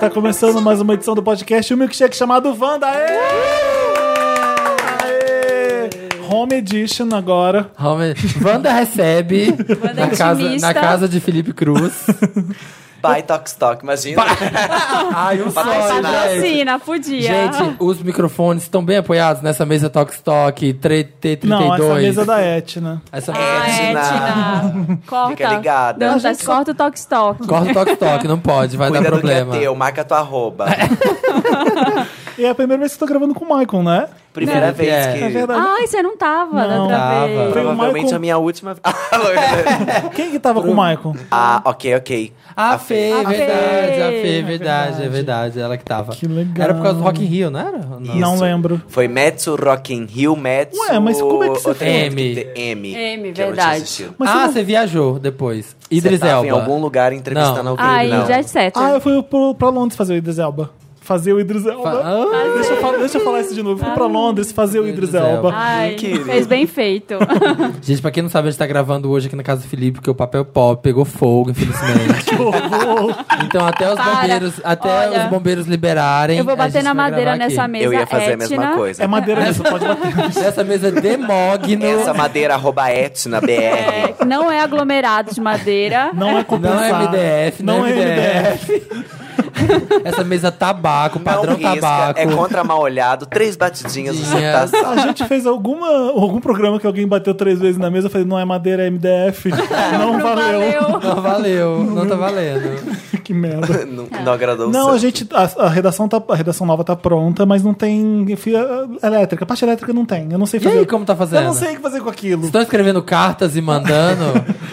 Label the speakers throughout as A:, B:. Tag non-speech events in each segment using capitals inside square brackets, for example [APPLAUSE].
A: Tá começando mais uma edição do podcast O Milkshake chamado Wanda. Aê! Aê! Home Edition agora.
B: Home- Wanda recebe
C: Wanda é
B: na, casa,
C: intimista.
B: na casa de Felipe
A: [LAUGHS]
B: Cruz.
D: Pai Tox Tox, imagina.
B: Ai, um sonho, gente.
C: Patrocina, podia.
B: Gente, os microfones estão bem apoiados nessa mesa Tox Talk tre- T32.
A: Não, essa mesa da né? Etna.
B: Essa
C: Ah,
B: mesa-
C: é, Tina. Corta.
D: Fica ligada.
C: Não,
D: A
C: tá- corta o toque-toque.
B: Corta o Tox Talk, não pode, vai
D: Cuida
B: dar
D: do que é
B: problema. É.
D: teu, marca tua arroba.
A: E é a primeira vez que eu tô gravando com o Michael, né?
D: Primeira vez
B: é.
D: que.
A: É verdade.
C: Ai, você não tava da
A: Não.
C: outra
B: Tava.
C: vez.
D: Provavelmente
A: Michael-
D: a minha última. [LAUGHS] Ah, loira.
A: Quem que tava com o Michael?
D: ah, ok, ok.
B: A Fê, é
C: A Fê.
A: É
B: verdade, a Fê, verdade, é
A: verdade.
B: verdade, ela que tava.
A: Que legal.
B: Era por causa do Rock in Rio, não era? Não.
D: Isso.
A: Não lembro.
D: Foi Metsu, Rock in Rio, Metsu.
A: Ué, mas como é que você
D: Outra
B: fez?
D: outra que
B: M.
D: tem- M.
C: M,
D: que eu não tinha
C: verdade.
D: assistido.
A: Mas você
B: ah,
A: não-
B: você viajou depois. Idris
D: Você tava
B: Elba.
D: em algum lugar entrevistando
B: Não.
D: alguém.
C: Aí,
D: não.
C: já é certo.
A: Ah, eu fui pro, pra Londres fazer o Idris Elba. Fazer o Idris Elba.
B: Fa- Ah,
A: Deixa eu, fa- deixa eu falar isso de novo. Fui pra Londres fazer o Idris Elba.
C: Ai,
D: querido.
C: fez bem feito.
B: Gente, pra quem não sabe, a gente tá gravando hoje aqui na casa do Felipe, porque o papel pop pegou fogo,
A: [LAUGHS]
B: infelizmente. então até os
C: Para.
B: bombeiros, até
C: Olha.
B: os bombeiros liberarem.
C: Eu vou
B: a
C: bater
B: gente
C: na
B: vai
C: madeira
B: gravar aqui.
C: nessa mesa.
D: Eu ia fazer a mesma
C: Etna.
D: coisa.
A: É madeira mesmo, pode bater.
B: Nessa mesa de mogno.
D: Essa madeira arroba Etna BR.
C: É, não é aglomerado de madeira.
A: Não é
B: Não é
A: compensar.
B: MDF, não,
A: Não é MDF.
B: Essa mesa tabaco, padrão
D: não risca,
B: tabaco.
D: é contra mal olhado, três batidinhas você
B: Tinha-
D: tá
A: A gente fez alguma, algum programa que alguém bateu três vezes na mesa. Eu falei, não é madeira, é
B: [LAUGHS]
A: MDF. Não valeu. [LAUGHS]
B: Não valeu, não tá valendo.
A: que merda.
D: [LAUGHS] não, não agradou o
A: Não, a
D: santo.
A: gente. A, a redação tá, a redação nova tá pronta, mas não tem fio elétrica. A parte elétrica não tem. Eu não sei
B: E
A: fazer.
B: aí, como tá fazendo?
A: Eu não sei o que fazer com aquilo.
B: Estão escrevendo cartas e mandando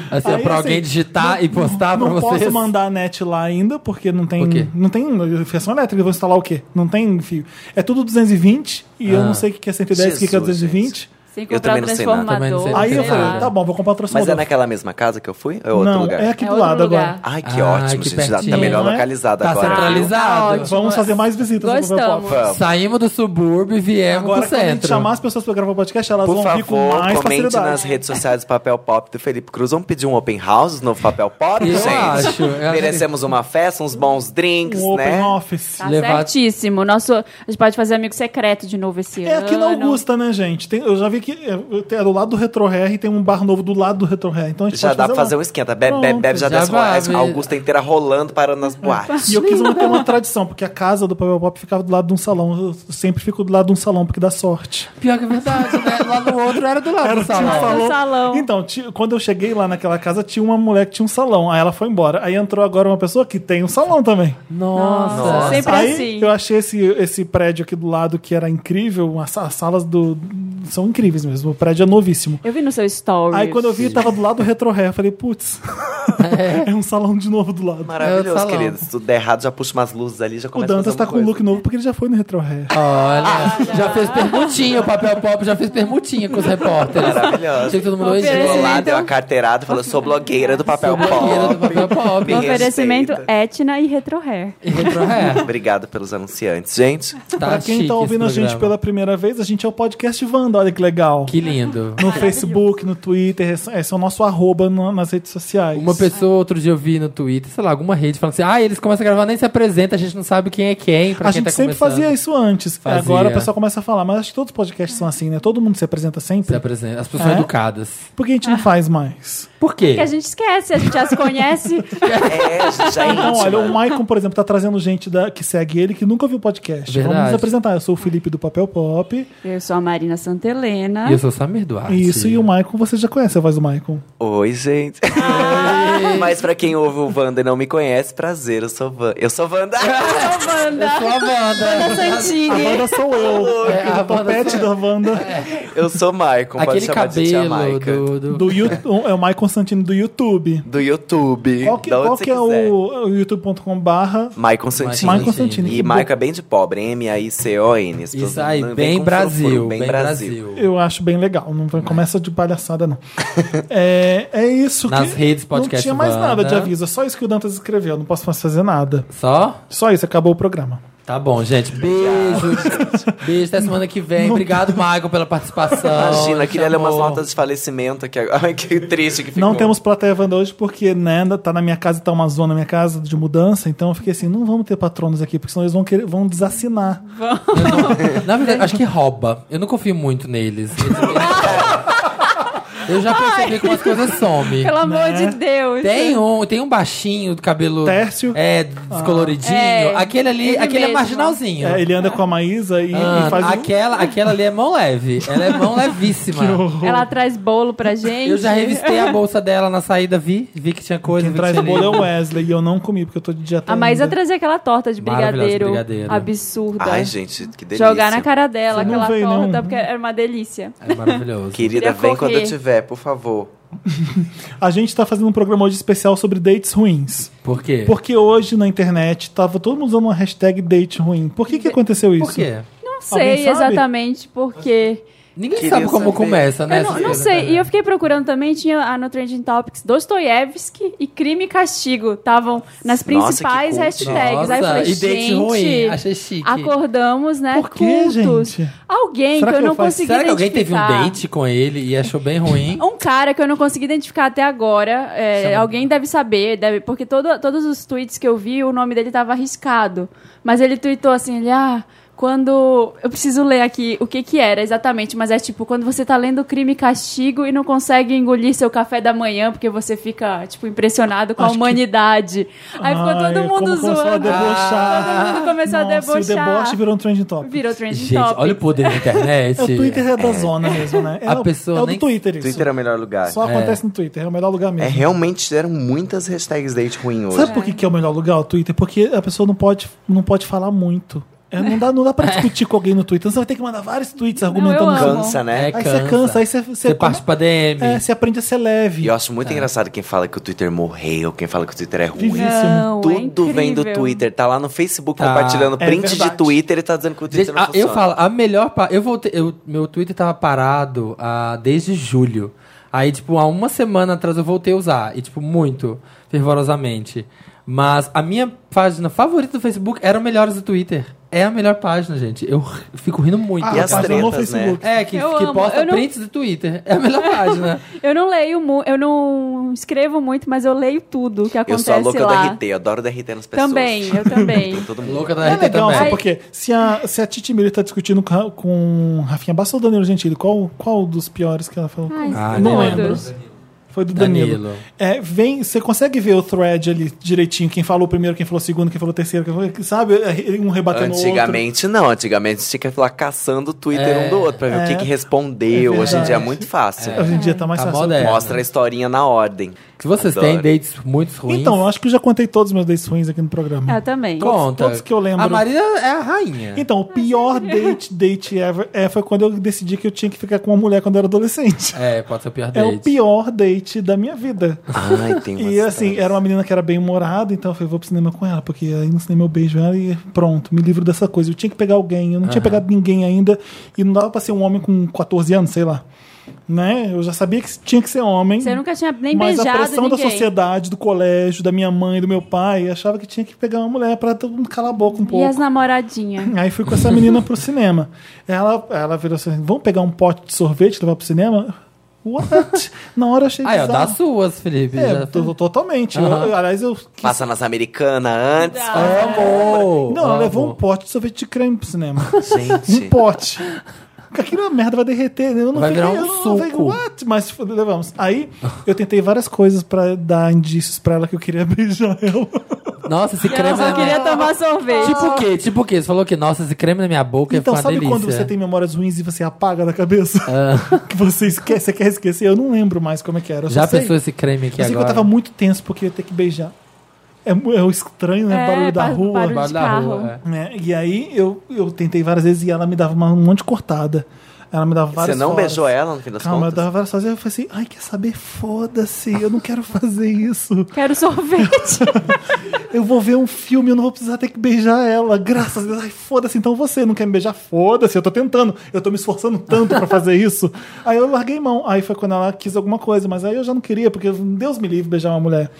B: assim,
A: Aí,
B: pra
A: assim,
B: alguém digitar e postar
A: Não
B: pra vocês?
A: posso mandar a net lá ainda, porque não tem.
B: Por quê?
A: Não tem fiação elétrica, eu vou instalar o quê? Não tem fio. É tudo 220 e eu
B: Ah.
A: não sei o que que é 110 o que que é
D: Jesus,
A: 220.
D: gente.
C: Sem
D: Eu
C: comprar
D: também
C: o
D: não sei nada.
C: transformador.
B: Também não sei nada.
A: Aí eu
B: Sei
A: falei,
B: lá.
A: tá bom, vou comprar um
D: Mas é
A: transformador.
D: naquela mesma casa que eu fui? Ou é outro
A: não,
D: lugar?
A: é aqui
C: É
A: do
C: outro
A: lado
C: lugar.
A: agora.
D: Ai, que
B: Ah,
D: ótimo,
B: que
D: gente. Já tá
B: pertinho.
D: melhor
A: Não é?
D: localizado
B: Tá
D: agora. viu?
B: centralizado.
C: ótimo.
A: Vamos fazer mais visitas ao Papel Pop.
C: Gostamos.
D: Vamos.
B: Saímos do subúrbio e viemos
A: Agora,
B: pro
A: quando a gente
B: centro.
A: chamar as pessoas pra gravar o podcast, elas
D: Por
A: vão vir com
D: favor,
A: mais
D: comente
A: facilidade.
D: nas redes sociais do Papel Pop do Felipe Cruz. Vamos pedir um open house, novo Papel Pop,
B: Eu
D: gente?
B: acho, eu acho
D: Merecemos uma festa, uns bons drinks,
A: Um open
D: né?
A: office.
C: Tá
B: Levar-
C: certíssimo. Nosso, a gente pode fazer amigo secreto de novo esse
A: É
C: ano.
A: aqui na Augusta, né, gente? Tem- eu já vi que é, eu te- é do lado do Retro Hair e tem um bar novo do lado do Retro Hair. Então a gente
D: Já
A: pode
D: dá pra fazer
A: lá.
D: um esquenta. Bebe, bebe, bebe, já
B: Já
D: desce
B: vai,
D: uma
B: be-
D: a Augusta inteira rolando, parando nas boates.
A: E eu quis manter uma tradição, porque a casa do Papel Pop ficava do lado de um salão. Eu sempre fico do lado de um salão, porque dá sorte.
B: Pior que é verdade, né? Lá no outro era do lado do
A: Tinha um
B: salão.
C: salão. salão.
A: Então, ti- quando eu cheguei lá naquela casa, tinha uma mulher que tinha um salão. Aí ela foi embora. Aí entrou agora uma pessoa que tem um salão também.
B: Nossa.
C: Nossa. Sempre
A: Aí
C: assim.
A: eu achei esse, esse prédio aqui do lado que era incrível. As, as salas do são incríveis mesmo. O prédio é novíssimo.
C: Eu vi no seu story.
A: Aí quando eu vi, tava do lado do Retro Hair. Eu falei, putz, [LAUGHS] é. um salão de novo do lado.
B: É o
D: Maravilhoso,
B: salão.
D: querido. Se tudo der errado, já puxa umas luzes ali, já
A: O
D: começa a
A: Dantas
D: fazer
A: tá
D: uma
A: com um
D: coisa.
A: look novo porque ele já foi no Retro Hair.
B: Ah, Olha, já fez permutinha, o papel pop já fez permutinha com os repórteres.
D: Maravilhoso.
B: Achei que todo mundo hoje.
D: Chegou lá,
C: Oferecimento.
D: deu
A: então.
D: a carteirada e falou: sou blogueira do papel pop.
B: blogueira do Papel Pop.
D: Me
C: Um oferecimento
D: respeita.
C: Etna e Retro Hair.
B: E entrou ré.
D: Obrigado pelos anunciantes, gente.
B: Tá
A: pra quem
B: chique
A: tá ouvindo a
B: esse
A: gente
B: programa.
A: pela primeira vez, a gente é o podcast Wanda, olha que legal.
B: Que lindo.
A: No Facebook, no Twitter, esse- esse é o nosso arroba no- nas redes sociais.
B: Uma pessoa, outro dia eu vi no Twitter, sei lá, alguma rede, falando assim: ah, eles começam a gravar, nem se apresenta, a gente não sabe quem é quem, pra
A: a
B: quem
A: gente
B: tá
A: sempre
B: começando.
A: fazia isso antes.
B: Fazia.
A: Agora o pessoal começa a falar, mas acho que todos os podcasts são assim, né? Todo mundo se apresenta
B: Se
A: sempre.
B: apresenta. As pessoas
A: É?
B: são educadas.
A: Por que a gente não faz mais?
B: Por quê?
C: Que a gente esquece, a gente já
B: [LAUGHS]
C: se conhece.
D: É, a gente já é
A: Então, olha, o
D: íntima.
A: Maicon, por exemplo, tá trazendo gente da- que segue ele que nunca ouviu o podcast. Vamos
B: Verdade.
A: nos apresentar. Eu sou o Felipe do Papel Pop.
C: Eu sou a Marina Santelena.
B: E eu sou Samir Duarte.
A: Isso, e o Maicon, você já conhece a voz do Maicon.
D: Oi, gente. Mas pra quem ouve o Wanda e não me conhece, prazer, eu sou Wanda. Eu sou Wanda.
C: sou a
B: Eu
C: Wanda.
B: sou a Wanda.
C: Wanda
A: A
C: Santini.
A: Wanda sou eu. É.
B: É, a
A: o topete da Wanda.
D: Eu sou Maicon, pode
B: Aquele
D: chamar de tia
B: cabelo
D: Maica. Do,
B: do, do-
A: Do
B: [LAUGHS]
A: Yu- é o Maicon Constantino do YouTube.
D: YouTube.
A: Qual que,
D: da onde
A: qual
D: você
A: que é
D: quiser.
A: o, o youtube.com barra
D: Maicon Santini.
A: Maicon
B: Maicon
A: Constantino?
D: E Maicon é bem de pobre, M-A-I-C-O-N. As pessoas
B: Isso aí,
D: não-
B: bem
D: com
B: Brasil,
D: furfuro,
B: bem Brasil.
A: Eu acho bem legal, não vai- começa de palhaçada, não. [LAUGHS] é, é isso
B: Nas
A: que.
B: redes,
A: Não
B: podcast
A: tinha mais
B: Wanda.
A: nada de aviso, é só isso que o Dantas escreveu, não posso mais fazer nada.
B: Só?
A: Só isso, acabou o programa.
B: Tá bom, gente. Beijo.
D: [LAUGHS]
B: Beijo até semana que vem. Obrigado, Michael, pela participação.
D: Imagina, é queria ler
B: Chamou.
D: umas notas de falecimento aqui agora. [LAUGHS] Ai, que triste que ficou.
A: Não temos plateia Wanda hoje porque Nanda tá na minha casa, tá uma zona na minha casa de mudança, então eu fiquei assim, não vamos ter patronos aqui, porque senão eles vão querer, vão desassinar.
B: Eu
D: assim.
B: não- Na verdade, acho que rouba. Eu não confio muito neles.
D: [LAUGHS]
B: Eles- Eu já percebi como as coisas somem.
C: Pelo amor
A: Né?
C: de Deus.
B: Tem um, tem um baixinho do cabelo.
A: Tércio?
B: É, descoloridinho.
C: É,
B: aquele ali,
C: ele
B: aquele é
C: mesmo.
B: marginalzinho.
A: É, ele anda com a Maísa e,
B: Ah,
A: e faz um-
B: aquela, aquela ali é mão leve. Ela é
A: [LAUGHS]
B: mão levíssima.
C: Ela traz bolo pra gente.
B: Eu já revistei a bolsa dela na saída, vi. Vi que tinha
A: um...
B: coisa.
A: Quem
B: vi
A: traz
B: que
A: o
B: tinha
A: bolo é
B: livro.
A: o Wesley e eu não comi, porque eu tô de dieta
C: A Maísa
A: ainda.
C: trazia aquela torta de
B: Maravilhosa de
C: brigadeiro,
B: brigadeiro.
C: absurda.
D: Ai, gente, que delícia.
C: Jogar na cara dela
A: Você não
C: aquela
A: veio,
C: torta,
A: não?
C: porque era uma delícia.
B: É maravilhoso.
D: Querida,
C: Queria
D: vem quando
C: correr.
D: eu tiver, por favor.
A: A gente tá fazendo um programa hoje especial sobre dates ruins.
B: Por quê?
A: Porque hoje na internet tava todo mundo usando uma hashtag date ruim. Por que que aconteceu isso?
B: É. Por quê?
C: Não
A: Alguém
C: sei
A: sabe?
C: exatamente porque.
B: Ninguém
D: Queria
B: sabe como
D: saber.
B: começa, né?
C: Eu não,
B: essas
C: não
B: coisas,
C: sei.
B: né?
C: E eu fiquei procurando também, tinha ah, no Trending Topics Dostoiévski e Crime e Castigo. Estavam nas
D: que culto.
C: principais hashtags. Aí eu
B: Nossa,
C: falei,
B: e date
C: gente,
B: ruim, achei chique.
C: acordamos, né?
A: Por que,
C: cultos.
A: gente?
C: Alguém
A: Será
C: que eu
A: que eu
C: não
A: faço-
C: consegui
B: Será que alguém teve um
C: identificar.
B: date com ele e achou bem
C: [LAUGHS]
B: ruim?
C: Um cara que eu não consegui identificar até agora. é,
B: Chama-
C: alguém deve saber, deve, porque todo- todos os tweets que eu vi, o nome dele estava arriscado. Mas ele tweetou assim, ele, ah, quando... Eu preciso ler aqui o que que era exatamente, mas é tipo, quando você tá lendo Crime e Castigo e não consegue engolir seu café da manhã, porque você fica, tipo, impressionado com
A: Acho
C: a
A: que-
C: humanidade. Aí ficou
A: Ai,
C: todo mundo
A: como começou a
C: zoando.
A: debochar.
C: Todo mundo começou a
A: Nossa, e
C: debochar.
A: o deboche virou um trending topic.
C: Virou trending
B: Gente,
C: topic.
B: olha o poder
A: [LAUGHS]
B: da internet.
A: É, o Twitter é da zona mesmo, né? É,
B: A
A: o-
B: pessoa
A: é o do
B: nem-
A: Twitter isso.
D: Twitter é o melhor lugar.
A: Só acontece no Twitter, é o melhor lugar
D: É,
A: mesmo.
D: realmente tiveram muitas hashtags date ruim hoje.
A: Sabe por que, que é o melhor lugar o Twitter? Porque a pessoa não pode, não pode falar muito. É, não, dá, não dá pra discutir com alguém no Twitter. Então Você vai ter que mandar vários tweets argumentando.
C: eu amo.
A: tudo.
D: Cansa, né?
B: É,
A: Aí você cansa, aí você, você,
B: Você parte pra DM.
A: é, você aprende a ser leve.
D: E eu acho muito engraçado quem fala que o Twitter morreu, quem fala que o Twitter é ruim.
A: Vivíssimo.
C: Não, é
D: Tudo vem do
C: incrível.
D: Twitter. Tá lá no Facebook
B: Tá.
D: compartilhando
A: É
D: print de
A: verdade.
D: Twitter e tá dizendo que o Twitter
B: Gente,
D: não
B: a-
D: funciona.
B: eu falo, a melhor parte. Eu voltei. eu- meu Twitter tava parado ah, desde julho. Aí, tipo, há uma semana atrás eu voltei a usar. E, tipo, muito fervorosamente. Mas a minha página favorita do Facebook era o Melhores do Twitter. É a melhor página, gente. Eu r- fico rindo muito.
A: Ah,
D: E as
A: rapaz,
D: tretas,
A: no
D: né?
A: Facebook.
B: É, que,
C: Eu
B: que
C: amo,
B: posta
C: eu não-
B: prints do Twitter. É a
C: [LAUGHS]
B: melhor página.
C: Eu não leio muito, eu não escrevo muito, mas eu leio tudo que
D: Eu
C: acontece
D: sou a louca
C: lá.
D: do RT, eu adoro DRT nas pessoas.
C: Também,
D: [LAUGHS]
C: eu também.
D: Todo mundo.
B: Louca da
A: É
B: RT
A: legal,
B: também.
A: sabe por quê? Se a, se a Titi Miri tá discutindo com, a- com Rafinha Bassa ou Danilo Gentili, qual, qual dos piores que ela falou?
B: Ah,
A: Eu não
B: né?
A: lembro. Foi do Danilo.
B: Danilo.
A: É, vem, você consegue ver o thread ali direitinho, quem falou primeiro, quem falou segundo, quem falou terceiro, quem falou, sabe? É, Um rebatendo no outro.
D: Antigamente não, antigamente tinha que ficar caçando o Twitter
B: É.
D: um do outro pra ver o que, que respondeu.
A: É
D: Hoje em dia é
A: verdade.
D: muito fácil.
A: Hoje em dia tá mais
B: Tá
A: fácil.
B: moderno.
D: Mostra a historinha na ordem.
B: Se vocês
D: Adoro.
B: têm dates muito ruins.
A: Então, eu acho que eu já contei todos os meus dates ruins aqui no programa.
C: Eu também.
B: conta.
A: todos que eu lembro.
B: A Maria é a rainha.
A: Então, o pior date, date ever é, foi quando eu decidi que eu tinha que ficar com uma mulher quando eu era adolescente.
B: É, pode ser o pior
A: É
B: date.
A: o pior date da minha vida.
D: Ai, tem umas
A: E assim,
D: histórias.
A: era uma menina que era bem humorada, então eu falei, vou pro cinema com ela, porque aí no cinema eu beijo ela e pronto, me livro dessa coisa. Eu tinha que pegar alguém, eu não tinha pegado ninguém ainda, e não dava pra ser um homem com 14 anos, sei lá. Né? Eu já sabia que tinha que ser homem.
C: Você nunca tinha nem
A: mas a
C: beijado
A: pressão da
C: ninguém.
A: sociedade, do colégio, da minha mãe, do meu pai, achava que tinha que pegar uma mulher pra todo mundo calar a boca um
C: E
A: pouco.
C: as namoradinhas?
A: Aí fui com essa menina pro cinema. Ela, ela virou assim: vamos pegar um pote de sorvete e levar pro cinema?
D: [LAUGHS]
A: What? Na hora eu achei
B: Ah, é,
A: bizarro.
B: das suas, Felipe.
A: É,
B: Já- tá.
A: to- to- totalmente. Eu-
B: Aham.
A: aliás, eu. quis-
D: Passa nas americanas antes.
B: Ah, Amo!
A: não, ela
B: Amo.
A: levou um pote de sorvete de creme pro
B: [LAUGHS]
A: cinema. um
D: Gente.
A: pote. Porque Aquilo é merda, vai derreter. né? Eu não
B: Vai
A: fiquei,
B: virar um
A: eu não- eu falei,
B: suco.
A: What? Mas f- levamos. Aí eu tentei várias coisas pra dar indícios pra ela que eu queria [LAUGHS] beijar ela.
B: Nossa, esse
C: E ela
B: creme na
C: só
B: minha...
C: queria um tomar sorvete.
B: Tipo o quê? Tipo o quê? Você falou que, nossa, esse creme na minha boca
A: Então,
B: é uma
A: sabe
B: delícia. Ah.
A: quando você tem memórias ruins e você apaga da cabeça? [LAUGHS] que você esquece, você quer esquecer? Eu não lembro mais como é que era. eu só
B: Já
A: sei.
B: pensou esse creme aqui
A: Eu sei que eu
B: agora?
A: tava muito tenso porque eu ia ter que beijar. É, mu- é o estranho, né? o barulho da
C: bar-
A: rua.
C: barulho
B: Barulho
C: de
B: da
C: carro.
B: rua, é.
A: né? E aí eu, eu tentei várias vezes e ela me dava uma- um monte de cortada. Ela me dava
D: Você
A: várias
D: não
A: horas.
D: beijou ela no fim das
A: Calma, eu
D: contas?
A: dava várias horas e eu falei assim, ai, quer saber? Foda-se, eu não quero fazer isso.
C: Quero sorvete. [LAUGHS]
A: Eu vou ver um filme, eu não vou precisar ter que beijar ela. Graças a Deus. Ai, foda-se, então você não quer me beijar? Foda-se, eu tô tentando. Eu tô me esforçando tanto pra fazer isso. Aí eu larguei mão. Aí foi quando ela quis alguma coisa, mas aí eu já não queria, porque Deus me livre beijar uma mulher.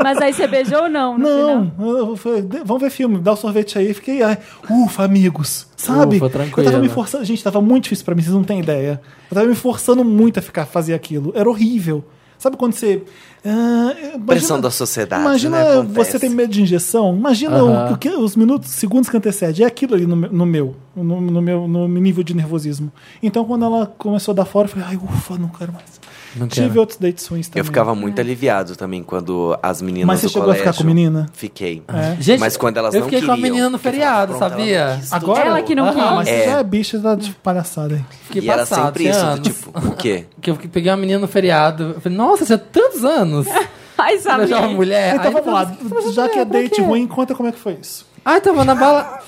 C: Mas aí você beijou ou não? no final?
A: Não, eu falei, "De- vamos ver filme, dá um sorvete aí. Fiquei, ai, ufa, amigos, sabe?
B: Ufa, tranquilo.
A: Eu tava me forçando, gente, tava muito difícil pra mim, vocês não têm ideia. Eu tava me forçando muito a ficar, fazer aquilo, era horrível. Sabe quando você. ah, imagina-
D: Pressão da sociedade,
A: Imagina
D: né? Acontece.
A: você tem medo de injeção, imagina
B: Aham.
A: o, o que, os minutos, segundos que antecede. É aquilo ali no, meu- no meu, no, no meu no meu nível de nervosismo. Então quando ela começou a dar fora, eu falei, ai, ufa, não quero mais.
B: Não
A: Tive
B: quero.
A: outros dates ruins também. né?
D: Eu ficava muito aliviado também quando as meninas
A: Mas você
D: do
A: chegou a
D: colégio...
A: ficar com menina?
D: Fiquei. Uhum.
A: É.
B: Gente,
D: Mas quando elas
B: eu
D: não
B: fiquei
D: queriam...
B: com a menina no
D: porque eu
B: feriado,
D: falava, "Pronto,
B: sabia?
D: ela não quis,
B: Agora?
D: tudo
C: Ela que não
B: Aham,
C: quis.
A: Mas
D: É.
A: você já é bicha tá de palhaçada aí.
B: Fiquei
D: e era
B: passado,
D: sempre
B: tinha
D: isso,
B: anos.
D: do tipo, o
A: [LAUGHS]
D: quê?
B: Que eu fiquei- peguei uma menina no feriado. Eu falei, nossa, tinha tantos
C: [LAUGHS]
B: anos.
C: Ai, sabe?
B: Beijar uma mulher.
A: então
B: É, Aí eu
A: vamos lá,
B: falei, assim,
A: já que é
B: pra
A: date
B: quê?
A: ruim, conta como é que foi isso.
B: Ai, tava na bala.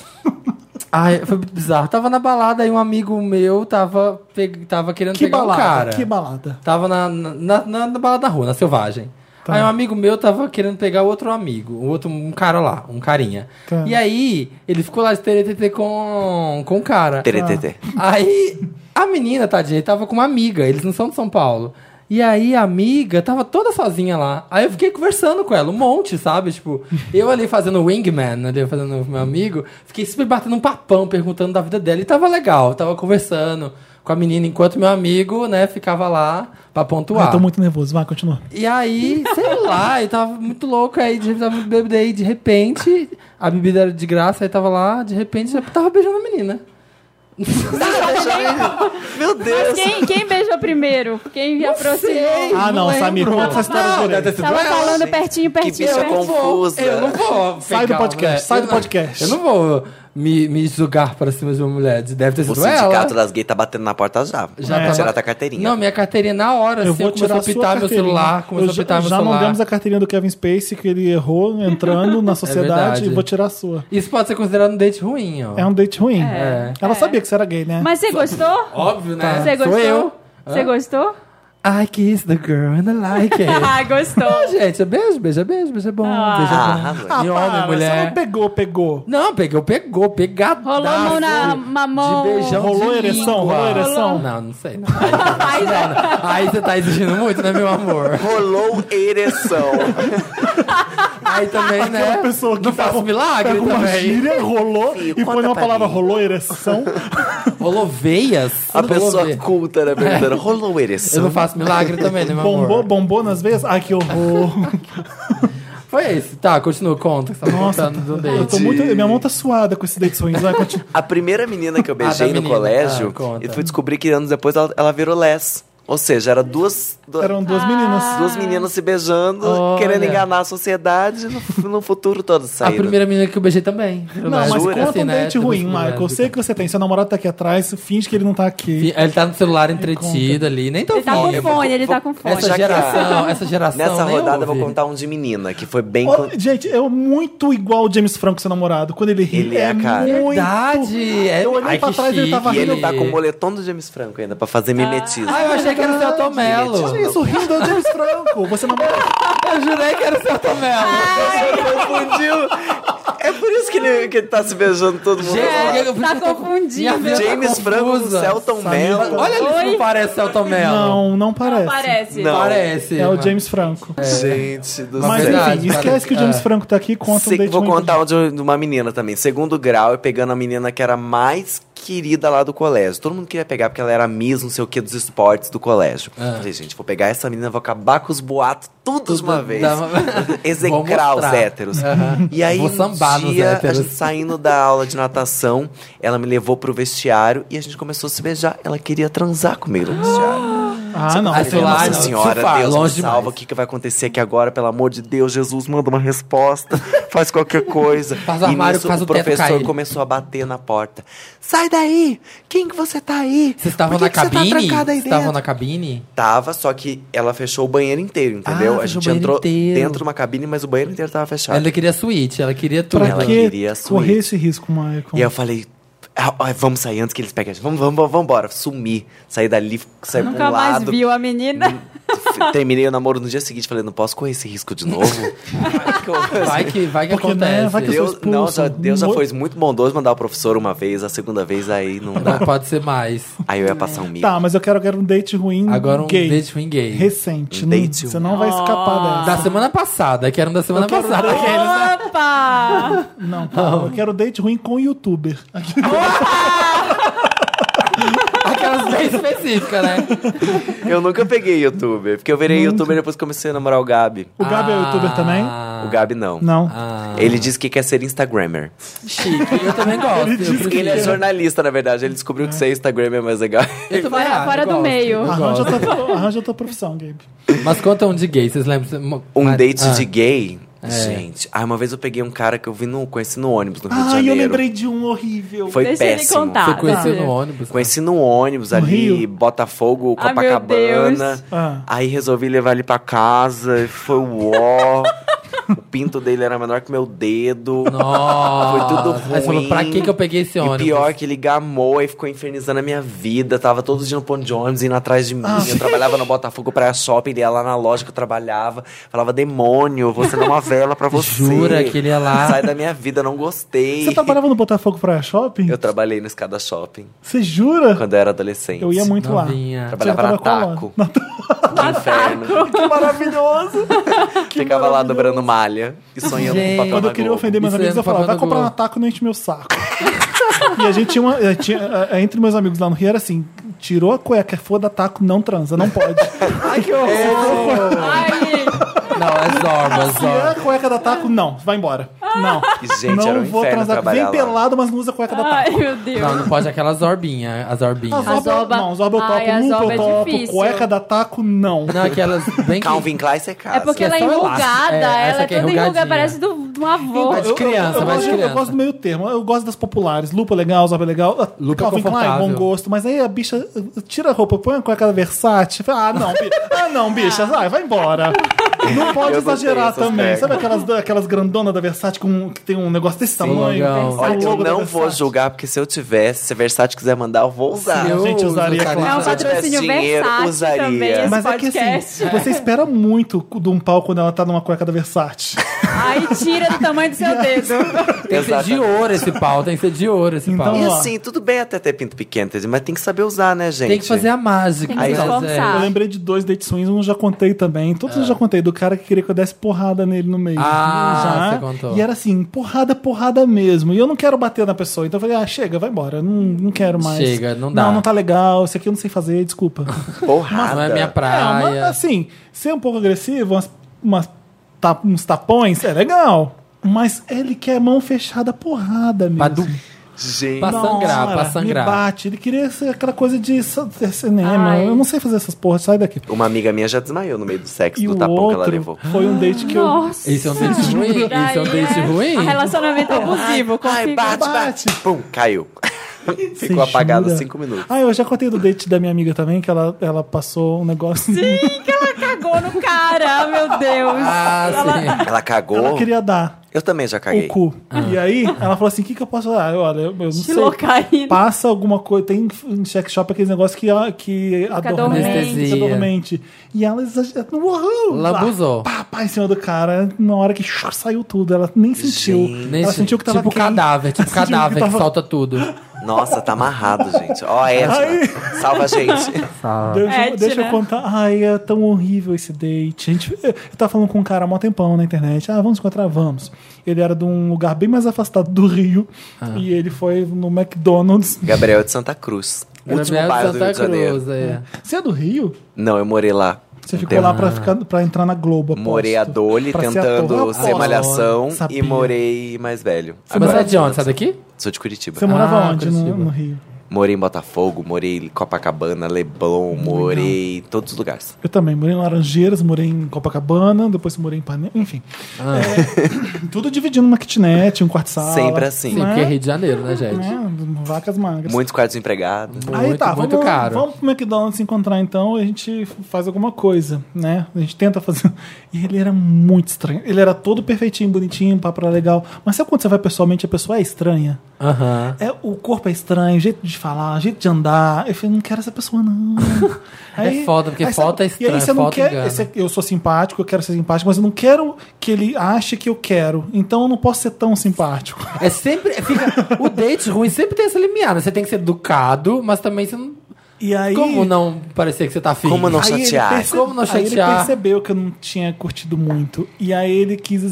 B: Ai, foi bizarro. Tava na balada e um amigo meu tava, pe- tava querendo
A: Que
B: pegar
A: balada,
B: um cara.
A: que balada.
B: Tava na, na, na, na balada da rua, na selvagem.
A: Tá.
B: Aí um amigo meu tava querendo pegar outro amigo, um outro um cara lá, um carinha.
A: Tá.
B: E aí, ele ficou lá de TTT com, com o cara.
D: Teretetê.
A: Ah.
B: Aí a menina, tadinha, tava com uma amiga, eles não são de São Paulo. E aí a amiga tava toda sozinha lá. Aí eu fiquei conversando com ela, um monte, sabe? Tipo, eu ali fazendo wingman, ali fazendo meu amigo, fiquei sempre batendo um papão, perguntando da vida dela. E tava legal, tava conversando com a menina enquanto meu amigo, né, ficava lá pra
A: Ah,
B: pontuar.
A: eu tô muito nervoso, vai, continua.
B: E aí, sei lá, eu tava muito louco, aí de- tava muito bêbado, aí de repente, a bebida era de graça, aí tava lá, de repente, eu tava beijando a menina.
D: Meu
C: Mas
D: Deus!
C: quem, quem beijou primeiro? Quem aproximou?
A: Ah, não,
B: lembro.
A: Samir, conta essa história
B: Não,
A: direito.
B: deve ter sido
C: Tava
B: ela.
C: falando pertinho, pertinho,
D: bicha
C: pertinho.
B: Eu não vou,
D: confusa.
B: Eu não vou.
A: Sai
B: pegar
A: do podcast,
B: uma mulher.
A: sai do
B: Eu não-
A: podcast.
B: Eu não vou me, me julgar pra cima de uma mulher. Deve ter
D: O
B: sido é ela.
D: sindicato das gays tá batendo na porta já.
B: Já
D: Vai
B: tá-
D: tirar tua carteirinha.
B: Não, minha carteirinha na hora.
A: Eu
B: assim,
A: vou
B: começou
A: tirar
B: a pitar meu
A: carteirinha.
B: celular. Começou
A: Eu
B: a
A: já-
B: pitar meu
A: Já
B: celular. É
A: mandamos a carteirinha do Kevin Spacey, que ele errou entrando
B: [LAUGHS]
A: na sociedade,
B: verdade.
A: e vou tirar a sua.
B: Isso pode ser considerado um date ruim, ó.
A: É um date ruim.
B: É.
A: Ela
C: É.
A: sabia que você era gay, né?
C: Mas você gostou?
B: Óbvio, né?
C: Você
A: Tá.
B: Sou
C: gostou?
B: eu.
C: Você
B: Hã?
C: gostou?
B: I kiss the girl and I like
C: [LAUGHS]
B: it.
C: Ah,
B: [LAUGHS] Ah,
C: gostou.
B: gente, é beijo, beijo, beijo, beijo é bom.
C: Ah.
B: Beijo
D: Ah,
B: é bom.
D: arrasou.
A: Ah,
B: e homem,
A: para, Você
B: mulher.
A: não pegou, pegou.
B: Não, pegou, pegou, pegado.
C: Rolou a mão na mamão.
B: De beijão
A: Rolou
B: de
A: ereção,
B: língua.
A: rolou ereção?
B: Não, não sei. não. Aí, não, não. Aí você tá exigindo muito, né, meu amor?
D: Rolou ereção.
B: Aí também, né?
A: Aquela pessoa que
B: não
A: tava-
B: faço milagre
A: pega uma
B: também.
A: gíria, rolou,
D: Fio,
A: e
D: conta
A: foi uma
D: pra
A: palavra,
D: mim.
A: rolou
B: [LAUGHS]
A: ereção.
B: Rolou veias?
D: A
B: Rolou
D: pessoa
B: veia.
D: culta, né, perguntando, rolou
B: É. Eu
D: ereção?
B: não faço milagre também, né, meu
A: Bombou,
B: amor?
A: bombou nas veias. Ai, que horror.
B: Foi esse. Tá, continua, conta. que Você [LAUGHS] tá contando do
A: Eu tô
B: date.
A: muito, minha mão tá suada com esse date ruim. Vai, continua.
D: A primeira menina que eu beijei
B: da
D: no
B: menina. [LAUGHS] Ah,
D: colégio,
B: conta.
D: e fui descobrir que anos depois ela, ela virou les. Ou seja, era duas, du-
A: Eram duas meninas.
D: duas meninas se beijando,
B: Olha.
D: querendo enganar a sociedade, no, no futuro todo
B: A
D: saíram.
B: primeira menina que eu beijei também. Assim, né,
A: Não, mas
D: Jura?
A: conta um date
B: Também
A: ruim,
B: fui
A: Michael. Eu
B: lésbica.
A: sei que você tem. Seu namorado tá aqui atrás, finge que ele não tá aqui.
B: Ele tá no celular entretido ali, nem tão
C: Ele tá com
B: fome.
C: fone, ele tá com fone.
B: Essa
D: Já que-
B: geração, essa geração.
D: Nessa
B: nem
D: rodada eu vou
B: ouve.
D: contar um de menina, que foi bem...
A: Olha,
D: con-
A: gente, é muito igual o James Franco, seu namorado. Quando ele ri,
D: Ele é, cara.
A: muito...
B: Verdade, é-
A: Eu olhei
B: Ai,
A: pra
B: que
A: trás e ele tava
D: E
B: chique.
A: rindo.
D: ele tá com o moletom do James Franco ainda, pra fazer mimetismo.
B: Ah, eu achei que era o seu Tomelo.
A: Olha isso, rindo é o James Franco. Você namora...
B: Eu jurei que era o seu Tomelo.
D: Confundiu! É por isso que ele, que ele tá se beijando todo mundo.
B: Gente, É, eu- eu-
C: tá
B: eu tô-
C: confundindo.
B: minha vida tá
D: James Franco com
B: confusa.
D: Celton Mello.
B: Olha ali se
C: Oi?
B: não parece Celton Mello.
A: [LAUGHS] Não, não parece.
C: Não parece.
D: Não.
B: Parece.
A: É o
B: mas-
A: James Franco.
D: Gente do
A: Mas então,
B: Verdade,
A: enfim, esquece
B: parece.
A: que o James
B: É.
A: Franco tá aqui, conta
D: Se-
A: um date
D: vou
A: ruim.
D: contar um de de uma menina também. Segundo grau, eu pegando a menina que era mais querida lá do colégio. Todo mundo queria pegar porque ela era Miss, não sei o que, dos esportes do colégio. Falei, gente, vou pegar essa menina, vou acabar com os boatos tudo de uma
B: Ah. Tudo
D: vez. [LAUGHS]
B: dá uma-
D: Execrar
B: [LAUGHS] Vou
D: os
B: mostrar.
D: héteros.
B: Aham.
D: E aí,
B: Vou sambar
D: um
B: nos
D: dia, a
B: héteros.
D: gente saindo da aula de natação, ela me levou pro vestiário e a gente começou a se beijar. Ela queria transar comigo no vestiário.
A: Ah, não.
B: Aí
D: Aí
A: você
D: eu falei,
B: lá,
A: não-
D: Nossa
B: não,
D: senhora,
B: sofá,
D: Deus
B: longe
D: me salva,
B: demais.
D: o que, que vai acontecer aqui agora? Pelo amor de Deus, Jesus, manda uma resposta, [LAUGHS] faz qualquer coisa.
B: Faz o armário,
D: e nisso,
B: faz o
D: o
B: teto
D: professor
B: cair.
D: começou a bater na porta. Sai daí! Quem que você tá aí?
B: Vocês estavam
D: Por
B: na
D: que que Você tá
B: cabine?
D: trancada aí
B: Vocês estavam
D: dentro?
B: na cabine?
D: Tava, só que ela fechou o banheiro inteiro, entendeu?
B: Ah,
D: a
B: fechou o
D: gente
B: banheiro
D: entrou
B: inteiro. é
D: dentro de uma cabine, mas o banheiro inteiro tava fechado.
B: Ela queria suíte, ela queria tudo.
A: Pra
D: Ela
A: que
D: queria a suíte.
A: correr esse risco, Michael?
D: E aí eu falei, Ah, ah, vamos sair antes que eles peguem a gente. Vamos, vamos, vamos, vamos embora. Sumir. Sair dali, sair pra
C: Nunca
D: um
C: mais
D: lado.
C: viu a menina.
D: Terminei o namoro no dia seguinte, falei, não posso correr esse risco de
A: [LAUGHS]
D: novo. Vai que eu-
B: Vai que, vai que
A: Porque, né,
B: acontece.
A: vai que eu sou
D: Deus, não, já,
A: expulso.
D: Deus já
A: Mo-
D: foi muito bondoso mandar o professor uma vez, a segunda vez aí não
B: Não
D: dá.
B: pode ser mais.
D: Aí eu ia passar um mico.
A: Tá, mas eu quero, eu quero um date ruim
B: Agora um
A: gay.
B: date ruim gay.
A: Recente.
D: Um
A: não-
D: date
A: você não vai escapar
B: Da
A: dessa.
B: semana passada, que era um da semana passada. aqueles, né?
C: Opa!
A: Não, Paulo, eu quero date ruim com youtuber. Aqui,
B: Aquelas bem específicas, né?
D: Eu nunca peguei youtuber, porque eu virei youtuber depois que comecei a namorar o Gabi.
A: O Gabi é youtuber também?
D: O Gabi não.
A: Não.
B: Ah,
D: Ele disse que quer ser Instagrammer.
B: chique. Eu também gosto. eu
A: disse
D: Ele é
B: prefiro.
D: jornalista, na verdade. Ele descobriu que ser Instagram é mais
A: [LAUGHS]
D: legal.
B: Eu também
C: Fora-
B: acho,
C: fora
B: eu
C: do
B: gosto,
C: meio.
B: eu
A: Arranja
B: gosto.
A: tua, arranja tua profissão,
B: [LAUGHS]
A: Gabe.
B: Mas conta um de gay, vocês lembram?
D: Um
B: Ah,
D: date
B: ah.
D: de gay.
A: É.
D: Gente, ah, uma vez eu peguei um cara que eu vi no, conheci no ônibus no Rio de
A: Ai,
D: Janeiro.
A: eu lembrei de um horrível.
D: Foi
C: Deixa ele
D: péssimo.
C: contar.
B: Você conheceu
C: Tá.
B: no ônibus? né?
D: Conheci no ônibus ali,
A: Rio?
D: Botafogo,
C: Ah, meu Deus.
D: Copacabana.
A: Ah.
D: Aí resolvi levar ele pra casa, e foi o ó. o pinto dele era menor que meu dedo.
B: Nossa.
D: Foi tudo
B: Aí você falou,
D: ruim.
B: pra que que eu peguei esse
D: E
B: ônibus?
D: pior que ele gamou e ficou infernizando a minha vida. Tava todo dia no Pão de ônibus, indo atrás de mim.
A: Ah.
D: Eu trabalhava no Botafogo Praia Shopping, ele ia lá na loja que eu trabalhava. Falava, demônio, você dá uma vela pra você.
B: Jura que ele ia lá?
D: Sai da minha vida, não gostei.
A: Você trabalhava no Botafogo Praia Shopping?
D: Eu trabalhei no Escada Shopping,
A: Você jura?
D: quando eu era adolescente.
A: Eu ia muito lá.
B: Novinha.
D: Trabalhava
A: Você
D: na
A: trabalhava qual
D: Taco. No inferno.
A: [LAUGHS] Que
B: [LAUGHS]
A: maravilhoso!
D: Ficava lá dobrando malha e sonhando
B: Gente.
D: com papel
A: Quando
D: na
A: eu queria
D: Globo.
A: ofender meus
B: Isso
A: amigos,
B: é
A: eu falava, vai
B: propaganda
A: comprar um
B: Globo.
A: taco e não enche meu saco. [LAUGHS] e a gente tinha uma. eh, tinha, eh, entre meus amigos lá no Rio era assim: tirou a cueca, foda taco, não transa, não pode.
B: [LAUGHS] Ai, que horror.
C: Ai,
B: Não, é Zorba,
A: Se é a
B: Zorba.
A: cueca da taco, não, vai embora.
B: Ah.
A: Não.
D: E, gente,
A: não
D: era um
A: vou
D: inferno
A: transar. Vem
D: trabalhar lá.
A: pelado, mas não usa cueca da taco.
C: ai, meu Deus.
B: Não, não pode aquela zorbinha, a zorbinha.
A: A
C: Zorba-
A: Zorba, não, Zorba eu topo,
C: Ai, a
A: lupa
C: Zorba é
A: eu topo,
C: difícil.
A: cueca da taco, não.
B: Não, aquelas bem que...
D: Calvin Klein, você casa.
C: É porque
B: é
C: ela é
B: só elástico. É,
C: enrugada,
B: essa
C: ela é
B: aqui é
C: toda enrugada,
B: enrugadinha.
C: parece do, de um avô.
B: Mas de criança,
A: eu,
B: mas
A: gosto,
B: de
A: eu
B: criança.
A: gosto do meio termo. Eu gosto das populares. Lupa legal, Zorba legal. Ah,
B: Lupa é
A: Calvin Klein,
B: confortável.
A: bom gosto. Mas aí a bicha ah, tira a roupa, põe a cueca da Versace. Fala, Ah, não, bi- ah, não bicha. Ah, vai embora. Não pode
D: Eu não
A: exagerar
D: tenho essas
A: também.
D: pegas.
A: Sabe aquelas, aquelas grandonas da Versace com, que tem um negócio desse tamanho?
B: legal.
A: O
D: Olha, eu
A: logo da
D: não vou
A: Versace.
D: julgar, porque se eu tivesse, se a Versace quiser mandar, eu vou usar.
A: Eu- gente, usaria
C: É
A: claro.
C: um
D: Se eu tivesse
C: patrocínio
D: dinheiro,
C: versátil
D: usaria.
C: também, esse
A: Mas é que
C: podcast.
A: assim, você espera muito de um pau quando ela tá numa cueca da Versace.
C: Aí tira do tamanho do seu dedo.
B: Tem que ser de
D: Exatamente.
B: ouro esse pau, tem que ser de ouro esse
A: Então,
B: pau.
D: E
A: ó,
D: assim, tudo bem até ter pinto pequeno, Teddy, mas tem que saber usar, né, gente?
B: Tem que fazer a mágica.
C: Tem que
B: né,
D: se
A: Eu
C: esforçar.
B: Zé?
A: lembrei de dois dates ruins, um eu já contei também. Todos eu já contei, do cara que queria que eu desse porrada nele no meio.
B: Ah,
A: já.
B: você contou.
A: E era assim, porrada, porrada mesmo. E eu não quero bater na pessoa. Então eu falei, ah, chega, vai embora. Não, não quero mais.
B: Chega, não dá.
A: Não, não tá legal. Isso aqui eu não sei fazer,
B: [LAUGHS]
A: desculpa.
D: Porrada.
B: Não é
A: É,
B: minha
A: mas
B: praia.
A: assim, ser um pouco agressivo, umas, umas ta- uns tapões, é legal. Mas ele quer mão fechada, porrada mesmo.
B: Pra du-
D: Gente.
B: Passa- Pra sangrar, pra
A: cara,
B: sangrar.
A: Me bate. Ele queria ser aquela coisa de sa- cinema.
C: Ai.
A: Eu não sei fazer essas porras, sai daqui.
D: Uma amiga minha já desmaiou no meio do sexo,
A: E
D: do
A: o
D: tapão que ela
A: outro
D: levou.
A: foi um date que eu...
C: Nossa.
B: Esse é um date ruim? Esse é um date
C: Daí é
B: ruim?
C: Relacionamento abusivo.
D: Ai,
C: configura.
D: bate,
A: Bate.
D: bate. Pum,
A: [LAUGHS]
D: caiu.
A: Você
D: Ficou apagado
A: jura?
D: cinco minutos.
A: Ah, eu já contei do date da minha amiga também, que ela, ela passou um negócio.
C: Ih, que ela cagou no cara, meu Deus.
B: Ah,
C: [LAUGHS]
B: sim.
D: Ela cagou.
A: Ela queria dar
D: Eu também já caguei.
A: o cu.
B: Ah.
A: E aí, ela falou assim: o que, que eu posso dar? Eu, Olha, eu, eu não sei.
C: Xilocaína.
A: Passa alguma coisa. Tem em check shop aqueles negócios que, ah, que adormece,
B: dormente.
A: que adormente. E ela exagerou. Uhul!
B: Lambuzou.
A: Pá, pá, em cima do cara. Na hora que shua, saiu tudo, ela nem sentiu.
B: Nem
A: ela
B: sei.
A: sentiu que tava
B: tipo
A: quente.
B: cadáver, tipo
A: Ela sentiu
B: cadáver que,
A: tava-
B: solta tudo.
D: Nossa, tá amarrado, gente. Ó, Edna, salva a gente.
A: Deixa,
C: É,
A: deixa
C: tira.
A: eu contar. Ai, é tão horrível esse date. A gente, eu tava falando com um cara há mó tempão na internet. Ah, vamos encontrar? Vamos. Ele era de um lugar bem mais afastado do Rio.
B: Ah.
A: E ele foi no McDonald's.
D: Gabriel de Santa Cruz. último
B: Gabriel de
D: bairro do Rio de
B: Santa
D: Janeiro.
B: Cruz, é.
A: Você é do Rio?
D: Não, eu morei lá.
A: Você
D: um
A: ficou
D: tempo.
A: lá pra, ficar, pra entrar na Globo. aposto.
D: Morei a Dole,
A: Pra ser
D: tentando
A: ator,
D: ser,
A: aposto.
D: malhação.
A: Sabia.
D: E morei mais velho.
B: Mas
D: Agora
B: é de onde? Sai daqui?
D: Sou de Curitiba.
A: Você morava
B: Ah,
A: onde no,
B: Curitiba.
A: no Rio?
D: Morei em Botafogo, morei em Copacabana, Leblon, morei em todos os lugares.
A: Eu também. Morei em Laranjeiras, morei em Copacabana, depois morei em Panema. Enfim.
B: Ah.
A: É, tudo dividindo uma kitnet, um quarto-sala.
D: Sempre assim.
B: Sim, porque é Rio de Janeiro, né, gente?
A: É, vacas magras.
D: Muitos quartos empregados.
B: Muito,
A: Aí tá,
B: muito
A: vamos,
B: caro.
A: vamos pro McDonald's se encontrar então, a gente faz alguma coisa, né? A gente tenta fazer. [LAUGHS] E ele era muito estranho. Ele era todo perfeitinho, bonitinho, papo era legal. Mas sabe quando você vai pessoalmente e a pessoa é estranha?
B: Aham.
A: É, o corpo é estranho, o jeito de falar, o jeito de andar. Eu falei, não quero essa pessoa,
B: [LAUGHS]
A: não.
B: foda, porque
A: aí você-
B: foto é
A: E
B: estranho,
A: aí você não
B: foto
A: quer.
B: engana.
A: você- eu sou simpático, eu quero ser simpático, mas eu não quero que ele ache que eu quero. Então eu não posso ser tão simpático. [LAUGHS]
B: É sempre. Fica, o date ruim sempre tem essa limiar, né? Você tem que ser educado, mas também você não.
A: E aí.
B: Como não parecer que você tá afim?
D: Como não
A: aí ele
D: chatear?
A: perce-
B: Como não
A: aí ele
B: chatear?
A: percebeu que eu não tinha curtido muito. E aí ele quis.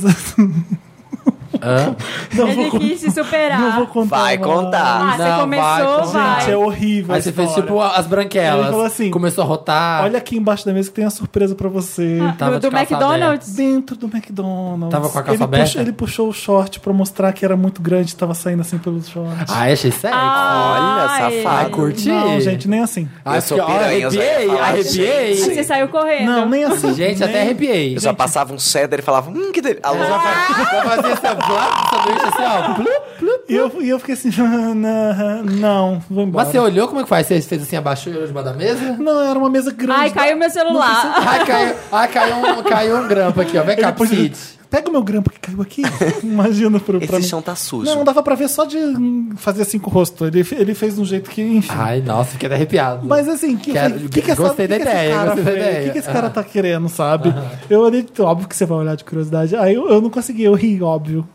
B: Hã?
A: [LAUGHS] não
C: Ele
A: vou contar.
C: quis se É superar.
A: Não vou contar.
D: Vai
A: não.
D: contar.
C: Ah, você
B: Não,
C: começou,
B: vai,
C: vai.
A: Gente, é horrível.
B: Aí
A: a
B: você fez
A: história.
B: tipo ah. as branquelas.
A: Ele falou assim,
B: Começou a rotar.
A: Olha aqui embaixo da mesa que tem uma surpresa pra você. Tá
B: Tava
C: do do
B: de calça
C: McDonald's?
A: Dentro do McDonald's.
B: Ah. Tava com a calça
A: ele
B: aberta?
A: puxou- ele puxou o short pra mostrar que era muito grande, tava saindo assim pelos shorts.
B: Ah, achei sexy.
C: Ai.
D: Olha, safado.
B: curti.
A: Não, gente, nem assim.
B: Ah,
D: Eu sou
B: fiquei- ó,
D: piranha, eu só ia
B: arrepiei,
D: falar,
B: arrepiei.
C: Aí
D: gente.
C: você saiu correndo.
A: Não, nem assim.
B: Gente,
A: nem...
B: até arrepiei.
D: Eu só passava um cheddar e falava, hum, que delícia. A
A: Ah.
D: luz já vai-
B: Eu fazia essa blá, sanduíche assim, ó. plup.
A: E eu, e eu fiquei assim, [LAUGHS] não, não, vou embora.
B: Mas você olhou como é que faz? Você fez assim, abaixou e olhou debaixo da mesa?
A: Não, era uma mesa grande.
C: Ai, caiu meu celular.
B: Ai, caiu, ai, caiu, um, caiu um grampo aqui, ó. Vem
A: Ele
B: cá,
A: depois-
B: Pete.
A: Pega o meu grampo que caiu aqui. [LAUGHS] Imagina pro, pra
D: Esse
A: mim.
D: chão tá sujo.
A: Não, não dava pra ver só de hum, fazer assim com o rosto. Ele, ele fez de um jeito que, enfim.
B: Ai, nossa, fiquei até arrepiado.
A: Mas assim, que,
B: Quero-
A: que, que, que essa-
B: gostei
A: que
B: da
A: que esse
B: ideia,
A: cara
B: gostei da
A: fez?
B: ideia.
A: Que que esse
B: Ah.
A: cara tá querendo, sabe? Eu olhei, óbvio que você vai olhar de curiosidade. Aí eu, eu não consegui, eu ri,
B: [LAUGHS]
A: óbvio.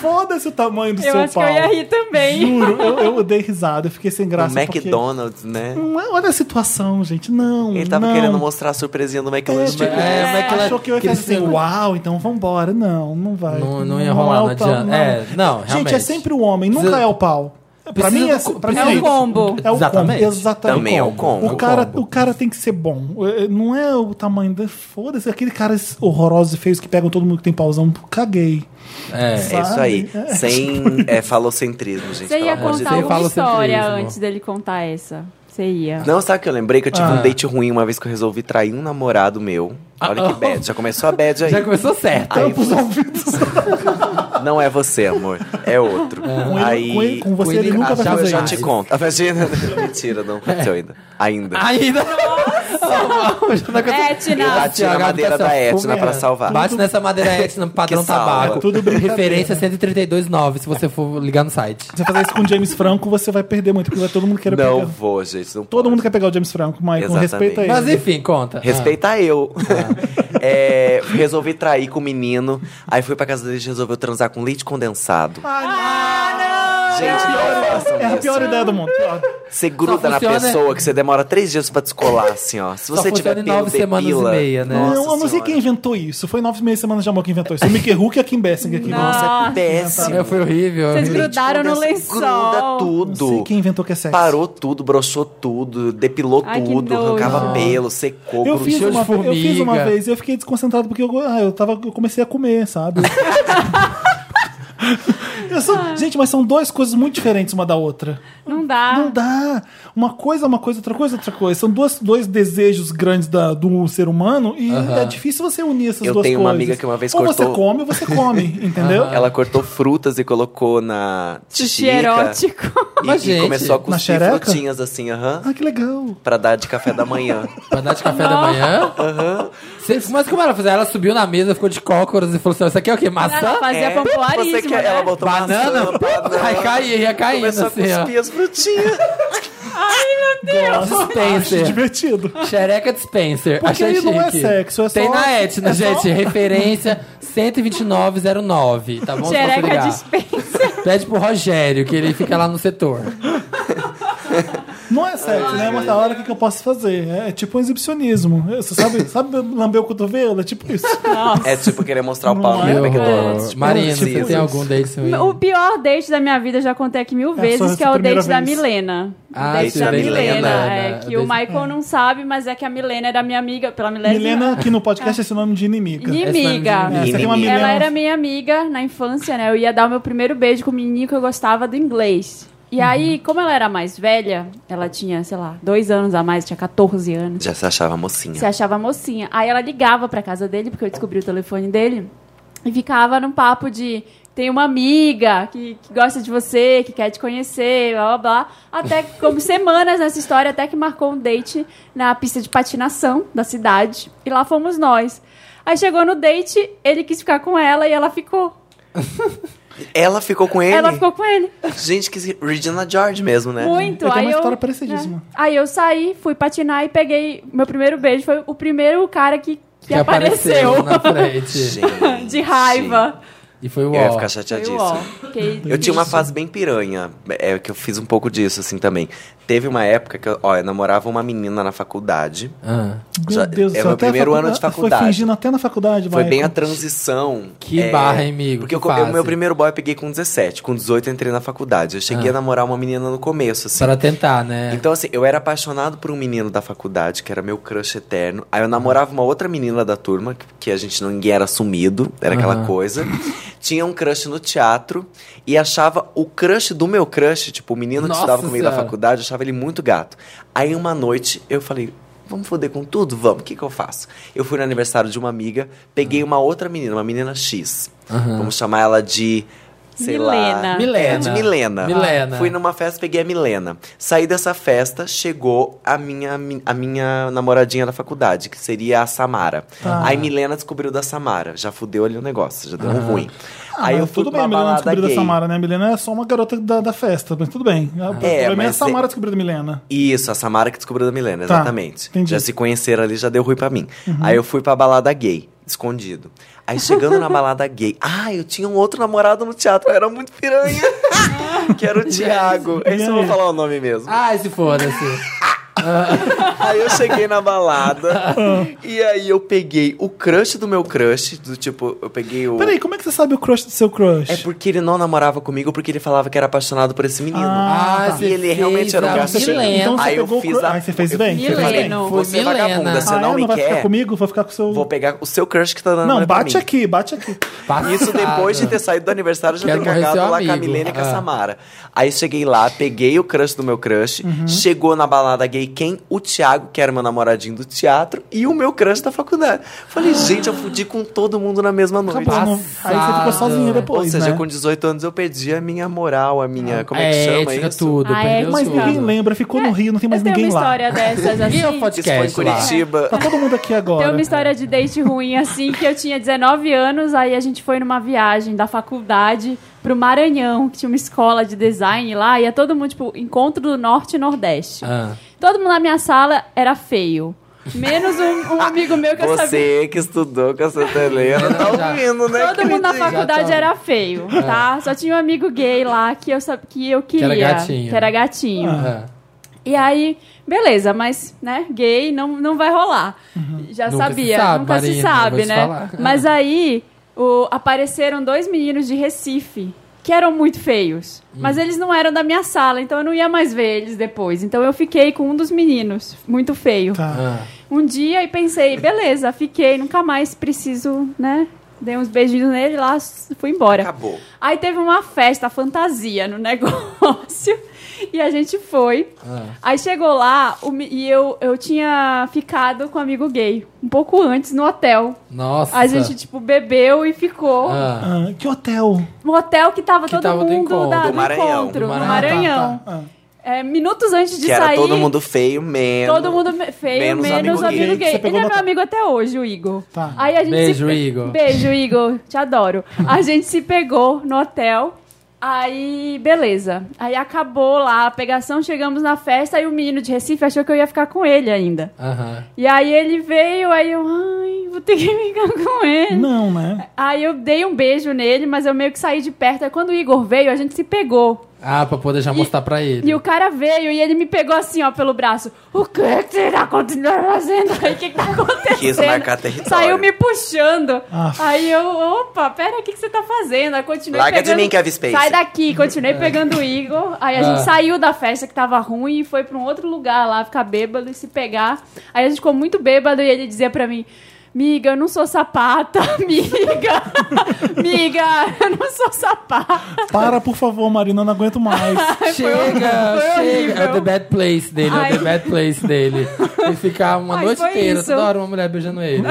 A: Foda-se o tamanho do
C: Eu
A: seu
C: acho
A: pau.
C: que eu ia rir também.
A: Juro, eu, eu dei risada, eu fiquei sem
D: O
A: graça. porque-
D: McDonald's, né?
A: Não é- Olha a situação, gente. Não.
D: Ele tava
A: não.
D: querendo mostrar a surpresinha do McDonald's.
A: tipo,
D: né?
B: É, mas aquela-
A: Achou que eu ia
B: aquele
A: fazer assim,
B: filme-
A: uau, então vambora. Não, não vai.
B: Não- não ia rolar,
A: é o
B: não
A: pau,
B: adianta. É, não,
A: Gente,
B: realmente.
A: é sempre o homem, nunca
B: Precisa-
A: é o pau. Pra
B: Precisa
A: mim
B: do
A: é,
B: co-
A: pra mim
C: É o
A: isso.
C: combo.
A: É o
B: Exatamente.
A: combo. Exatamente.
D: Também é o combo.
A: O cara,
B: É o combo.
A: o cara tem que ser bom. É, Não é o tamanho da. Foda-se, aquele cara horroroso e feios que pegam todo mundo que tem pauzão. Caguei.
B: É.
D: É isso aí.
A: Sabe? [LAUGHS]
D: Sem é, falocentrismo, gente.
C: Você ia
D: pelo amor de
B: contar
D: Deus.
C: contar
B: alguma
C: uma
B: Fala sempre história
C: história
B: isso, amor.
C: antes
B: antes
C: dele contar essa. Você ia.
D: Não, sabe o que eu lembrei? Que eu tive
A: Ah.
D: um date ruim uma vez que eu resolvi trair um namorado meu. Olha
A: Ah, oh.
D: que bad. Já começou a bad aí.
B: Já começou certo.
D: Aí-
A: Tampos ouvidos.
D: Não é você, amor. É outro.
A: Com, ele-
D: Aí...
A: com ele- com você,
B: com
A: ele,
B: ele-
A: nunca
B: ah,
A: vai
B: já-
A: fazer
D: eu já
A: isso. Ah,
D: te conto. Imagina. [LAUGHS] Mentira, não aconteceu ainda. Ainda.
B: Ainda não. Já [LAUGHS] não aconteceu.
C: Etna.
D: Eu bati na
B: Thiago,
D: madeira
B: tá
D: da
B: se
D: Etna pra
B: afumando.
D: salvar.
B: Bate nessa madeira etna, padrão
D: Que salva.
B: tabaco.
A: Tudo brincadeira.
B: Referência 132.9, se você for ligar no site.
A: Se você fazer isso com o James Franco, você vai perder muito, porque vai todo mundo querer
D: Não
A: pegar.
D: vou, gente. Não
A: Todo
D: pode.
A: mundo quer pegar o James Franco, Michael.
D: Exatamente.
A: Respeita ele.
B: Mas enfim, conta.
D: Ah. Respeita eu. [LAUGHS] É, resolvi trair com o menino. Aí fui pra casa dele e resolveu transar com leite condensado. Gente, não façam
A: É a
D: isso.
A: pior ideia do mundo. pior.
D: Você gruda na
B: funciona-
D: pessoa que você demora três dias pra descolar, assim, ó. Se
B: Só
D: você tiver
B: funciona em
D: pelo
B: nove semanas e
D: depila,
B: meia, né?
D: Nossa
A: não, eu não sei
D: Senhora.
A: quem inventou isso. Foi nove meia semanas de amor que inventou isso. O Mickey Hulk e a Kim Bessinger que inventou.
D: Nossa, é
C: Nossa.
D: péssimo.
B: Ah, Eu fui horrível.
C: Vocês
B: horrível.
C: grudaram no
D: Condensa-
C: lençol.
D: Gruda
A: Não sei
D: tudo.
A: quem inventou que é sexo.
D: Parou tudo, broxou tudo, depilou
C: Ai, que
D: tudo,
C: nojo.
D: arrancava pelo, secou,
A: Eu fiz, um-
B: cheiro de
A: uma, eu fiz uma
B: formiga.
A: vez e eu fiquei desconcentrado porque eu, ah, eu, tava, eu comecei a comer,
D: [LAUGHS]
A: sabe? Eu sou- gente, mas são duas coisas muito diferentes uma da outra.
C: Não dá.
D: Ah.
A: Não dá. Uma coisa é uma coisa, outra coisa é outra coisa. São duas, dois desejos grandes da, do ser humano e é difícil você unir essas
D: Eu
A: duas coisas.
D: tenho uma amiga que uma vez
A: ou
D: cortou-
A: você come ou
D: [LAUGHS]
A: você come, entendeu?
D: Ela cortou frutas e colocou na
C: Sushi
D: xixica.
C: erótico.
D: E,
B: Mas,
D: e
B: gente,
D: começou a
A: na
D: cuspir
A: xereca?
D: frutinhas assim, aham,
A: Ah, que legal.
D: pra dar de café da manhã.
B: Pra dar de café da manhã. Cê- Mas como ela fez? Ela subiu na mesa, ficou de cócoras e falou assim: ó, Isso aqui é o quê? Maçã?
C: Ela [LAUGHS] fazia
D: É, você
C: pompoarismo,
D: quer-
C: né?
D: Ela botou
B: Banana?
D: maçã, banana.
B: Aí caía, ia caindo
D: Começou a
B: assim, ó.
D: cuspir as frutinhas. é.
B: Dispenser.
A: Divertido.
B: Xereca dispenser.
A: Porque
B: Achei
A: aí não é
B: chique.
A: sexo, é só-
B: Tem na Etna,
A: é só- [LAUGHS]
B: gente. Referência 12909, tá bom? Se você
C: Xereca
B: ligar.
C: dispensa.
B: Pede pro é tipo Rogério, que ele fica lá no setor.
A: Não é sexo, né? Mas na hora o que, que eu posso fazer? É tipo um exibicionismo.
D: [LAUGHS]
A: Você sabe, sabe lamber o cotovelo? É tipo isso.
D: É tipo querer mostrar o
A: Não
D: pau
A: é,
D: né?
B: Eu
D: Como é que eu
B: vou-
D: tô? Tipo,
B: Marina,
D: eu
B: você
D: preciso.
B: tem algum date swing?
C: O pior date da minha vida, eu já contei aqui mil
A: um- só
C: vezes,
A: essa
C: que é o
A: primeira
C: date da
A: vez.
C: Milena.
B: Ah,
C: o date
D: sim,
C: da
D: da
C: Milena.
D: Milena.
C: É,
B: O
C: que
B: date-
C: o Michael não sabe, mas é que a Milena era minha amiga, pela Milena.
A: Milena, aqui no podcast, é esse nome de inimiga.
C: Inimiga.
A: É, você tem
D: Inimiga.
A: uma Milena.
C: Ela era minha amiga na infância, né? Eu ia dar o meu primeiro beijo com o menino que eu gostava do inglês.
A: Uhum.
C: E aí, como ela era mais velha, ela tinha, sei lá, dois anos a mais, tinha 14 anos.
D: Já se achava mocinha.
C: Se achava mocinha. Aí ela ligava pra casa dele, porque eu descobri o telefone dele, e ficava num papo de tem uma amiga que, que gosta de você, que quer te conhecer, blá blá blá. Até que, como semanas nessa história, até que marcou um date na pista de patinação da cidade. E lá fomos nós. Aí chegou no date, ele quis ficar com ela e ela ficou.
D: Ela ficou com ele?
C: Ela ficou com ele.
D: Gente, que Regina George mesmo, né?
C: Muito.
A: Eu tenho
C: aí
A: uma
C: eu,
A: história parecidíssima.
C: né? Aí eu saí, fui patinar e peguei. Meu primeiro beijo foi o primeiro cara que, que,
B: Que
C: apareceu.
A: né?
B: apareceu na frente.
D: Gente.
C: [LAUGHS] De raiva.
B: e foi o
D: Eu ia
B: ó.
D: ficar
C: Foi
D: chateadíssimo.
C: uó. Fiquei
D: Eu tinha uma
C: triste.
D: fase bem piranha, é que eu fiz um pouco disso, assim, também. Teve uma época que eu, ó, eu namorava uma menina na faculdade.
B: Ah,
A: Meu
D: Já-
A: Deus do
D: é
A: céu,
D: meu
A: até a ah,
D: primeiro ano de faculdade.
A: Foi fingindo até na faculdade,
D: Foi bem a
A: Michael.
D: transição.
B: Que barra, hein, amigo?
D: É, Porque
B: Que
D: eu, eu-
B: fase.
D: meu primeiro boy eu peguei com 17. Com 18 eu entrei na faculdade. Eu cheguei
B: Ah.
D: a namorar uma menina no começo, assim.
B: para tentar, né?
D: Então, assim, eu era apaixonado por um menino da faculdade, que era meu crush eterno. Aí eu namorava uma outra menina da turma, que- que a gente não, ninguém era assumido, era
B: Aham.
D: aquela coisa. Tinha um crush no teatro e achava o crush do meu crush, tipo, o menino que
B: Nossa
D: estudava comigo da
B: Senhora.
D: faculdade, eu achava ele muito gato. Aí uma noite eu falei. Vamos foder com tudo? Vamos, o que, que eu faço? Eu fui no aniversário de uma amiga, peguei uma outra menina, uma menina X.
B: Aham.
D: Vamos chamar ela de. Sei
C: Milena.
D: Lá,
B: Milena.
D: É, de Milena.
B: Milena.
D: Fui numa festa, peguei a Milena. Saí dessa festa, chegou a minha, a minha namoradinha da faculdade, que seria a Samara. Aí Milena descobriu da Samara. Já fudeu ali o negócio, já deu um ruim.
A: Tá. Ah,
D: Aí
A: mas
D: eu fui
A: tudo
D: pra
A: bem,
D: uma
A: a Milena
D: balada
A: descobriu
D: gay.
A: da Samara, né? A Milena é só uma garota da, da festa, mas tudo bem. O problema é a
D: mas
A: Samara
D: é-
A: descobriu da Milena.
D: Isso, a Samara que descobriu da Milena,
A: Tá,
D: exatamente.
A: entendi. Uhum.
D: já se conheceram ali, já deu ruim pra mim. Aí eu fui pra balada gay, escondido. Aí chegando na balada gay, [LAUGHS] ah, eu tinha um outro namorado no teatro, eu era muito piranha. [LAUGHS] que era o Thiago. Esse eu vou falar o nome mesmo.
B: Ai, se
D: [LAUGHS]
B: foda-se.
D: Aí eu cheguei na
A: [LAUGHS]
D: balada e aí eu peguei o crush do meu crush, do tipo, eu peguei o.
A: Peraí, como é que você sabe o crush do seu crush?
D: É porque ele não namorava comigo, porque ele falava que era apaixonado por esse menino.
A: Ah,
B: Ah,
D: e
B: você
D: ele
B: fez
D: realmente era um
B: a
A: Então você
D: gatinho.
A: pegou-
B: Milena.
A: então você
D: aí eu
A: pegou o
D: fiz
A: cru-
D: a...
A: Aí você fez bem?
D: eu
A: Você fez
D: falei,
A: bem.
C: Milena.
D: Você é
B: Foi Milena.
D: vagabunda, você
A: Ah,
D: não
A: é?
D: me
A: vai
D: quer.
A: ficar comigo? Vou ficar com o seu...
D: Vou pegar o seu crush que tá dando
A: Não,
D: pra
A: bate
D: mim.
A: aqui, bate aqui.
B: Passada.
D: Isso depois de ter saído do aniversário, eu já
B: Quero
D: ter cagado
B: conhecer o
D: lá com a
B: amigo.
D: Milena e com a
B: Ah.
D: Samara. Aí cheguei lá, peguei o crush do meu crush, chegou na balada gay quem? O Thiago, que era meu namoradinho do teatro, e o meu crush da faculdade. Falei, gente, eu fudi com todo mundo na mesma noite.
A: Acabou, não- Aí você ficou
B: Passada.
A: sozinha depois,
D: Ou seja,
A: né?
D: com 18 anos eu perdi a minha moral, a minha. Como é que
B: a
D: chama
B: ética,
D: isso?
B: tudo.
C: A
B: perdeu
A: Mas
B: tudo.
A: ninguém lembra, ficou no Rio, não tem mais
C: É, Eu tenho uma
A: ninguém lá. [LAUGHS]
C: história dessas
B: Ninguém
D: Isso foi
B: é o
C: assim.
D: em
B: podcast lá.
D: Curitiba.
A: Tá todo mundo aqui agora.
C: Tem uma história de date ruim, assim, que eu tinha 19 anos, aí a gente foi numa viagem da faculdade pro Maranhão, que tinha uma escola de design lá, ia todo mundo, tipo, encontro do Norte e Nordeste.
B: Ah.
C: Todo mundo na minha sala era feio. Menos
B: [LAUGHS]
C: um, um amigo meu que eu sabia.
D: Você que estudou com a Santa Helena, tá
B: Já.
D: ouvindo, né?
C: Todo mundo na
D: queridinha?
C: faculdade
B: Já tá. Ah.
C: era feio, tá? Só tinha um amigo gay lá que eu, sab- que eu
B: era
C: queria.
B: gatinho.
C: Que era gatinho.
B: Ah.
C: E aí, beleza, mas, né, gay não, não vai rolar. Já
B: Uhum. Nunca se
C: sabia,
B: sabe,
C: nunca
B: Marina,
C: se
B: vou
C: sabe,
B: te
C: né?
B: falar. É.
C: Mas aí o- apareceram dois meninos de Recife que eram muito feios.
B: Hum.
C: Mas eles não eram da minha sala, então eu não ia mais ver eles depois. Então eu fiquei com um dos meninos, muito feio.
A: Tá.
B: Ah.
C: Um dia e pensei, beleza, fiquei, nunca mais preciso, né? Dei uns beijinhos nele lá, s- fui embora.
D: Acabou.
C: Aí teve uma festa fantasia no [LAUGHS] negócio e a gente foi.
B: Ah.
C: Aí chegou lá o me- e eu, eu tinha ficado com um amigo gay um pouco antes no hotel.
B: Nossa.
C: A gente, tipo, bebeu e ficou.
B: Ah.
A: Ah, que hotel?
C: Um hotel que tava todo
B: tava do
C: mundo
B: encontro.
C: da-
B: Do
C: do
D: Maranhão.
C: encontro,
B: Do
C: no
B: Maranhão.
C: Maranhão.
A: Tá, tá,
C: É, minutos antes de
D: Que
C: sair.
D: era todo mundo feio, menos.
C: Todo mundo me- feio, menos,
D: menos
C: o amigo,
D: amigo
A: gay.
C: gay.
A: Você
C: Ele é
A: pegou
C: meu
A: no-
C: amigo até hoje, o Igor.
A: Tá.
C: Aí a gente
B: Beijo,
C: se...
B: Igor.
C: Beijo, Igor. Te adoro. A gente se pegou no hotel. Aí, beleza. Aí acabou lá a pegação, chegamos na festa aí o menino de Recife achou que eu ia ficar com ele ainda.
B: Aham.
C: E aí ele veio, aí eu, ai, vou ter que [LAUGHS] ficar com ele.
A: Não, né?
C: Aí eu dei um beijo nele, mas eu meio que saí de perto. Aí quando o Igor veio, a gente se pegou.
B: Ah, pra poder já mostrar pra ele.
C: E o cara veio e ele me pegou assim, ó, pelo braço. O que é que você tá continuando fazendo aí? O que,
D: [LAUGHS]
C: que tá acontecendo?
D: Quis marcar território.
C: Saiu me puxando.
A: Ah.
C: Aí eu, opa, pera, o que, que você tá fazendo? Aí continuei
D: Larga de
C: pegando-
D: mim, Kevin Spacey.
C: Sai daqui. Continuei pegando o Igor. Aí a
B: Ah.
C: gente saiu da festa que tava ruim e foi pra um outro lugar lá ficar bêbado e se pegar. Aí a gente ficou muito bêbado e ele dizia pra mim... Miga, eu não sou sapata, [LAUGHS] miga. miga, eu não sou sapata.
A: Para, por favor, Marina, eu não aguento
C: [LAUGHS]
A: mais.
B: Chega,
C: foi
B: chega.
C: horrível.
B: É o The Bad Place dele, é
C: Ai.
B: o The Bad Place dele. E ficar uma
C: Ai,
B: noite
C: foi
B: inteira,
C: isso.
B: toda hora uma mulher beijando ele.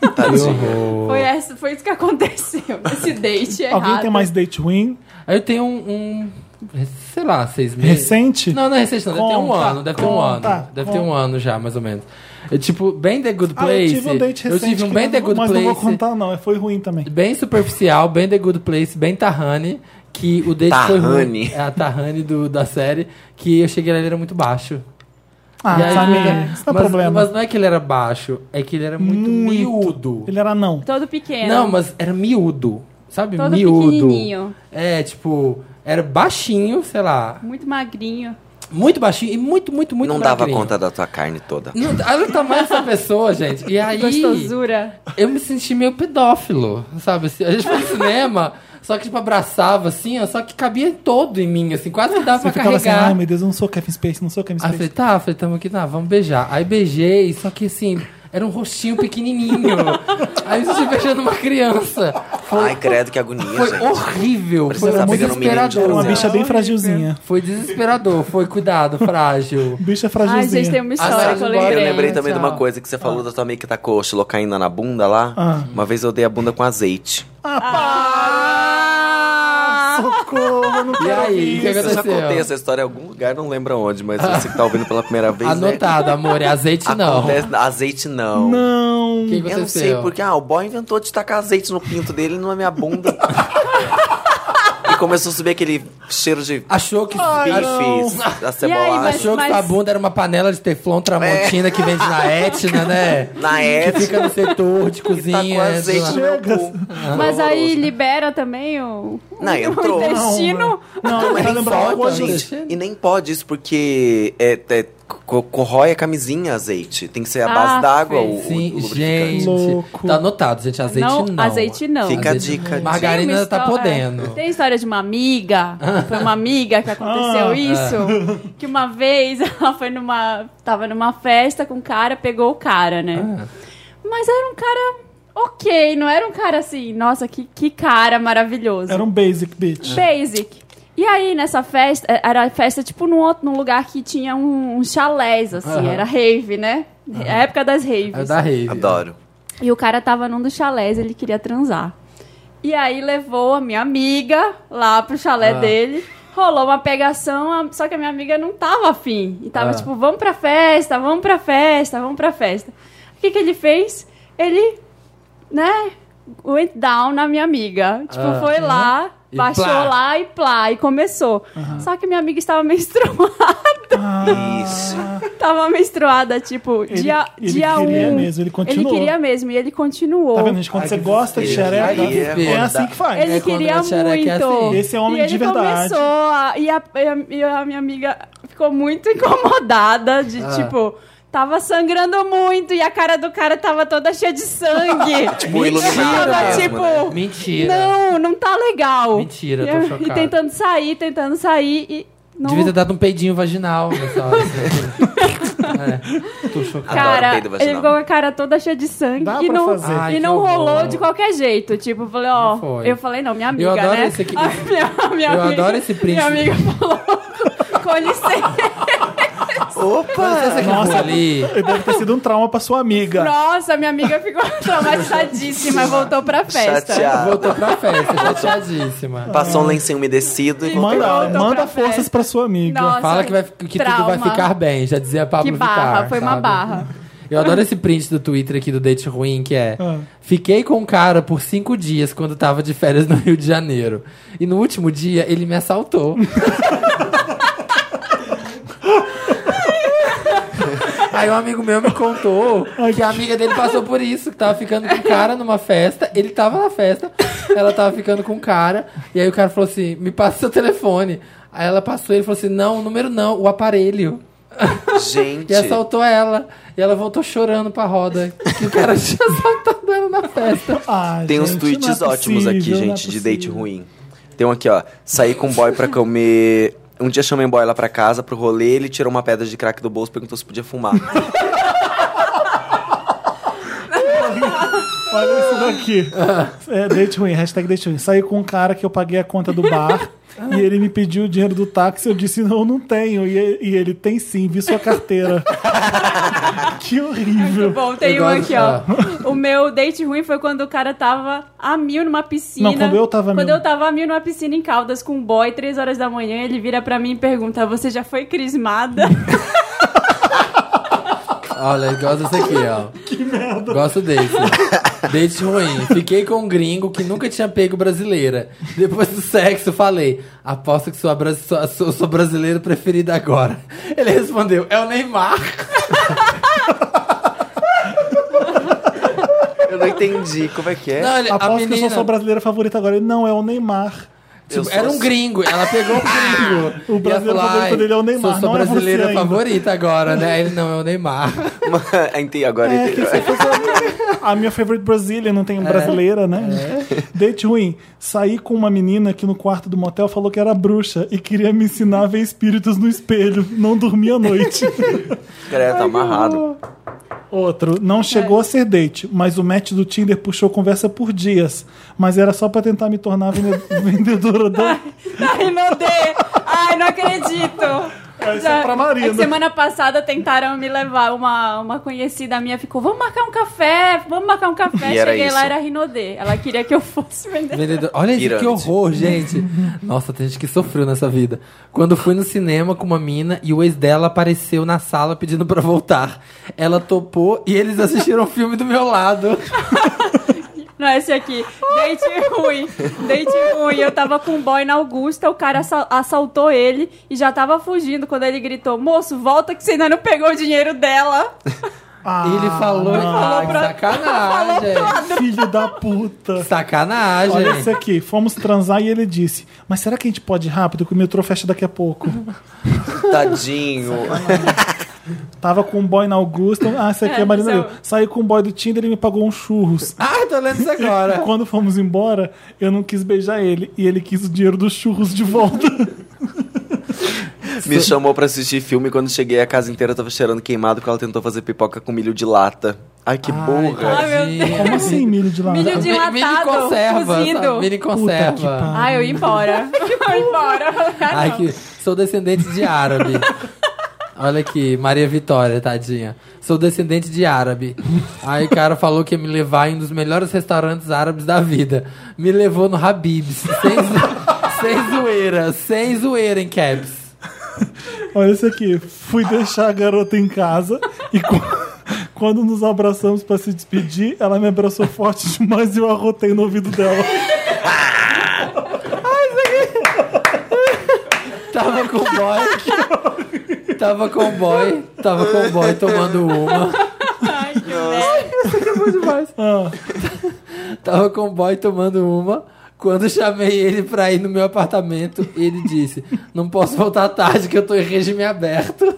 B: Que
D: Tadinho.
B: horror.
C: Foi, essa, foi isso que aconteceu [LAUGHS] nesse date é errado.
A: Alguém tem mais date win?
B: Aí eu tenho um, um, sei lá, seis meses.
A: Recente?
B: Não, não é recente, não. Deve ter um
A: Conta,
B: ano, deve ter um ano.
A: conta,
B: Deve ter um
A: conta.
B: ano já, mais ou menos. É, tipo, bem The Good
A: Ah, eu
B: Place.
A: tive um date recente.
B: tive um
A: que
B: bem
A: eu
B: The
A: não vou-
B: Good
A: mas
B: Place.
A: não vou contar, não. É, Foi ruim também.
B: Bem superficial, bem The Good Place, bem Tahani. Que o date foi ruim.
D: Tahani.
B: É a Tahani do, da série. Que eu cheguei lá ele era muito baixo.
A: Ah,
B: E aí-
A: Samir, isso não é
B: mas,
A: problema.
B: mas não é que ele era baixo, é que ele era muito, miúdo.
A: Ele era não.
C: Todo pequeno.
B: Não, mas era miúdo. Sabe?
C: É. Todo
B: miúdo.
C: pequenininho.
B: É, tipo, era baixinho, sei lá.
C: Muito magrinho.
B: Muito baixinho e muito, muito, muito
D: não dava
B: magrinho.
D: conta da tua carne toda.
B: Não, olha o tamanho dessa pessoa, gente. E aí,
C: Gostosura.
B: eu me senti meio pedófilo, sabe? assim, A gente foi no cinema, só que, tipo, abraçava, assim, ó, só que cabia todo em mim, assim, quase que dava
A: Você
B: pra
A: ficava assim, ai
B: carregar.
A: meu Deus, eu não sou Kevin Space, não sou Kevin
B: Aí eu
A: Space.
B: falei, tá, falei, tamo aqui, tá, vamos beijar. Aí beijei, só que assim, era um rostinho pequenininho. Aí eu me senti beijando uma criança. Foi,
D: Ai, credo, que agonia,
B: foi
D: gente.
B: horrível,
D: Parecia
B: foi
D: que tá
B: muito
D: pegando um menino de
A: Era uma
D: Pois é.
A: bicha
B: desesperador.
A: bem fragilzinha.
B: Foi desesperador, foi cuidado, frágil.
A: Bicha
C: Ai,
A: fragilzinha.
C: gente, tem uma história
B: Sarah
C: que eu
B: Goldberg.
D: Eu
C: lembrei.
D: lembrei também de uma
B: tchau.
D: coisa que você falou da tua amiga que tacou xilocaína na bunda lá.
A: Ah.
D: Uma vez eu dei a bunda com azeite.
A: Socorro, eu não
B: E
A: quero
B: aí, o
A: ouvir isso.
B: que
D: eu já contei
B: aconteceu?
D: essa história em algum lugar, não lembro onde, mas você que tá ouvindo pela primeira vez,
B: Anotado, amor, é azeite
D: né?
B: não.
D: Acontece- Azeite não.
A: Não.
B: O que aconteceu?
D: Eu não sei porque. Ah, o boy inventou de tacar azeite no pinto dele e não na minha bunda. [LAUGHS] e começou a subir aquele cheiro de bifes
B: Achou
D: [LAUGHS]
B: que...
D: da
C: aí, mas-
D: cebola.
B: Achou que sua bunda era uma panela de teflon tramontina que vende na Etna, né?
D: É. [LAUGHS] Na
B: Que
D: época,
B: fica no
D: [LAUGHS]
B: setor de cozinha.
D: tá com
B: né?
D: azeite no meu
A: Chega.
D: cu.
C: Mas aí
D: Horroroso. né?
C: libera também o,
D: Não,
C: o
D: entrou.
C: intestino.
A: Não,
D: Mas
B: é
D: nem
A: tá lembrando alguma
D: pode,
B: coisa,
A: coisa.
D: gente. E nem pode isso, porque é, é, co- corrói a camisinha azeite. Tem que ser a base
C: Ah,
D: d'água
C: fez.
D: o, o- o
B: Sim,
D: lubrificante.
B: gente.
A: Louco.
B: Tá anotado, gente. Azeite não.
C: Não, azeite não.
D: Fica
B: Azeite
D: a dica.
B: não. Margarina
C: Tem uma
B: tá
C: histó-
B: podendo.
C: é, Tem história de uma amiga. Foi uma amiga que aconteceu
A: Ah.
C: isso.
A: [LAUGHS]
C: Que uma vez [LAUGHS] ela foi numa. Tava numa festa com um cara, pegou o cara,
B: Ah,
C: né? Mas era um cara ok, não era um cara assim, nossa, que, que cara maravilhoso.
A: Era um basic bitch.
C: Basic. E aí, nessa festa, eh, era festa tipo num, outro, num lugar que tinha um, um chalés, assim,
B: Aham.
C: era rave, né? A época das raves.
B: É da rave.
D: Adoro.
C: E o cara tava num dos chalés, ele queria transar. E aí levou a minha amiga lá pro chalé
B: Ah.
C: dele. Rolou uma pegação, a- só que a minha amiga não tava afim. E tava
B: Ah.
C: tipo, vamos pra festa, vamos pra festa, vamos pra festa. O que que ele fez? Ele, né, went down na minha amiga. Tipo,
B: Ah.
C: foi lá,
B: E
C: baixou
B: plá.
C: lá e plá, e começou. Só que minha amiga estava [LAUGHS] menstruada.
A: Ah,
D: Isso.
C: tava menstruada, tipo,
A: Ele-
C: dia,
A: ele
C: dia
A: queria
C: um.
A: mesmo, ele continuou.
C: Ele queria mesmo, e ele continuou.
A: Tá vendo, gente? Quando
B: Ai,
A: você
B: que
A: gosta de
B: desespero.
A: xereca,
B: Ai, que
A: é
B: desespero.
A: assim que faz.
B: É
C: Ele
B: quando
C: queria
B: a xereca é
C: muito.
B: assim.
A: Esse é homem
C: e ele
A: de verdade.
C: Começou a- e, a, e a- e a minha amiga ficou muito [LAUGHS] incomodada de
B: Ah.
C: tipo. Tava sangrando muito e a cara do cara tava toda cheia
B: [LAUGHS]
C: de sangue.
D: Tipo,
C: E eu
D: iluminado
C: tava,
D: mesmo,
C: tipo,
D: né?
B: Mentira.
C: Não, não tá legal.
B: Mentira,
C: e,
B: eu tô chocado.
C: E tentando sair, tentando sair e. Não,
B: Devia ter dado um peidinho vaginal nessa hora.
C: [LAUGHS]
B: assim. é. Tô chocado.
D: Adoro
C: cara,
D: peido vaginal.
C: ele ficou com a cara toda cheia de sangue
A: Dá
C: e
A: pra
C: não,
A: fazer.
B: Ai,
C: e
B: que
C: não
B: horror.
C: rolou de qualquer jeito. Tipo, eu falei, ó,
B: Não foi.
C: eu falei, não, minha amiga,
B: adoro
C: né?
B: esse aqui-
C: A [LAUGHS] minha, a minha
B: Eu
C: amiga,
B: adoro esse print.
C: Minha amiga falou, [LAUGHS] com licença,
B: Opa! Você que eu vou
A: Nossa.
B: ali?
A: Deve ter sido um trauma pra sua amiga.
C: nossa, minha amiga ficou
D: [LAUGHS]
C: traumatizadíssima, voltou pra festa.
D: Chateado.
B: Voltou pra festa, chateadíssima.
D: Passou um lencinho umedecido e voltou.
A: Manda,
C: voltou
A: manda
C: pra
A: forças
C: festa.
A: pra sua amiga.
C: Nossa,
B: Fala que, vai, que tudo
C: trauma.
B: vai ficar bem, já dizia Pablo
C: Que barra,
B: Vittar,
C: foi uma
B: sabe?
C: barra.
B: Eu adoro esse print do Twitter aqui do Date Ruim, que é
A: Ah.
B: Fiquei com um cara por cinco dias quando tava de férias no Rio de Janeiro. E no último dia ele me assaltou. Aí um amigo meu me contou que a amiga dele passou por isso, que tava ficando com o cara numa festa, ele tava na festa, ela tava ficando com o cara, e aí o cara falou assim: me passa seu telefone. Aí ela passou e ele falou assim: não, o número não, o aparelho.
D: Gente.
B: E assaltou ela. E ela voltou chorando pra roda. Que o cara [LAUGHS] tinha assaltado ela na festa.
A: Ai,
D: Tem uns
A: gente,
D: tweets
A: não é
D: ótimos aqui,
A: possível, não é
D: gente, de date
A: possível.
D: ruim. Tem um aqui, ó. Saí com um boy pra comer. Um dia chamei um boy lá pra casa, pro rolê, ele tirou uma pedra de crack do bolso e perguntou se podia fumar.
A: [LAUGHS] Olha isso daqui. É, date ruim, hashtag date ruim. Saí com um cara que eu paguei a conta do bar e ele me pediu o dinheiro do táxi. Eu disse, não, não tenho. E, e ele tem sim, vi sua carteira. [LAUGHS] que horrível.
C: Bom, tem
B: Eu
C: um
B: gosto-
C: aqui, ó. O meu date ruim foi quando o cara tava a mil numa piscina.
A: Não, quando eu tava a
C: Quando
A: mil.
C: eu tava a mil numa piscina em Caldas com um boy, três horas da manhã,
A: [LAUGHS]
C: ele vira pra mim e pergunta: Você já foi crismada?
B: Olha, eu gosto desse aqui, ó. Que merda. Gosto desse. Date ruim. Fiquei com um gringo que nunca tinha pego brasileira. Depois do sexo, falei: Aposto que sou, bra... sou, sou, sou brasileiro preferido agora. Ele respondeu: É o Neymar.
D: Eu não entendi como é que é.
B: Não, ele- a
A: Aposto que eu
B: menina-
A: sou sua brasileira favorita agora. Ele não é o Neymar.
D: Eu
B: Tipo,
D: sou-
B: era um
D: [LAUGHS]
B: gringo, ela
A: [LAUGHS]
B: pegou um gringo.
A: O brasileiro
B: E ela falou,
A: favorito
B: "Ai,
A: dele é o Neymar,
B: Sou sua
A: não é você
B: brasileira
A: ainda."
B: favorita agora, né? Ele não é o Neymar.
D: Mas, entendi, agora
A: É,
D: entendi.
A: que se fosse a minha- a minha favorite Brazilian, não
B: É.
A: tem brasileira, né? Date ruim. Saí com uma menina que no quarto do motel falou que era bruxa e queria me ensinar a ver espíritos no espelho. Não dormia à
B: [LAUGHS]
A: noite.
D: O cara tá amarrado.
A: Outro, não chegou a ser date, mas o match do Tinder puxou conversa por dias. Mas era só pra tentar me tornar vende- [LAUGHS] vendedora da.
C: Ai, meu Deus! Ai, não acredito!
A: Essa é pra Marina.
C: que semana passada tentaram me levar, uma, uma conhecida minha ficou, vamos marcar um café, vamos marcar um café.
D: E era
C: Cheguei
D: isso.
C: lá, era Rinodê. Ela queria que eu fosse vender.
B: Vendedor. Olha isso, que
D: Pirâmide.
B: horror, gente. Nossa, tem gente que sofreu nessa vida. Quando fui no cinema com uma mina e o ex dela apareceu na sala pedindo pra voltar. Ela topou e eles assistiram o filme do meu lado.
C: Não, esse aqui. Date ruim. Date ruim. Eu tava com um boy na Augusta, o cara assa- assaltou ele e já tava fugindo quando ele gritou: Moço, volta que você ainda não pegou o dinheiro dela.
A: Ah,
B: [LAUGHS] ele falou, ah, que sacanagem.
A: Filho da puta.
B: Sacanagem.
A: Olha esse aqui, fomos transar e ele disse: Mas será que a gente pode ir rápido? Que o metrô fecha daqui a pouco.
D: Tadinho.
A: Tava com um boy na Augusta. Ah, esse aqui é,
C: É,
A: a Marina.
C: isso é
A: Leu. Saí com um boy do Tinder e ele me pagou uns churros.
B: Ah, tô lendo isso
A: E
B: agora.
A: quando fomos embora, eu não quis beijar ele. E ele quis o dinheiro dos churros de volta.
D: Me chamou pra assistir filme quando cheguei a casa inteira tava cheirando queimado porque ela tentou fazer pipoca com milho de lata. Ai, que burra.
C: Ai, meu
A: [LAUGHS]
C: Deus.
A: Como assim, milho de lata?
C: Milho de-
B: Mi- Mini
C: Dilatado,
B: conserva.
C: cozido.
B: sabe? Mini
A: que pariu.
B: conserva.
C: Ah, eu ia embora. Eu ia embora. Ah,
B: Ai,
C: não.
B: que sou descendente de árabe.
C: [LAUGHS]
B: Olha aqui, Maria Vitória, tadinha. Sou descendente de árabe. Aí o cara falou que ia me levar em um dos melhores restaurantes árabes da vida. Me levou no Habib's. Sem, zo- [LAUGHS] sem zoeira, sem zoeira em caps.
A: Olha esse aqui. Fui deixar a garota em casa e [LAUGHS] qu- quando nos abraçamos pra se despedir, ela me abraçou forte demais e eu arrotei no ouvido dela.
B: Tava com o boy.
C: [LAUGHS]
B: Tava com o boy. Tava com o boy tomando uma.
C: Ai, que merda.
A: Ah,
B: Tava com o boy tomando uma. Quando chamei ele pra ir no meu apartamento, ele disse: Não posso voltar tarde que eu tô em regime aberto.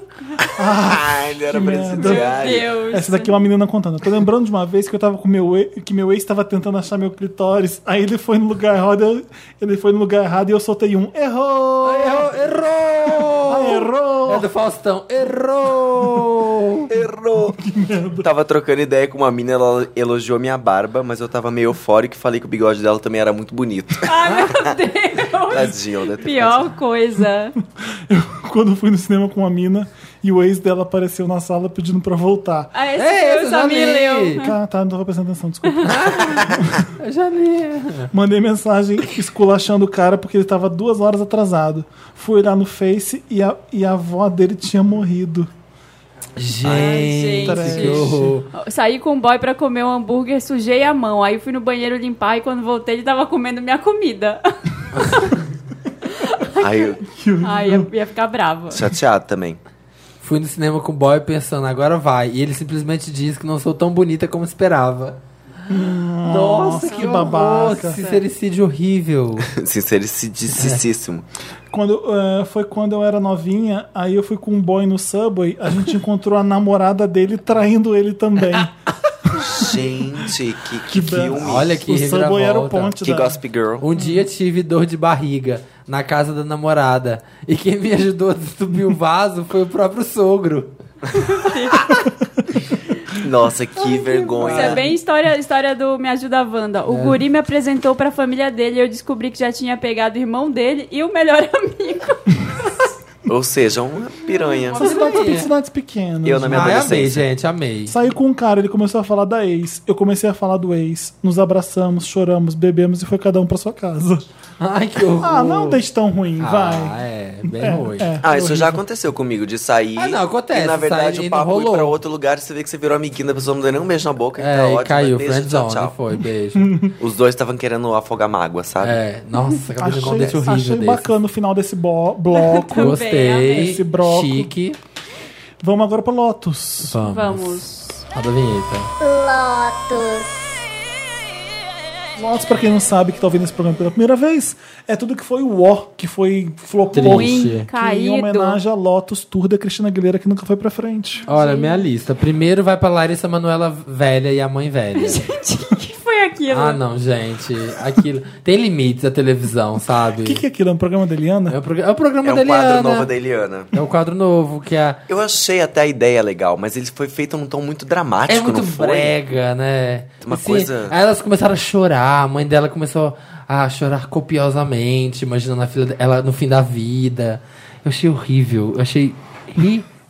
D: Ai, ele era
A: que
D: presidiário.
C: Meu Deus.
A: essa daqui é uma menina contando. Eu tô lembrando de uma vez que eu tava com meu ex, que meu ex tava tentando achar meu clitóris. Aí ele foi no lugar errado, eu- ele foi no lugar errado e eu soltei um. Errou!
B: Errou! Errou!
A: Errou!
B: É do Faustão. Errou!
D: [LAUGHS] Errou. Tava trocando ideia com uma mina, ela elogiou minha barba, mas eu tava meio eufórico e falei que o bigode dela também era muito [LAUGHS] bonito.
C: Ai,
A: [LAUGHS]
C: meu Deus.
D: Tadinho, né?
C: Pior coisa.
A: Quando eu fui no cinema com uma mina e o ex dela apareceu na sala pedindo pra voltar.
C: Ah, esse
B: É,
C: eu
B: esse
C: só
B: eu
C: me
B: já li.
C: leu.
A: Ah, tá, não tava prestando atenção, desculpa.
B: Eu já li.
A: Mandei mensagem esculachando o cara porque ele tava duas horas atrasado. Fui olhar no Face e a, e a avó dele tinha morrido.
B: Gente,
A: gente.
B: que horror.
C: Saí com um boy pra comer um hambúrguer, sujei a mão. Aí fui no banheiro limpar e quando voltei ele tava comendo minha comida.
D: Aí eu
C: Ai, eu ia ficar brava.
D: chateado também.
B: Fui no cinema com o boy pensando, agora vai. E ele simplesmente diz que não sou tão bonita como esperava. Nossa,
A: que
B: Ah, que, horror.
A: babaca.
B: Sincericídio horrível.
D: Sincericíssimo.
A: Quando, eh, foi quando eu era novinha, aí eu fui com um boy no Subway, a gente encontrou a namorada dele traindo ele também.
D: Gente, que, [LAUGHS]
A: Que
D: que,
A: belo.
D: filme.
B: Olha que
A: o Subway era o
B: reviravolta.
A: ponte
D: que
A: da...
D: Gossip Girl.
B: Um dia tive dor de barriga na casa da namorada. E quem me ajudou a subir o vaso foi o próprio sogro.
D: Nossa, que vergonha.
C: Isso é bem história, história do Me Ajuda Wanda.
B: É.
C: O guri me apresentou pra [LAUGHS] família dele e eu descobri que já tinha pegado o irmão dele e o melhor amigo.
D: Ou seja, uma piranha.
B: Uma
A: São cidades,
B: piranha.
A: cidades pequenas.
D: Eu na minha
B: Ai, amei,
D: adolescência.
B: gente, amei.
A: Saí com um cara, ele começou a falar da ex. Eu comecei a falar do ex. Nos abraçamos, choramos, bebemos e foi cada um pra sua casa.
D: Uh.
B: Ai, que horror.
A: Ah, não é um date tão ruim,
B: Ah,
A: vai.
B: é, bem
A: É,
B: ruim.
A: é.
D: Ah, isso já aconteceu comigo, de sair.
B: Ah, não, acontece,
D: E na verdade
B: sair e
D: o
B: não
D: papo ir
B: rolou.
D: pra outro lugar, você vê que você virou amiguinho da pessoa, não deu nem um beijo na boca.
B: É,
D: então,
B: e
D: ótimo,
B: caiu,
D: beijo,
B: friendzone,
D: tchau, tchau. [LAUGHS]
B: foi, beijo.
D: Os dois estavam querendo afogar mágoa, sabe?
B: é, nossa, acabei de
A: Achei,
B: um date horrível
A: achei
B: desse.
A: bacana o final desse bo- bloco.
C: Também
B: Gostei,
C: amei.
A: Esse broco.
B: chique.
A: Vamos agora pro Lotus.
B: Vamos.
C: Vamos.
B: Roda a vinheta.
E: Lotus,
A: Lotus, pra quem não sabe, que tá ouvindo esse programa pela primeira vez, é tudo que foi o O, que foi flopou.
B: Triste.
A: que
B: Em
C: caído.
A: Em homenagem a Lotus Tour da Cristina Aguilera, que nunca foi pra frente.
B: Olha, minha lista. Primeiro vai pra Larissa Manuela velha e a mãe
A: [LAUGHS]
B: velha.
C: Gente, o [LAUGHS] que foi aquilo?
B: ah, não, gente. Aquilo. Tem limites a televisão, sabe?
A: O que, que é aquilo? É um programa da Eliana?
B: É o, prog- é o programa
D: É um
B: da
D: quadro
B: Eliana.
D: novo da Eliana.
B: É o quadro novo, que é.
D: Eu achei até a ideia legal, mas ele foi feito num tom muito dramático,
B: É muito
D: não foi?
B: brega, né?
D: Uma
B: Assim,
D: coisa-
B: Aí elas começaram a chorar, a mãe dela começou a chorar copiosamente, imaginando a filha dela no fim da vida. Eu achei horrível, eu achei
A: Eu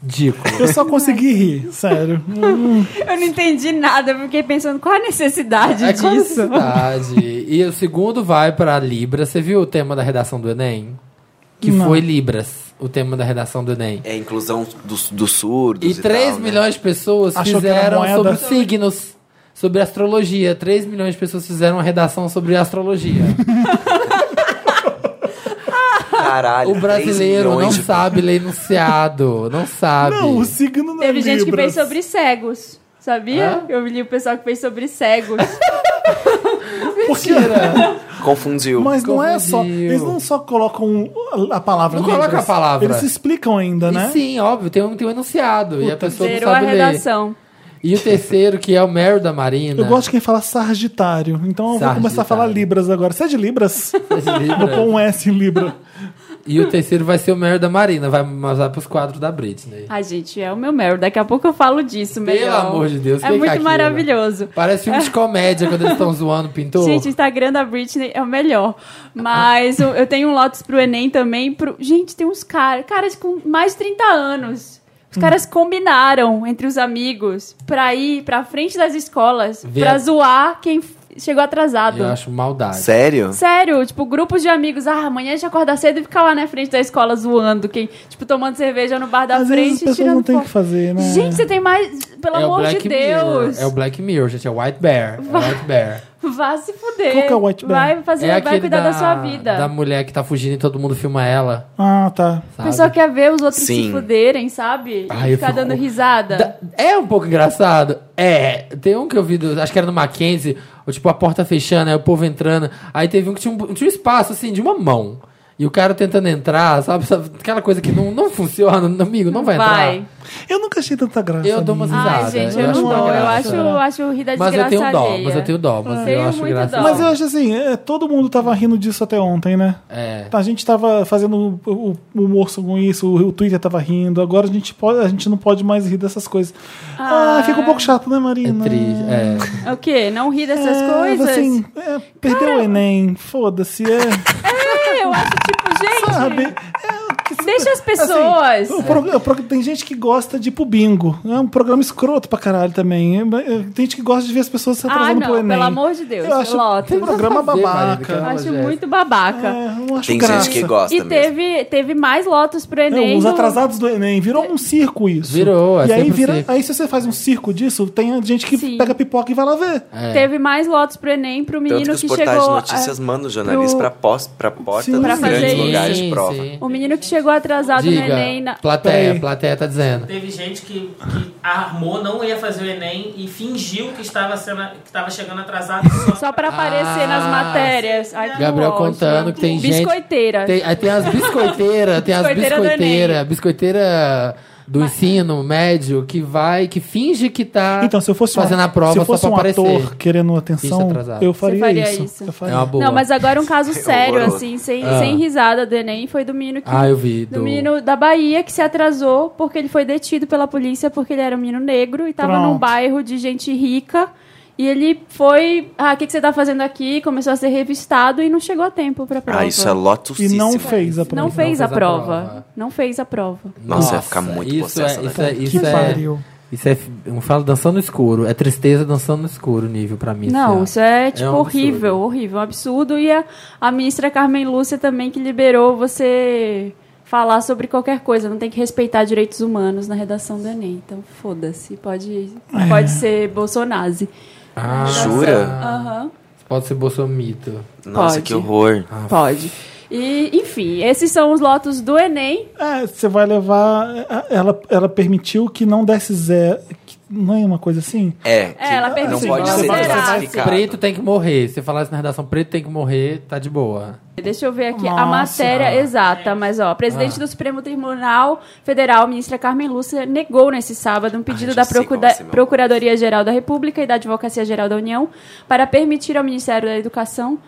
B: ridículo.
A: só consegui rir, sério. Hum,
C: Eu não entendi nada, eu fiquei pensando qual a necessidade
B: É qual a
C: disso.
B: necessidade? E o segundo vai pra Libra. Você viu o tema da redação do Enem? Que
A: Não.
B: foi Libras, o tema da redação do Enem.
D: É a inclusão dos, dos surdos.
B: E
D: E,
B: 3
D: tal, né?
B: milhões de pessoas
A: Achou que era
B: fizeram
A: moeda.
B: sobre signos, sobre astrologia. 3 milhões de pessoas fizeram uma redação sobre astrologia.
D: Caralho,
B: [LAUGHS] O brasileiro
D: 3
B: não
D: milhões de-
B: sabe ler enunciado, não sabe.
A: Não, o signo não é
C: Teve gente que
A: Libras.
C: fez sobre cegos. Sabia?
B: Hã?
C: Eu li o pessoal que fez
B: [LAUGHS]
C: sobre cegos.
A: Por quê?
D: Confundiu.
A: Mas não é só.
B: Confundiu.
A: Eles não só colocam a palavra.
B: Não coloca
A: Libras,
B: a palavra.
A: Eles explicam ainda, né?
B: E sim, óbvio, tem um, tem um enunciado e a pessoa não
C: Zerou a
B: sabe ler.
C: redação.
B: E o terceiro, que é o Meryl da Marina.
A: Eu gosto de quem fala Sargitário. Então eu vou começar a
B: Sargitário.
A: falar Libras agora. Você é de Libras? [LAUGHS]
B: de
A: vou pôr
B: Libra.
A: um S em Libra.
B: E o terceiro vai ser o Meryl da Marina, vai mas vai pros quadros da Britney.
C: Ai, gente, é o meu Meryl. Daqui a pouco eu falo disso melhor.
B: amor de Deus,
C: É
B: que que é
C: muito
B: aquilo?
C: maravilhoso.
B: Parece filme de comédia quando eles estão zoando o pintor.
C: Gente, o Instagram da Britney é o melhor. Mas eu, eu tenho um Lotus pro Enem também. Pro... Gente, tem uns caras. Caras com mais de 30 anos.
A: Hum.
C: Os caras combinaram entre os amigos pra ir pra frente das escolas
B: Ver-
C: pra zoar quem f- chegou atrasado.
B: Eu acho maldade.
D: Sério?
C: Sério, tipo, grupos de amigos. Ah, amanhã a gente acordar cedo e ficar lá na frente da escola zoando. Quem, tipo, tomando cerveja no bar da
A: Às vezes as
C: frente e
A: pessoas
C: tirando
A: não têm o que
C: foto.
A: fazer, né?
C: Gente, você tem mais. Pelo
B: é o
C: amor
B: Black
C: de Deus.
B: Mirror. É o Black Mirror, gente. É o White Bear. É o White
C: [LAUGHS]
B: Bear.
C: Vá se fuder.
A: Qual que é o White Bear?
C: Vai fazer,
B: é
C: vai cuidar da, sua vida.
B: da mulher que tá fugindo e todo mundo filma ela.
A: Ah, tá.
C: O
B: Sabe?
C: pessoal quer ver os outros
D: Sim.
C: se fuderem, sabe?
B: Ai,
C: e
B: eu
C: ficar
B: fico-
C: dando risada.
B: Da- é um pouco engraçado. É, tem um que eu vi, do- acho que era no Mackenzie, ou tipo a porta fechando, aí o povo entrando. Aí teve um que tinha um, tinha um espaço assim, de uma mão. E o cara tentando entrar, sabe? sabe? Aquela coisa que não, não funciona, [LAUGHS] amigo, não vai,
C: Vai.
B: entrar.
A: Eu nunca achei tanta graça.
B: Eu dou umas
A: amiga.
C: Ai,
B: risadas.
C: gente, eu, não
B: acho uma
C: dou. Eu
B: graça.
C: acho, eu acho rir da
B: Mas eu
C: desgraça
B: tenho dó,
C: Tá alheia.
B: mas eu tenho dó, mas
C: Tenho
B: eu acho
C: muito
B: graça.
C: dó.
A: Mas eu acho assim, é, todo mundo tava rindo disso até ontem, né?
B: É.
A: A gente tava fazendo o, o humor com isso, o, o Twitter tava rindo, agora a gente, pode, a gente não pode mais rir dessas coisas. Ah, fica um pouco chato, né,
B: É
A: Marina?
B: triste. É.
C: O quê? Não rir dessas
A: É,
C: coisas?
A: Assim, é, perdeu o Enem, foda-se.
C: [LAUGHS]
A: É,
C: É, eu acho, tipo, gente.
A: sabe? É, que-
C: Deixa
B: assim,
C: as pessoas.
A: o pro- o pro- tem gente que gosta de ir pro bingo. É um programa escroto pra caralho também. É, é, Tem gente que gosta de ver as pessoas se
C: ah,
A: atrasando pro
C: não,
A: Enem.
C: pelo amor de Deus.
A: Eu acho
C: Lotus.
A: um programa
B: fazer,
A: babaca.
B: Marina,
C: Eu
B: que
C: acho
B: Jéssica.
C: muito babaca.
A: É, eu não acho
D: Tem
A: graça.
D: gente que gosta
C: E
D: mesmo.
C: teve, teve mais lotos pro
A: É,
C: Enem.
A: os
C: do-
A: atrasados do Enem, virou um circo isso.
B: Virou, é
A: e aí
B: sempre um
A: vira,
B: circo.
A: aí se você faz um circo disso, tem gente que
C: Sim.
A: pega pipoca e vai lá ver.
B: É.
C: Teve mais lotos pro Enem pro menino
D: Tanto que
C: que,
D: os portais
C: chegou.
D: de
C: a-
D: notícias mandam jornalistas
C: pro-
D: pra, pos- pra porta
A: Sim.
D: dos
A: Pra
C: fazer
D: grandes
C: isso.
D: lugares de prova. Ah,
B: sim.
C: O menino que chegou atrasado no Enem.
B: Diga,
C: Tá na-
B: plateia,
A: Peraí.
B: plateia tá dizendo.
F: Teve gente que, que armou, não ia fazer o Enem e fingiu que estava, sendo, que estava chegando atrasado só,
C: Só pra aparecer
B: Ah,
C: nas matérias. Ai, que
B: Gabriel
C: ódio.
B: contando que tem gente-
C: Biscoiteira.
B: Tem, aí tem as biscoiteiras, tem as
C: Biscoiteira do
B: biscoiteiras,
C: Enem.
B: biscoiteira do ensino médio que vai, que finge que tá
A: Então, se eu fosse um-
B: fazendo a prova
A: se eu fosse
B: só
A: um
B: pra aparecer.
A: ator querendo
B: Isso, é
A: atenção,
B: atrasado.
A: eu faria,
C: Você faria
A: isso.
C: isso.
A: Eu faria.
B: É uma boa.
C: Não, mas agora
D: [LAUGHS]
C: um caso sério,
D: horroroso.
C: assim, sem,
B: Ah.
C: sem risada do Enem, foi do menino que.
B: Ah, eu vi.
C: Do menino da Bahia que se atrasou porque ele foi detido pela polícia porque ele era um menino negro e tava
A: Pronto.
C: num bairro de gente rica. E ele foi, ah, o que, que você tá fazendo aqui? Começou a ser revistado e não chegou a tempo pra prova.
D: Ah, isso é
A: E
D: lotusíssimo.
A: não fez a prova.
C: Não fez a
B: Não fez a
C: prova.
B: prova.
C: Não fez a prova.
D: Nossa, ia ficar muito
B: isso é,
D: possessa, né?
B: isso é,
A: Que
B: isso é,
A: pariu.
B: isso é, f- eu falo dançando no escuro, é tristeza dançando no escuro nível pra mim.
C: Não,
B: assim,
C: isso é, tipo,
B: um absurdo.
C: horrível, horrível, um absurdo. E a, a ministra Carmen Lúcia também que liberou você falar sobre qualquer coisa, não tem que respeitar direitos humanos na redação do Enem. Então, foda-se, pode, pode ser bolsonazi.
B: Ah,
D: Jura?
C: Aham,
B: Pode ser bolsomito.
D: Nossa,
C: é Pode.
D: que horror.
C: pode. E, enfim, esses são os lotos do Enem.
A: É, você vai levar. é, Ela, ela permitiu que não desse zero. que- Não é uma coisa assim?
D: É, que
C: ela
D: não
C: permitiu
D: pode
A: que
D: ser
A: não zerasse.
D: classificado.
B: Preto tem que morrer. Se falar isso na redação, preto tem que morrer, tá de boa.
C: Deixa eu ver aqui a
A: Nossa.
C: matéria exata, mas ó, presidente
B: Ah.
C: do Supremo Tribunal Federal, ministra Carmen Lúcia, negou nesse sábado um pedido
D: já
C: da
D: sei qual
C: Procura-
D: vai ser meu
C: Procuradoria-Geral da República e da Advocacia-Geral da União para permitir ao Ministério da Educação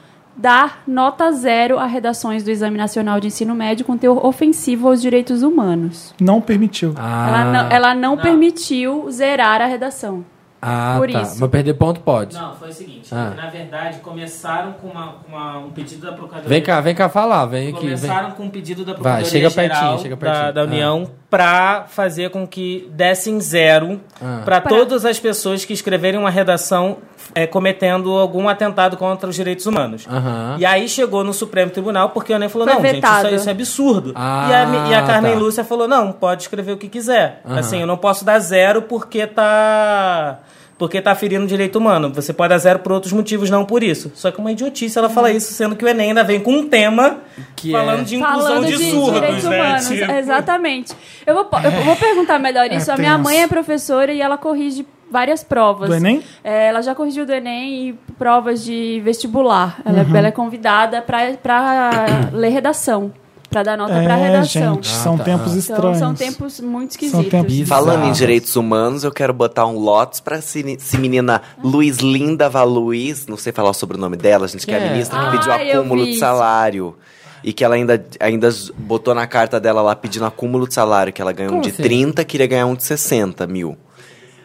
C: dar nota zero a redações do Exame Nacional de Ensino Médio com teor ofensivo aos direitos humanos.
A: Não permitiu.
B: Ah,
C: Ela, não, ela não permitiu zerar a redação.
B: ah,
C: por
B: tá.
C: isso.
B: Mas perder ponto pode.
F: Não, foi o seguinte.
B: Ah.
F: Na verdade, começaram com uma, com uma- um pedido da Procuradoria.
B: Vem cá, vem cá falar, vem aqui. Vem.
F: Começaram com um pedido da
B: Vai,
F: Procuradoria
B: chega
F: Geral
B: pertinho, chega pertinho. Ah.
F: Da, da União pra fazer com que dessem zero
B: Ah.
F: pra todas as pessoas que escreverem uma redação é, cometendo algum atentado contra os direitos humanos.
B: Aham.
F: E aí chegou no Supremo Tribunal porque o Enem falou,
C: Foi
F: não, gente,
C: vetado.
F: isso, isso é absurdo.
B: Ah,
F: e, a, e a Carmen
B: tá.
F: Lúcia falou, não, pode escrever o que quiser.
B: Aham.
F: Assim, eu não posso dar zero porque tá... Porque tá ferindo o direito humano. Você pode dar zero por outros motivos, não por isso. Só que é uma idiotice ela
D: Uhum.
F: falar isso, sendo que o Enem ainda vem com um tema
B: Que
F: falando
B: é-
F: de inclusão de, surdos,
C: direitos
F: né?
C: humanos.
F: Tipo,
C: Exatamente. Eu vou, po- eu vou perguntar melhor isso. a minha
A: É. tenso.
C: mãe é professora e ela corrige várias provas.
A: Do Enem?
C: É, ela já corrigiu do Enem e provas de vestibular. Ela,
A: Uhum.
C: é- ela é
A: [COUGHS]
C: convidada para ler redação, para dar nota para
A: é,
C: redação.
A: gente,
D: Ah,
A: são
B: tá.
A: tempos
C: Então,
A: estranhos.
C: são tempos muito
A: São
C: esquisitos.
A: tempos-
D: Falando em
B: Bizarros.
D: direitos humanos, eu quero botar um lotes pra se, se menina Luiz Linda Valuiz, não sei falar sobre o nome dela, gente, que é a
B: Quem é?
D: ministra
C: Ah,
D: que pediu
C: eu
D: acúmulo
C: vi
D: de
C: isso.
D: salário. E que ela ainda, ainda botou na carta dela lá pedindo acúmulo de salário, que ela ganhou um
B: Como
D: de
B: assim?
D: 30, queria ganhar um de 60 mil.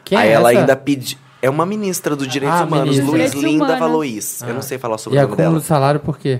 B: Quem
D: Aí
B: é
D: ela
B: essa?
D: ainda pediu. É uma ministra do Direitos
B: Ah,
D: Humanos,
B: ministra. Ah.
D: Luiz
C: Direitos
D: Linda
C: Humanos.
D: Valois. Eu não sei falar sobre
B: E
D: o nome
B: acúmulo
D: dela.
B: de salário por quê?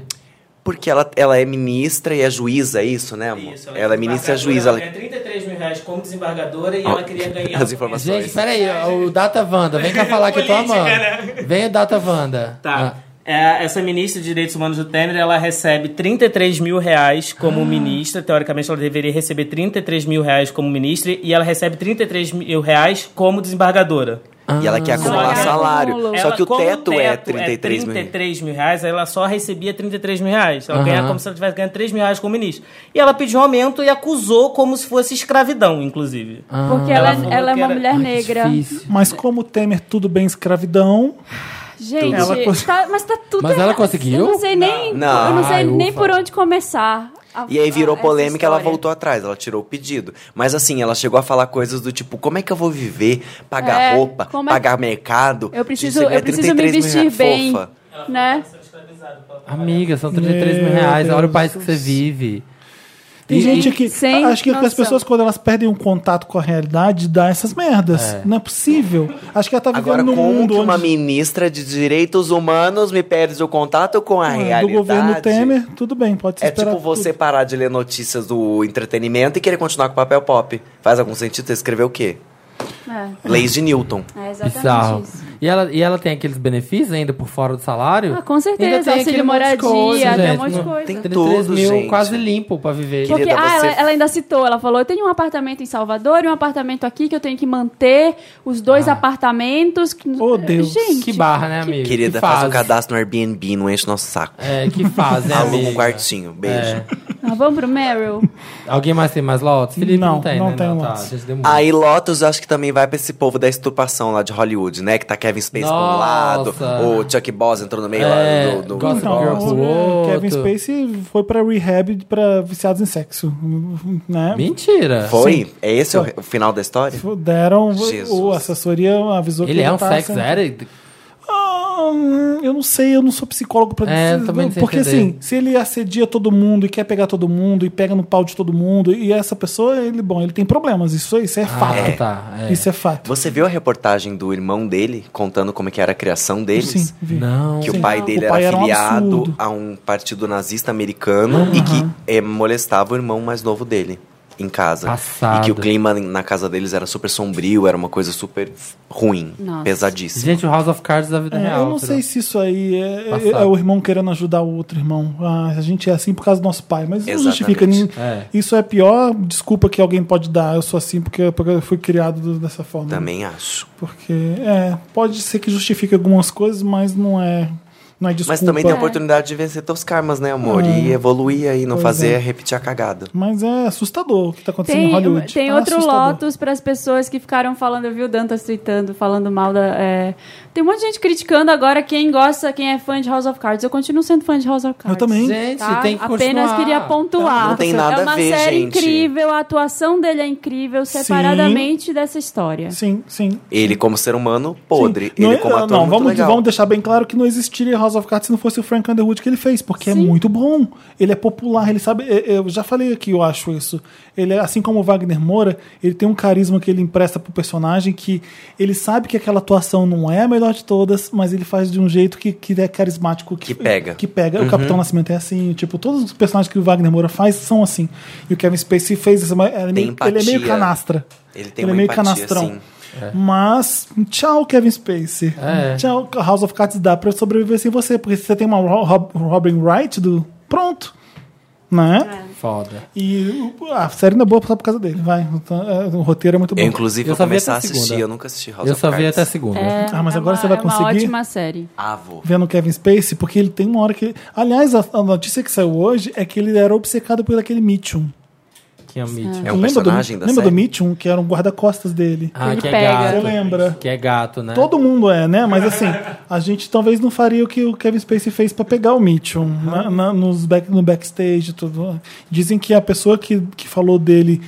D: Porque ela, ela é ministra e é juíza, é isso, né, amor?
F: Isso,
D: ela, é ministra e é juíza.
F: desembargadora,
D: Ela...
F: ganha 33 mil reais como desembargadora e
D: Ó,
F: ela queria ganhar...
D: as informações.
B: Gente, peraí, o Data Vanda, vem cá falar que eu tô
F: Política,
B: amando.
F: né?
B: Vem o Data Vanda.
F: Tá.
B: Ah,
F: É, essa ministra de Direitos Humanos do Temer, ela recebe 33 mil reais como
D: Ah.
F: ministra. Teoricamente, ela deveria receber 33 mil reais como ministra e ela recebe 33 mil reais como desembargadora.
D: E ela
B: Ah.
D: quer acumular
F: Ela
D: salário.
C: acumula.
D: Só
F: Ela,
D: que o
F: como
D: teto, é 33
F: 33
D: mil.
F: mil reais, ela só recebia 33 mil reais. Ela
B: Aham.
F: ganhava como se ela tivesse ganhando 3 mil reais como ministra. E ela pediu um aumento e acusou como se fosse escravidão, inclusive.
C: Porque ela,
F: Ela falou
C: ela é
F: que
C: uma
F: era-
C: mulher negra.
B: Difícil.
A: Mas como o Temer tudo bem escravidão,
C: Gente,
A: Ela cons-
C: tá- mas tá tudo
B: Mas ela
C: errado.
B: conseguiu?
C: Eu não sei nem,
D: Não.
C: Eu não sei
B: Ai,
C: nem
B: ufa.
C: por onde começar. a-
D: E aí virou
C: a- essa
D: polêmica, ela
C: história.
D: voltou atrás, ela tirou o pedido. Mas assim, ela chegou a falar coisas do tipo, como é que eu vou viver? Pagar
C: É,
D: roupa,
C: como é-
D: pagar mercado. é
C: Eu
D: Gente,
C: preciso,
D: você ganha
C: eu preciso me
D: 33 mil
C: vestir
D: reais,
C: bem,
D: Fofa.
C: né?
B: Amiga, são 33 mil
A: Meu
B: reais. Olha o
A: Deus.
B: país que você vive.
A: Tem
B: E-
A: gente que.
C: sem
A: Acho que as
C: noção.
A: pessoas, quando elas perdem um contato com a realidade, dá essas merdas. Não é possível. Acho que ela tá vivendo
D: Agora,
A: num
D: como
A: mundo
D: que uma
A: onde-
D: ministra de direitos humanos me perde o contato com a
A: Ah, do
D: realidade?
A: governo Temer, tudo bem, pode se
D: É
A: esperar.
D: tipo você
A: tudo.
D: parar de ler notícias do entretenimento e querer continuar com papel pop. Faz algum sentido você escrever o quê?
C: É,
D: Leis de Newton.
C: é exatamente
B: Bizarro.
C: isso.
B: E ela, e ela tem aqueles benefícios ainda por fora do salário?
C: Ah, com certeza,
B: Ainda tem
C: auxílio
B: aquele monte de
C: moradia,
B: coisa,
C: tem um
B: gente.
C: monte de
B: Não-
C: coisa.
D: Tem
B: 33
D: tudo,
B: mil
D: gente.
B: quase limpo pra viver.
D: Que-
C: Porque,
D: Querida,
C: ah,
D: você-
C: ela, ela ainda citou, ela falou, eu tenho um apartamento em Salvador e um apartamento aqui que eu tenho que manter, os dois apartamentos. que-
A: Oh, Deus.
C: Gente,
B: Ah. Que barra, né, amiga?
D: Querida,
B: que fase.
D: faça um cadastro no Airbnb, não enche nosso saco.
B: É, que faz, né,
D: Aluga
B: amiga?
D: um quartinho. Beijo.
B: É.
C: ah, vamos
B: [LAUGHS]
C: pro Meryl?
B: Alguém mais tem mais lotes? Felipe não,
A: Não,
B: tem,
A: não
B: né?
A: tem
B: tá,
A: lotes.
B: a gente deu muito.
D: Aí Lotus eu acho que também vai pra esse povo da estupação lá de Hollywood, né? Que tá Kevin Space pra um lado,
B: Nossa.
D: o Chuck Boss entrou no meio
B: É,
D: lá do, do do-
B: Gossip
A: Então,
B: Girl pro
A: o Kevin
B: outro.
A: Spacey foi pra rehab pra viciados em sexo. Né?
B: Mentira.
D: Foi? É esse o, o final da história?
A: Deram.
D: Jesus.
A: O a assessoria avisou que
B: Ele é um
A: tá
B: sex
A: sendo-
B: addict?
A: Ah, hum, eu não sei, eu não sou psicólogo pra
B: É, eu também não sei
A: Porque
B: entender.
A: assim, se ele assedia todo mundo e quer pegar todo mundo e pega no pau de todo mundo, e essa pessoa, ele, bom, ele tem problemas. Isso, isso é fato.
B: Ah, tá. é.
A: Isso é fato.
D: Você viu a reportagem do irmão dele contando como é que era a criação deles?
A: Sim, vi.
B: Não.
D: Que
A: Sim.
D: o pai
A: O
D: dele
A: pai
D: era
A: era um
D: afiliado
A: absurdo.
D: a um partido nazista americano e que eh, molestava o irmão mais novo dele em casa.
B: Passado.
D: E que o clima na casa deles era super sombrio, era uma coisa super ruim,
C: Nossa.
D: pesadíssima.
B: Gente, o House of Cards da vida
A: É,
B: real. tá
A: eu não sei se isso aí é, é-
B: Passado.
A: é o irmão querendo ajudar o outro irmão. Ah, a gente é assim por causa do nosso pai, mas não justifica.
D: Exatamente.
A: nem-
B: É.
A: Isso é a pior desculpa que alguém pode dar. Eu sou assim porque, porque eu fui criado do- dessa forma.
D: Também acho.
A: Porque, é, pode ser que justifique algumas coisas, mas não é, não é desculpa. Hum.
D: Mas também tem um a
C: É.
D: oportunidade de vencer teus karmas, né, amor? E evoluir aí, não
A: Pois
D: fazer
A: é.
D: repetir a cagada.
A: Mas é assustador o que está
B: Assim,
A: acontecendo em
C: Tem,
A: Hollywood.
C: tem
B: Ah,
A: É
C: outro
A: assustador.
C: Lotus para as pessoas que ficaram falando, eu vi o Dantas tweetando, falando mal da. é, Tem um monte de gente criticando agora quem gosta, quem é fã de House of Cards. Eu continuo sendo fã de House of Cards.
A: também.
B: Gente, tem que
C: Tá? Apenas
B: continuar.
C: queria pontuar.
D: Não tem nada
C: é uma
D: a ver,
C: série
D: gente.
C: incrível, a atuação dele é incrível,
A: Sim.
C: separadamente dessa história.
A: Sim, sim.
D: Ele, como ser humano, podre.
A: Sim. Não
D: Ele,
A: é-
D: como ator,
A: não,
D: muito
A: vamos,
D: legal.
A: vamos deixar bem claro que não existiria House of Cards se não fosse o Frank Underwood que ele fez, porque é
C: Sim.
A: muito bom. Ele é popular, ele sabe. é- Eu já falei aqui, eu acho isso. Ele é assim como o Wagner Moura, ele tem um carisma que ele empresta pro personagem que ele sabe que aquela atuação não é a melhor de todas, mas ele faz de um jeito que, que é carismático.
D: Que pega. Uhum.
A: Que pega. O Capitão Nascimento é assim. Tipo, todos os personagens que o Wagner Moura faz são assim. E o Kevin Spacey fez isso, mas ele, é
D: Tem
A: meio- ele é meio
D: empatia.
A: canastra.
D: Ele tem
A: ele
D: uma
A: é meio
D: empatia, assim.
A: canastrão.
D: sim.
A: Mas, tchau, Kevin Spacey.
B: É.
A: Tchau, House of Cards dá pra sobreviver sem você, porque você tem uma Ro- Rob- Robin Wright do. Pronto.
B: É.
A: Né?
B: Foda.
A: E o- a série não é boa só por causa dele, vai. Então, é, O roteiro é muito bom.
D: Eu, inclusive,
B: Eu
D: vou
B: só vi
D: começar a
B: até a
D: assistir.
B: segunda.
D: Eu nunca assisti House
B: eu
D: of
B: só vi
D: Cards.
B: até a segunda.
C: É,
A: Ah, mas
C: é
A: agora
C: uma-
A: você vai
C: é uma
A: conseguir?
C: ótima série.
D: Ah, vou.
A: Vendo o Kevin Spacey, porque ele tem uma hora que. ele- Aliás, a, a notícia que saiu hoje é que ele era obcecado por aquele Mitchum.
B: Que é o Mitch.
D: É um
A: lembra do,
D: personagem da
A: lembra do
D: série?
A: Mitchum, que era um guarda-costas dele?
B: Ah,
C: Ele
B: que é
C: pega.
B: gato.
A: Você lembra?
B: Que é gato, né?
A: Todo mundo é, né? Mas assim, a gente talvez não faria o que o Kevin Spacey fez pra pegar o Mitchum na- na- nos back, no backstage e tudo. Dizem que a pessoa que, que falou dele.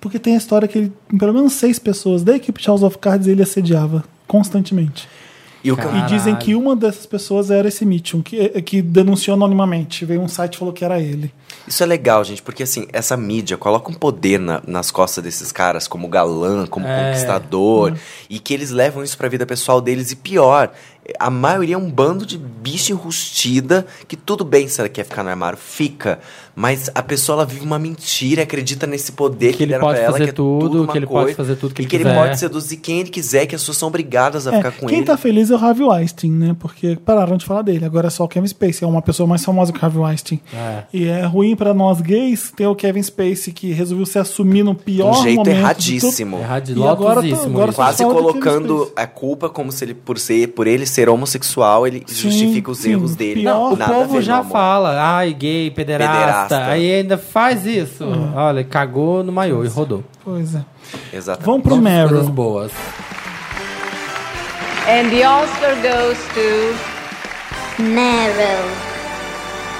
A: Porque tem a história que ele, pelo menos seis pessoas da equipe de House of Cards ele assediava constantemente.
D: E o
B: Caralho.
A: E dizem que uma dessas pessoas era esse Mitchum, que, que denunciou anonimamente. Veio um site e falou que era ele.
D: Isso é legal, gente, porque assim, essa mídia coloca um poder na- nas costas desses caras, como galã, como
B: É.
D: conquistador, e que eles levam isso pra vida pessoal deles. E pior, a maioria é um bando de bicho enrustida, que tudo bem se ela quer ficar no armário, fica. Mas a pessoa, ela vive uma mentira, acredita nesse poder que,
B: ele
D: deram
B: pode
D: pra ela,
B: fazer
D: que é
B: tudo,
D: uma
B: que ele
D: coisa,
B: pode fazer tudo que
D: e
B: ele
D: que ele
B: quiser.
D: pode seduzir quem ele quiser, que as pessoas são obrigadas a
A: É,
D: ficar com
A: quem
D: ele.
A: tá feliz é o Harvey Weinstein, né? Porque pararam de falar dele. Agora é só o Kevin Spacey. É uma pessoa mais famosa que o Harvey Weinstein.
B: É.
A: E é ruim pra nós gays ter o Kevin Spacey que resolveu se assumir no
D: De
A: pior
D: um jeito
A: momento de
D: erradíssimo.
B: É Errado,
A: E agora tá-
B: lotosíssimo
A: agora
B: isso.
A: tá-
D: quase
A: fala do Kevin
D: colocando
A: Spacey.
D: a culpa como se ele por ser por ele ser homossocial ele
A: Sim,
D: justifica os
A: sim.
D: erros dele
A: Pior.
B: Não, o
D: Nada a
B: povo
D: ver, meu
B: já
D: amor.
B: fala, ai, gay, pederasta,
D: Pederasta.
B: aí ainda faz isso.
A: Uhum.
B: Olha, cagou no maiô e rodou.
A: tudo. Pois é.
D: exatamente
A: Vamos pro
B: Vamos Coisas
A: Meryl.
B: boas.
G: And the Oscar goes to
E: Meryl.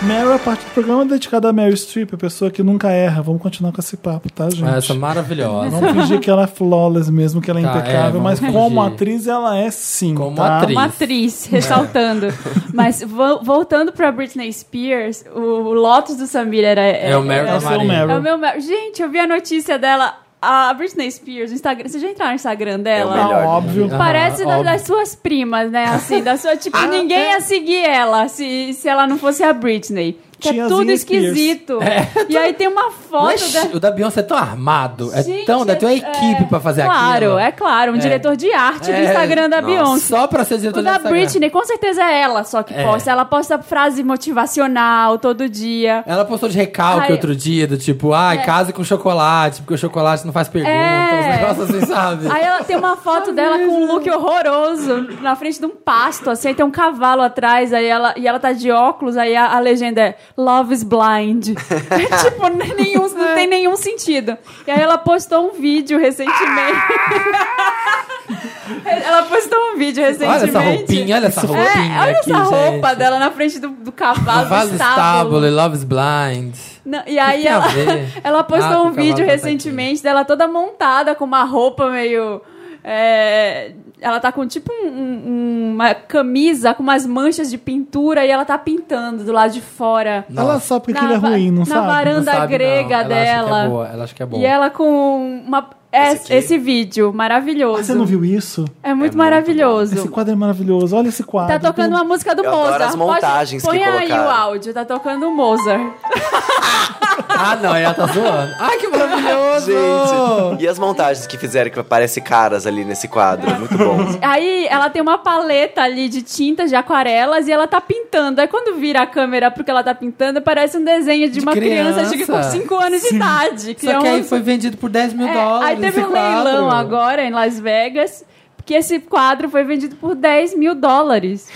A: Meryl, a parte do programa é dedicada a Meryl Streep, a pessoa que nunca erra. Vamos continuar com esse papo, tá, gente?
B: Essa maravilhosa.
A: Vamos fingir que ela é flawless mesmo, que ela é
B: Tá, é,
A: impecável, mas
B: vamos
A: como
B: fingir.
A: atriz ela é sim.
B: Como
A: tá?
B: atriz.
C: Uma atriz,
A: [LAUGHS]
C: ressaltando. Mas vo- voltando pra Britney Spears, o, o Lotus do Samir era.
B: É o Meryl
A: é
B: da
A: seu
B: Maria.
A: Meryl.
C: É o meu Meryl. Gente, eu vi a notícia dela. A Britney Spears, no Instagram. Vocês já entraram no Instagram dela?
D: É o melhor.
A: Tá óbvio.
B: Aham,
C: Parece da-
B: óbvio. Ah, é.
C: das suas primas, né? Assim, da
B: [LAUGHS]
C: sua. Tipo, ninguém ia seguir ela se, se ela não fosse a Britney. Que é
A: Tiazinha
C: tudo
A: Spears.
C: esquisito. E aí tem uma foto
B: Mas
C: da.
B: O da Beyoncé é tão armado. é tão, deve ter uma
C: é-
B: equipe pra fazer aquilo.
C: Claro, é claro. Um diretor de arte do
B: É.
C: Instagram da
D: Nossa.
C: Beyoncé.
B: Só pra ser diretor
C: O
B: de
C: da
B: Instagram.
C: Britney, com certeza é ela só que
B: É.
C: posta. Ela posta frase motivacional todo dia.
B: Ela postou de recalque
C: Ai,
B: outro dia, do tipo, ai, case com chocolate, porque o chocolate não faz pergunta,
C: É.
B: uns negócios assim, sabe?
C: Aí ela tem uma foto dela com um look horroroso na frente de um pasto, assim, aí tem um cavalo atrás, aí ela, e ela tá de óculos, aí a, a legenda é Love is Blind. [LAUGHS] É, tipo, nenhum, não tem nenhum sentido. E aí ela postou um vídeo recentemente. [LAUGHS] ela postou um vídeo recentemente.
B: olha essa roupinha, olha essa roupinha
C: É, olha
B: aqui,
C: essa roupa
B: gente.
C: dela na frente do, do cavalo,
B: Vaso
C: do estábulo.
B: estábulo, Love is Blind.
C: Não, e aí
B: tem a
C: ela,
B: ver?
C: [LAUGHS] ela
B: Ah,
C: postou
B: que
C: um
B: o
C: vídeo
B: cavalo tá
C: recentemente dela toda montada com uma roupa meio. é, Ela tá com tipo um- um- uma camisa com umas manchas de pintura e ela tá pintando do lado de fora.
A: Ela sabe que
C: Na
A: aquilo é
C: va-
A: ruim, não
C: na
A: sabe?
C: varanda.
B: Não
C: Anda
B: sabe, não.
C: grega
B: Ela acha que
C: dela.
B: é boa, ela acha que é boa.
C: E ela com uma. é-
D: Esse
C: Esse,
D: aqui?
C: vídeo maravilhoso.
A: Ah, Você não viu isso?
C: É muito maravilhoso.
A: Esse quadro é maravilhoso. Olha esse quadro.
C: Tá tocando uma música do
D: Eu adoro
C: Mozart.
D: as montagens
C: Pode...
D: que
C: Põe aí
D: colocaram.
C: o áudio, tá tocando o Mozart.
B: Ah, não, ela tá zoando. Ai, que maravilhoso!
D: [LAUGHS] Gente, e as montagens que fizeram que aparecem caras ali nesse quadro? Muito bom.
A: [LAUGHS]
C: Aí ela tem uma paleta ali de tintas, de aquarelas, e ela tá pintando. Aí quando vira a câmera pro que ela tá pintando, parece um desenho de,
B: De
C: uma criança,
B: criança.
C: acho que com 5 anos de idade.
B: Só que
C: é um-
B: aí foi vendido por 10 mil
C: É,
B: dólares.
C: aí teve
B: esse
C: um leilão
B: quadro.
C: agora em Las Vegas, que esse quadro foi vendido por 10 mil
B: [LAUGHS]
C: dólares.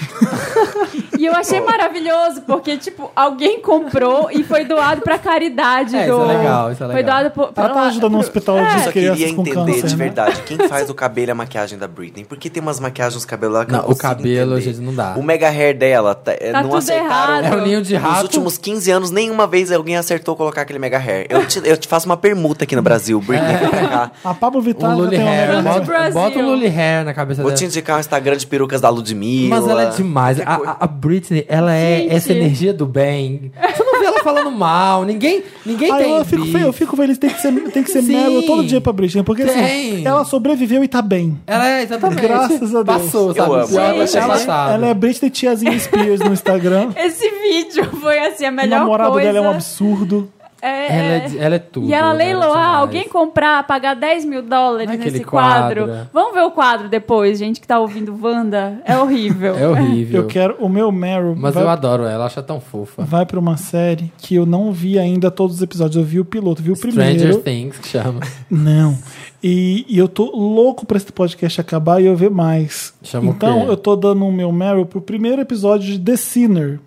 C: e eu achei maravilhoso, porque, tipo, alguém comprou e foi doado pra caridade.
B: É, isso
C: do...
B: é legal, isso é legal.
C: Foi doado por.
A: Ela tá
C: pela-
A: ajudando um hospital
C: É.
D: Eu
A: de
D: só queria
A: crianças com
D: entender
A: câncer.
D: de
A: né?
D: verdade quem faz o cabelo e a maquiagem da Britney. Porque tem umas maquiagens nos cabelos lá que eu
B: Não,
D: não
B: o
D: consigo
B: cabelo,
D: entender.
B: gente, não dá.
D: O mega hair dela tá, é,
C: Tá
D: não
C: tudo
D: acertaram.
C: errado.
B: É um ninho de
D: Nos
B: rato.
D: últimos 15 anos, nenhuma vez alguém acertou colocar aquele mega hair. Eu te, eu te faço uma permuta aqui no Brasil,
B: É.
D: Britney. vem pra cá.
A: A Pablo
B: Um
A: Vittar já
B: lully
A: tem
B: hair.
A: uma
C: Vamos pro
B: Bota,
C: Brasil.
B: bota um lully hair na cabeça
D: Vou
A: É.
B: dela.
D: te indicar o Instagram de perucas da Ludmilla.
B: Mas ela é demais.
D: Qualquer coisa.
B: A, a Britney, ela é
C: Gente.
B: essa energia do bem. Você não vê ela falando mal. Ninguém, ninguém
A: Aí
B: tem.
A: eu fico
B: beef.
A: feio, eu fico feliz. Tem que ser, tem que ser
B: Sim.
A: Meryl todo dia pra Britney. Porque assim,
B: Tem.
A: ela sobreviveu e tá bem.
B: Ela é, exatamente.
A: Graças a Deus.
B: Passou,
D: Eu
B: sabe?
D: amo
B: Pior,
D: ela,
B: deixa
D: gente.
B: passado.
A: Ela é Britney Tiazinha Spears no
C: [LAUGHS]
A: Instagram.
C: Esse vídeo foi assim, a
A: O
C: melhor
A: namorado
C: coisa.
A: dela é um absurdo.
C: É,
B: Ela
C: é.
B: é, de- ela é tudo.
C: E ela
A: né?
B: é
C: leilou, ah,
B: demais.
C: alguém comprar, pagar 10 mil dólares
B: Naquele
C: nesse quadro.
B: quadro.
C: Vamos ver o quadro depois, gente que tá ouvindo Wanda.
A: [LAUGHS]
C: É horrível.
B: É horrível.
A: Eu quero o meu Meryl.
B: Mas
A: vai,
B: eu adoro ela, acha tão fofa.
A: vai pra uma série que eu não vi ainda todos os episódios. Eu vi o piloto, vi o primeiro.
B: Stranger Things que chama.
A: Não. E, e eu tô louco pra esse podcast acabar e eu ver mais.
B: Chama o
A: então
B: quê?
A: eu tô dando o meu Meryl pro primeiro episódio de The Sinner.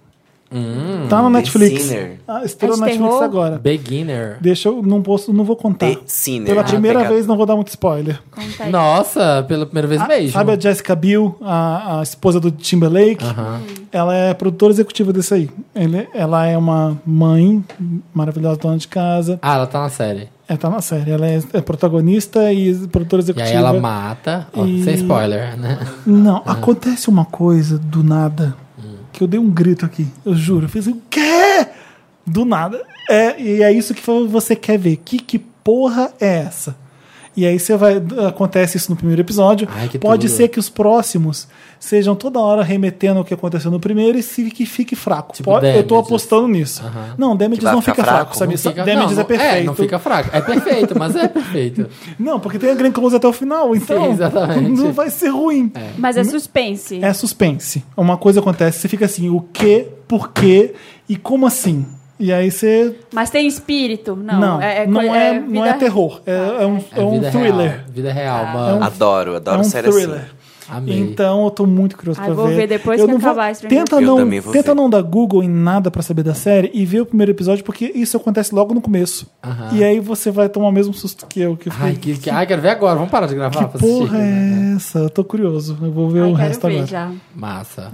B: Hum,
A: tá no
D: The
A: Netflix.
D: Sinner.
A: Ah, estourou
C: É
A: no
C: de
A: Netflix
C: terror?
A: agora.
B: Beginner.
A: Deixa eu não posso, não vou contar.
D: The Sinner.
A: Tá. Pela
D: Ah,
A: primeira
D: pega-
A: vez não vou dar muito spoiler.
C: Conta Tá aí.
B: Nossa, pela primeira vez
A: A-
B: Tá mesmo.
A: Ah, sabe a Jessica Biel, a, a esposa do Timberlake? Ela é produtora executiva desse aí. Ele- ela é uma mãe maravilhosa, dona de casa.
B: Ah, ela tá na série.
A: Ela tá na série. Ela é, é protagonista e produtora
B: E
A: executiva.
B: aí ela mata. Ó,
A: E-
B: Sem spoiler, né?
A: Não, acontece uma coisa do nada que eu dei um grito aqui, eu juro. Eu fiz o quê? Do nada. É, e é isso que você quer ver. Que, que porra é essa? E aí você vai. Acontece isso no primeiro episódio.
B: Ai, que
A: Pode
B: tudo.
A: ser que os próximos sejam toda hora remetendo ao que aconteceu no primeiro e se, que fique fraco.
B: Tipo
A: Pode- eu tô
B: Damages.
A: apostando nisso. Não, Damages
D: Que vai
A: não
D: ficar
A: fica fraco,
D: fraco?
A: sabe?
B: [LAUGHS] Não fica-
A: Damages
B: não,
A: é perfeito.
B: É, não fica fraco. É perfeito, mas é perfeito.
A: Não, porque tem a Grand Close até o final, então
B: exatamente.
A: [LAUGHS] não vai ser ruim. É.
C: Mas é suspense.
A: É suspense. Uma coisa acontece, você fica assim, o quê, por quê e como assim? E aí você.
C: Mas tem espírito?
A: Não,
C: Não,
A: não é,
C: co-
A: não é,
C: vida-
A: terror. É, é um, é
B: É
A: um
B: vida
A: thriller.
B: real. Vida real, mano.
D: Adoro,
A: É
D: adoro
A: um
D: série
A: thriller.
D: assim.
B: Amei.
A: Então eu tô muito curioso
C: Ai,
A: pra
C: Ah, vou
A: ver.
C: ver depois
A: eu
C: que
A: não vou-
C: acabar Stranger
A: tenta
D: Things. Eu
A: não,
D: também vou
A: tenta
D: ver.
A: não dar Google em nada pra saber da série e ver o primeiro episódio porque isso acontece logo no começo.
B: Aham.
A: E aí você vai tomar o mesmo susto que eu que eu
B: Ai,
A: fiquei,
B: que, que- ai, quero ver agora. Vamos parar de gravar pra
A: que
B: assistir. né?
A: porra é essa? Eu tô curioso. Eu vou ver
C: Ai,
A: o
C: quero
A: resto
C: ver
A: agora.
C: já.
B: Massa.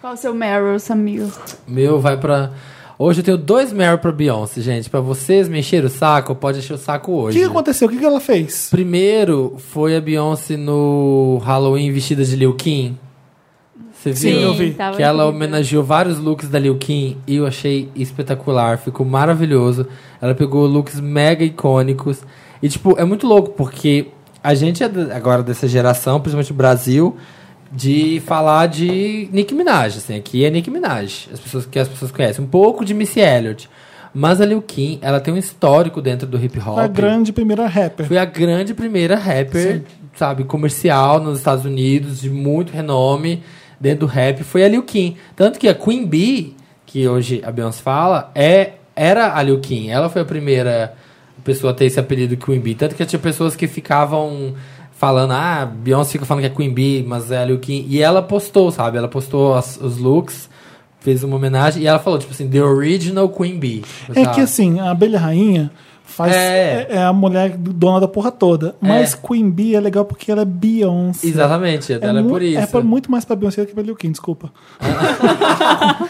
C: Qual o seu Meryl, Samir?
B: Meu, vai pra... Hoje eu tenho dois Meryl pra Beyoncé, gente. Pra vocês me encher o saco, pode encher o saco
A: O
B: hoje.
A: que que aconteceu? O que que ela fez?
B: Primeiro foi a Beyoncé no Halloween vestida de Liu Kim. Você viu?
A: Sim, eu vi.
C: tava
B: Que ela
C: incrível.
B: homenageou vários looks da Liu Kim e eu achei espetacular, ficou maravilhoso. Ela pegou looks mega icônicos e tipo, é muito louco porque a gente é da- agora dessa geração, principalmente o Brasil, de falar de Nicki Minaj, assim, aqui é Nicki Minaj, as pessoas que as pessoas conhecem, um pouco de Missy Elliott, mas a Liu Kim, ela tem um histórico dentro do hip hop.
A: A grande primeira rapper.
B: Foi a grande primeira rapper, sabe, comercial nos Estados Unidos, de muito renome dentro do rap, foi a Lil Kim. Tanto que a Queen Bee, que hoje a Beyoncé fala, é, era a Lil Kim. Ela foi a primeira pessoa a ter esse apelido Queen Bee. Tanto que tinha pessoas que ficavam falando, ah, Beyoncé fica falando que é Queen Bee, mas é a Lil Kim. E ela postou, sabe, ela postou as- os looks, fez uma homenagem, e ela falou, tipo assim, The Original Queen Bee.
A: É
B: sabe?
A: que assim, a abelha rainha faz,
B: É.
A: é. é a mulher dona da porra toda. Mas
B: É.
A: Queen Bee é legal porque ela é Beyoncé.
B: Exatamente, ela é
A: mu-
B: por isso.
A: pra- muito mais pra Beyoncé do que pra Liu Kim,
B: [LAUGHS]
A: desculpa.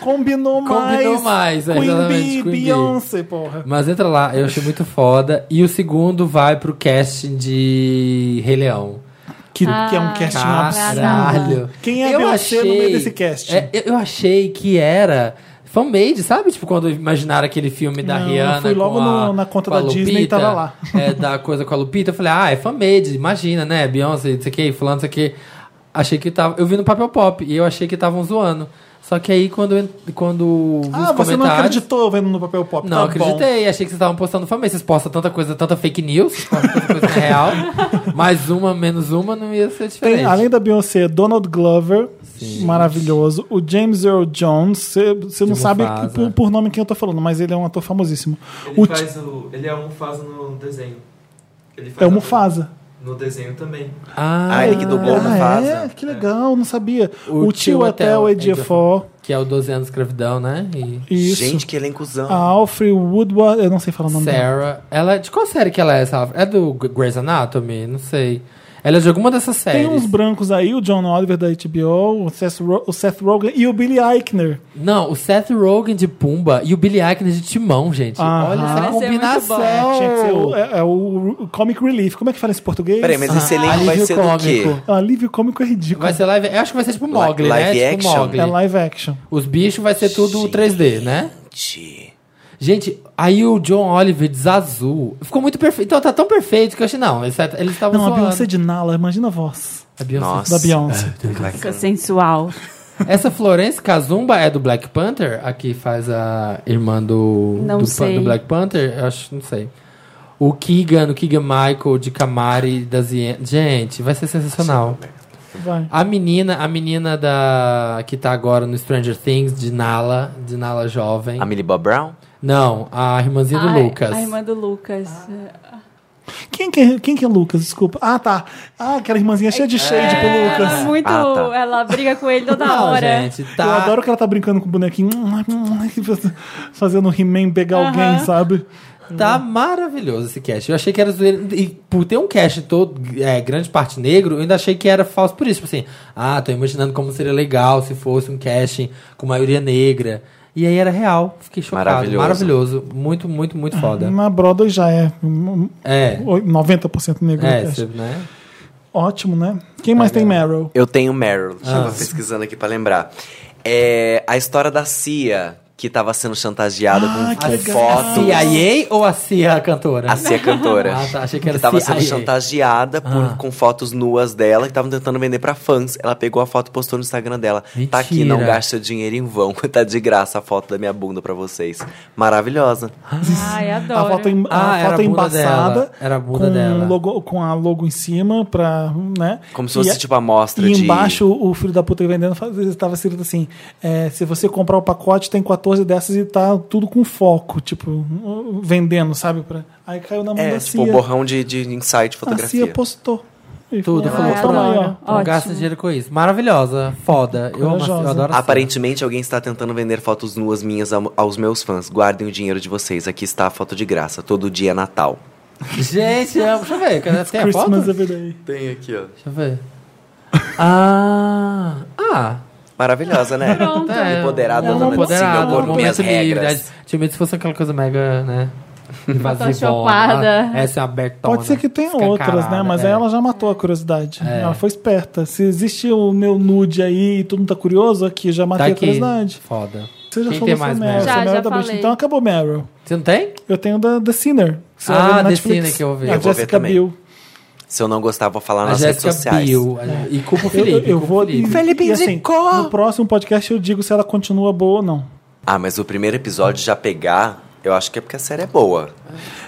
A: Combinou mais.
B: Combinou mais, é,
A: Queen
B: exatamente,
A: Bee,
B: Queen Bee.
A: Beyoncé, porra.
B: Mas entra lá, eu achei muito foda. E o segundo vai pro casting de Rei Leão.
A: que, que é um casting absurdo.
B: Caralho.
A: Quem é a Beyoncé no meio desse casting?
B: é, eu, eu achei que era fan-made, sabe? Tipo, quando imaginaram aquele filme da
A: Não,
B: Rihanna
A: fui logo
B: com a,
A: no- na conta
B: com a
A: da Disney e
B: Lupita,
A: tava lá.
B: é, da coisa com a Lupita. Eu falei, ah, é fan-made, imagina, né? Beyoncé, não sei o que, fulano, não sei o que. Achei que tava... Eu vi no Papel Pop e eu achei que estavam zoando. Só que aí, quando, eu- quando vi
A: Ah,
B: os
A: você não
B: comentários...
A: acreditou vendo no papel pop.
B: Não,
A: tá Bom.
B: acreditei. Achei que vocês estavam postando fama. Vocês postam tanta coisa, tanta fake news, postam tanta coisa que não é
A: [LAUGHS]
B: real. Mais uma, menos uma, não ia ser é diferente.
A: Tem, além da Beyoncé, Donald Glover, maravilhoso. O James Earl Jones, você você não
B: De
A: sabe
B: Mufasa.
A: por, por nome quem eu tô falando, mas ele é um ator famosíssimo.
H: Ele
A: O Ti-
H: faz o. Ele é o Mufasa no desenho. Ele faz
A: é o
H: a-
A: Mufasa.
H: No desenho também.
B: Ah,
D: Ah, ele que dublou o
A: é?
D: Mufasa.
A: Que legal, não sabia.
B: O
A: O,
B: tio
A: tio Etel
B: Etel
A: Ejiofor,
B: que é o 12 anos de escravidão, né? E
A: isso. Ah,
D: Gente, que elencozão.
A: a Alfred Woodward, eu não sei falar o nome dela.
B: Sarah. Ela, de qual série que ela é essa? É do Grey's Anatomy? Não sei. Ela é de alguma dessas séries.
A: Tem uns brancos aí, o John Oliver da HBO, o Seth, Ro- o Seth Rogen e o Billy Eichner.
B: Não, o Seth Rogen de Pumba e o Billy Eichner de Timão, gente.
A: Aham.
B: Olha essa
C: Vai ser muito
B: combinação.
C: bom.
A: É, Ah. tinha que ser o, é- é o Comic Relief. Como é que fala isso em português?
D: Peraí, mas esse
B: Ah,
D: elenco vai
B: alívio
D: ser do quê?
B: cômico.
A: O Alívio cômico é ridículo.
B: Vai ser live. Eu acho que vai ser tipo Mogli, né?
D: live
B: Tipo
D: action.
B: Mogli.
A: É live action.
B: Os bichos vai ser tudo 3D, né?
D: Gente.
B: Gente, aí o John Oliver desazul. Ficou muito perfeito. Então tá tão perfeito que eu achei. Não, eles eles estavam
A: Não, a
B: zoando.
A: Beyoncé de Nala, imagina a voz
B: A Beyoncé.
D: Nossa.
A: da Beyoncé.
C: Fica sensual.
B: Essa Florence Kazumba é do Black Panther? A que faz a irmã do,
C: Não
B: do,
C: sei.
B: do Black Panther? Eu acho, não sei. O Keegan, o Keegan Michael de Camari da Zien. Gente, vai ser sensacional.
A: Vai.
B: A menina, a menina da que tá agora no Stranger Things, de Nala, de Nala jovem.
D: A Millie Bob Brown?
B: Não, a irmãzinha do
C: Ai,
B: Lucas.
C: Ah, é. A irmã do Lucas.
A: Quem que, é, quem que é Lucas? Desculpa. Ah, tá. Ah, aquela irmãzinha cheia
C: É.
A: de shade pro Lucas. Ah,
C: Ela é muito.
D: Ah, tá.
C: Ela briga com ele toda
B: Não,
C: hora.
B: gente, tá.
A: Eu adoro que ela tá brincando com o bonequinho. hum, Fazendo o He-Man pegar alguém, sabe?
B: Tá
A: Uhum.
B: maravilhoso esse cast. Eu achei que era zoeira. E por ter um cast todo, é, grande parte negro, eu ainda achei que era falso por isso. Tipo assim, ah, tô imaginando como seria legal se fosse um casting com maioria negra. E aí era real. Fiquei chocado. Maravilhoso.
D: Maravilhoso.
B: Muito, muito, muito foda.
A: Na Broadway já Ah, é hum,
B: É.
A: oi- 90% negro.
B: É,
A: eu acho.
B: cê, né?
A: Ótimo, né? Quem mais tem Meryl?
D: Eu tenho Meryl. Estava
A: Ah.
D: pesquisando aqui pra lembrar. É a história da Cia, que tava sendo chantageada
A: Ah,
D: com,
A: que
D: com
A: legal.
D: fotos.
B: CIA ou a CIA cantora?
D: A Cia é cantora.
B: [LAUGHS] Ah, tá. Achei que era
D: que tava
B: CIA.
D: sendo chantageadeada por-
B: Ah.
D: com fotos nuas dela que estavam tentando vender pra fãs. Ela pegou a foto e postou no Instagram dela. Tá aqui, não
B: Mentira.
D: gasta seu dinheiro em vão. [LAUGHS] Tá de graça a foto da minha bunda pra vocês. Maravilhosa.
C: Ai,
A: A
C: adoro.
A: foto, é em- a
B: Ah, era
A: foto é
B: a bunda
A: embaçada.
B: dela. Era a bunda
A: com,
B: dela.
A: Logo, com a logo em cima, pra. Né?
D: Como se
A: E
D: fosse
A: a-
D: tipo a amostra
A: E
D: de.
A: embaixo o filho da puta vendendo faz- estava escrito assim: é, se você comprar o pacote, tem 14 dessas e tá tudo com foco, tipo, vendendo, sabe? Pra... Aí caiu na mão
D: É,
A: da
D: tipo o
A: Cia.
D: borrão de, de insight de
A: a Cia
B: Ah,
D: fotografia.
A: postou. Ah, E
B: Tudo,
A: falou,
B: falou,
A: "Toma Ah, aí, ó."
C: adoro.
B: Não gasta
C: Ótimo.
B: dinheiro com isso. Maravilhosa. Foda. Eu, amo, a Cia, eu
A: Corajosa.
B: adoro a Cia.
D: Aparentemente, alguém está tentando vender fotos nuas minhas ao- aos meus fãs. Guardem o dinheiro de vocês. Aqui está a foto de graça. Todo dia é Natal.
B: Gente, eu amo. Deixa eu ver. quer- Tem a foto?
A: Christmas every day.
D: Tem aqui, ó.
B: Deixa eu ver. Ah! Ah!
D: Maravilhosa, né?
C: Pronto.
B: É,
D: Empoderada,
B: é uma
D: dona de si,
B: empoderada,
D: meu corpo,
B: uma
D: minhas
B: mulher livre.
D: regras.
B: Aí, Tinha medo se fosse aquela coisa mega, né?
C: Tá Photoshopada.
B: Ah, Essa é abertona.
A: Pode ser que tenha
B: escancarada,
A: outras, né? Mas
B: é.
A: aí ela já matou a curiosidade. Ela foi esperta. Se existe o meu nude aí e todo mundo tá curioso, aqui já
B: Tá
A: matei a
B: aqui.
A: curiosidade.
B: Foda.
A: Você já falou
B: Quem tem
A: sobre Meryl,
B: mais Meryl?
A: sobre
C: Já,
A: Meryl
C: já
A: da Brit-
C: falei.
A: Então acabou Meryl.
B: Você não tem?
A: Eu tenho da The Sinner. que você
B: Ah,
A: vai ver na
B: The
A: Netflix.
B: Sinner que eu vi.
A: A
D: vou
B: Eu
D: ver
A: Jessica
D: também.
A: Biel.
D: Se eu não gostar, vou falar
B: A
D: nas redes
B: Jéssica
D: sociais.
B: Bill. a- E culpa
A: É.
B: o
A: Eu,
B: Felipe.
A: eu
B: culpa o
A: vou.
B: Felipe.
A: e, assim, No próximo podcast eu digo se ela continua boa ou não.
D: Ah, mas o primeiro episódio já pegar, eu acho que é porque a série é boa.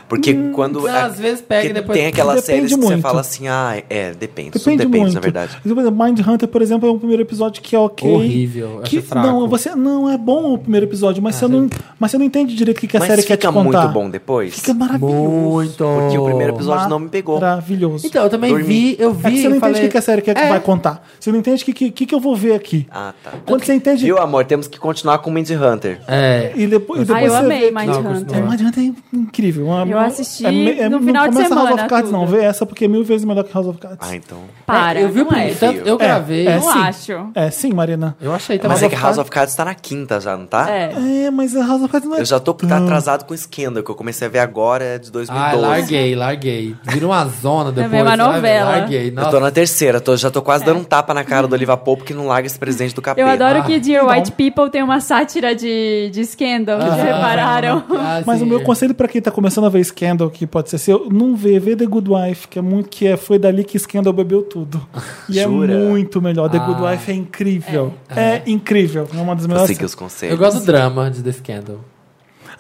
D: Porque quando.
B: ah, às vezes pega e
D: porque
B: depois-
D: Tem aquelas
A: Depende
D: séries que você
A: muito.
D: fala assim, ah, é, depende. Depende,
A: Depende,
D: depende
A: muito.
D: na verdade.
A: Mas, por exemplo, Mindhunter, por exemplo, é um primeiro episódio que é ok.
B: Horrível, eu
A: Que,
B: acho fraco.
A: Não, você, não, é bom o primeiro episódio, mas, você, não, mas você não entende direito o que, que a
D: mas
A: série
D: fica
A: quer te contar.
D: muito bom depois.
A: Fica maravilhoso.
B: Muito.
D: Porque o primeiro episódio não me pegou.
A: Maravilhoso.
B: Então, eu também
D: Dormi.
B: vi, eu
A: é que
B: vi.
A: você não
B: e
A: entende o
B: falei, é.
A: que, que a série quer que vai contar. Você não entende o que, que, que, que eu vou ver aqui.
D: Ah, tá.
A: Quando você entende.
D: Viu, amor? Temos que continuar com o Mindy Hunter.
B: É.
A: E depois, e depois
C: Ai, Ah, eu
A: você
C: amei
A: vê-
B: Não,
C: Mindhunter.
B: continua.
A: É, Mindhunter é incrível. Uma,
C: Eu Eu assisti
A: me-
C: no final de
A: começa
C: semana.
A: House of Cards, não.
C: tudo.
A: Vê essa porque é mil vezes melhor que House of Cards.
D: Ah, então.
C: Para.
B: eu vi o
C: não é.
B: primeiro. tanto- eu
D: É,
B: gravei.
A: é.
C: Não
A: Sim.
C: acho.
A: É, sim, Marina.
B: Então, Eu achei também.
D: Mas é que House of Cards tá na quinta já, não tá?
C: É.
A: É, mas a House of Cards não é.
D: Eu já tô tá
A: tão-
D: atrasado com Scandal, que eu comecei a ver agora é de
B: Ah,
D: 2012.
B: larguei, larguei. Virou uma zona depois.
C: Também é uma
B: sabe?
C: novela.
B: Larguei.
D: Eu
B: Nossa,
D: tô na terceira, tô- já tô quase dando um tapa na cara do Oliva Pope que não larga esse presente do capeta.
C: Eu adoro
B: Ah,
C: que Dear
A: bom.
C: White People tem uma sátira de, de Scandal,
B: Ah,
C: já repararam?
B: ah,
A: Mas
B: sim.
A: o meu conselho pra quem tá começando a ver Scandal, que pode ser seu, não vê, vê The Good Wife, que é muito que é, foi dali que Scandal bebeu tudo. E é
D: Jura?
A: muito melhor. The Good
B: Ah.
A: Wife é incrível. É, incrível. É uma das
D: Vou
A: melhores.
D: seguir os
B: Eu
D: conselhos.
B: gosto do drama de The Scandal.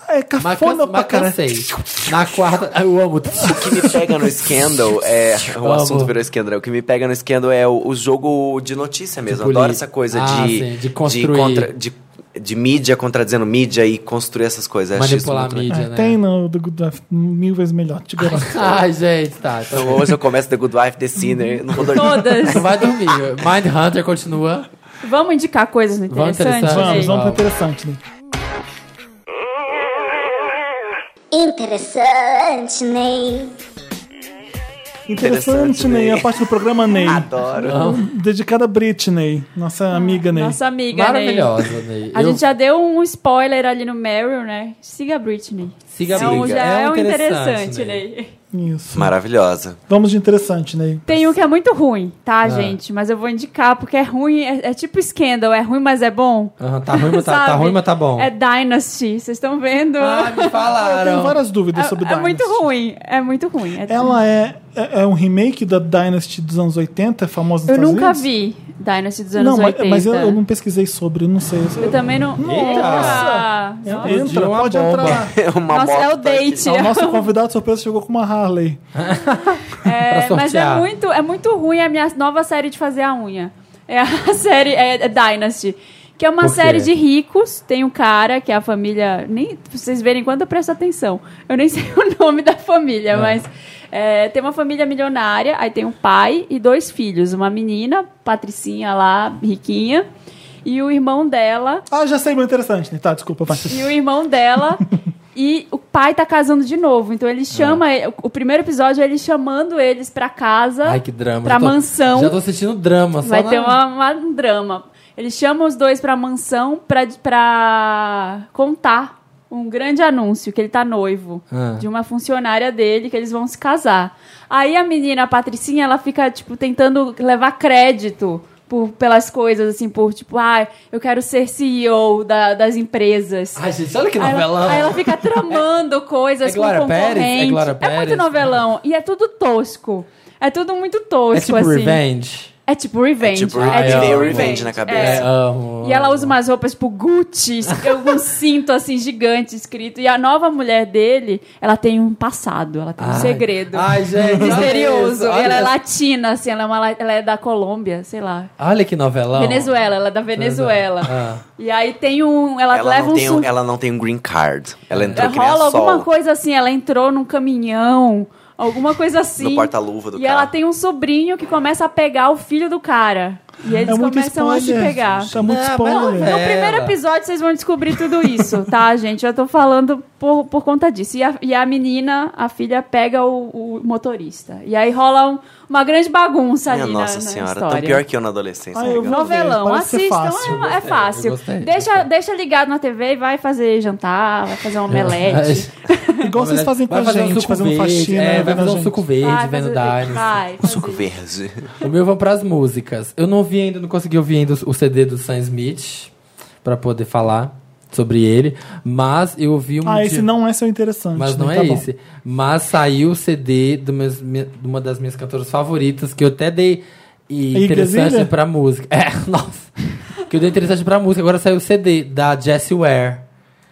A: É
B: Mas,
A: cafona
B: can,
A: pra
B: mas
A: caralho.
B: cansei. Na quarta. [LAUGHS] Eu
D: O
B: amo.
D: que me pega no Scandal
B: [LAUGHS]
D: é. O
B: Amo.
D: assunto virou Scandal. O que me pega no Scandal é o, o jogo de notícia mesmo. Eu
B: poli-
D: adoro essa coisa
B: Ah,
D: de.
B: sim, de construir.
D: de, de mídia contradizendo mídia e construir essas coisas. Acho isso
B: Manipular a
D: muito legal.
B: mídia,
A: É,
B: né?
A: Tem no The Good Wife mil vezes melhor, te garanto.
B: Ai, gente, tá. tá
D: Então,
B: [LAUGHS]
D: hoje eu começo The Good Wife, The Sinner. Não vou
C: [LAUGHS]
D: dormir.
C: Todas.
B: Não vai dormir. Mind Hunter continua.
C: Vamos indicar coisas
B: Vamos
C: interessantes,
B: interessante.
A: Vamos,
C: gente?
A: vamos pro interessante, né?
E: Interessante, Ney.
A: Interessante,
D: Interessante,
A: Ney.
D: Ney.
A: A parte do programa Ney.
D: Adoro.
A: Dedicada a Britney, nossa amiga Ney.
C: Ah, Nossa
B: né?
C: amiga, Ney.
B: Maravilhosa, Ney.
C: A
B: Eu-
C: gente já deu um spoiler ali no Meryl, né? Siga a Britney.
B: Siga a
C: é um,
B: briga.
C: já é, um interessante, né?
B: Ney.
C: Ney.
A: Isso.
D: Maravilhosa. [LAUGHS]
A: Vamos de interessante, Ney.
C: Tem um que é muito ruim, tá,
B: Ah.
C: gente? Mas eu vou indicar porque é ruim. É, é tipo Scandal, é ruim, mas é bom.
B: Aham, tá ruim, mas tá, tá
C: Sabe?
B: ruim, mas tá bom.
C: É Dynasty, vocês estão
B: [LAUGHS]
C: vendo?
B: Ah, me
A: Tem
B: falaram.
A: várias dúvidas sobre
C: é, é muito
A: Dynasty.
C: ruim, é muito ruim. é-
A: Ela é, é, é um remake da Dynasty dos anos 80, famosa nos
C: Eu
A: Estados
C: nunca
A: Unidos?
C: vi Dynasty dos anos
A: Não, mas,
C: 80.
A: mas eu, eu não pesquisei sobre, eu não sei. Eu,
C: Eu também não.
A: Nossa!
C: Eita!
A: Entra,
B: Pediu uma
A: pode
B: bomba.
A: entrar lá.
D: É uma
C: Nossa, é o
D: moto tá aqui.
C: [LAUGHS] date.
A: O nosso convidado surpresa chegou com uma Harley.
C: É, mas é
B: sortear.
C: muito, é muito ruim a minha nova série de fazer a unha. É a [LAUGHS] série é, é Dynasty. Que é uma
B: Por quê?
C: série de ricos. Tem um cara que é a família. Nem pra vocês verem quanto eu presto atenção. Eu nem [LAUGHS] sei o nome da família, mas é, tem uma família milionária. Aí tem um pai e dois filhos. Uma menina, Patricinha lá, riquinha. E o irmão dela.
A: Ah, já sei, muito interessante, Ney. Tá, desculpa, vai.
C: e o
B: [LAUGHS]
C: irmão dela. E o pai tá casando de novo. Então ele chama. ele- O primeiro episódio é ele chamando eles pra casa.
B: Ai, que drama.
C: Pra
B: Já tô-
C: mansão.
B: Já tô assistindo drama. Só
C: Vai
B: na-
C: ter uma- uma- um drama. Ele chama os dois pra mansão pra, pra contar um grande anúncio que ele tá noivo
B: Ah.
C: de uma funcionária dele, que eles vão se casar. Aí a menina, a Patricinha, ela fica, tipo, tentando levar crédito por, pelas coisas, assim, por, tipo, ah, eu quero ser CEO da- das empresas.
B: Ai, gente, olha que
C: Aí
B: novelão.
C: ela, aí ela fica tramando
B: é
C: coisas com
B: Glória Pérez? É
C: concorrente.
B: Glória
C: é muito
B: Pérez? né?
C: novelão. E é tudo tosco. É tudo muito
B: É
C: tosco,
B: tipo
C: assim.
B: Revenge.
C: É tipo Revenge.
D: É tipo Revenge.
B: É meio
D: Revenge na cabeça.
B: É,
C: É.
B: amo.
C: E ela
B: amo.
C: usa umas roupas tipo Gucci,
B: [LAUGHS]
C: um cinto assim gigante escrito. E a nova mulher dele, ela tem um passado, ela tem um
B: Ai.
C: segredo.
B: Ai,
C: [LAUGHS]
B: gente. olha
C: Misterioso.
B: isso,
C: E ela é
B: olha-
C: latina, assim, ela é, uma la- ela é da Colômbia, sei lá.
B: Olha que novelão.
C: Venezuela, ela é da Venezuela.
B: Ah.
C: E aí tem um. Ela,
D: Ela
C: leva
D: não,
C: um
D: tem, um-
C: sur-
D: ela não tem um green card. Ela entrou
C: É,
D: que nem
C: rola
D: a Sol.
C: alguma coisa assim, ela entrou num caminhão, alguma coisa assim.
D: porta-luva do
C: E
D: carro.
C: ela tem um sobrinho que começa a pegar o filho do cara. E eles
A: é muito
C: começam
A: spoiler.
C: a se pegar.
A: É muito
B: Não,
A: spoiler.
B: mas-
C: No
B: É.
C: primeiro episódio vocês vão descobrir tudo isso, tá, [LAUGHS] gente? Eu tô falando por, por conta disso. E a, e a menina, a filha, pega o, o motorista. E aí rola um- uma grande bagunça
D: Minha
C: ali na,
D: Nossa
C: na
D: Senhora,
C: história.
D: tão pior que eu na adolescência.
A: Ah, eu
D: amiga.
A: vou-
C: Novelão,
A: Parece ser
C: assistam,
A: fácil.
C: é- é, fácil.
B: eu gostei,
C: deixa,
B: gostei.
C: deixa ligado na TV e vai fazer jantar, vai fazer um
A: [LAUGHS] É,
C: omelete.
A: Igual vocês fazem com
B: é. Vai
A: a
B: fazer um
A: gente,
B: suco
A: fazendo
B: verde,
A: faxina.
B: É, vai
A: vendo a
B: fazer um
A: gente.
B: suco verde,
C: Vai
B: vendo
C: Ah, fazer- ah.
B: Dynasty.
C: vai
D: Um
C: fazer.
D: suco verde.
B: O meu vão pras músicas. Eu não vi ainda, não consegui ouvir ainda o CD do Sam Smith pra poder falar sobre ele. Mas eu ouvi um.
A: Ah,
B: de-
A: esse não é seu interessante.
B: Mas
A: né?
B: não é
A: Tá bom.
B: esse. Mas saiu o CD do meus- mi- de uma das minhas cantoras favoritas, que eu até dei e
A: E
B: interessante
A: Igresilha?
B: pra música. É, [LAUGHS] nossa. que eu dei interessante pra música. Agora saiu o CD da Jessie Ware,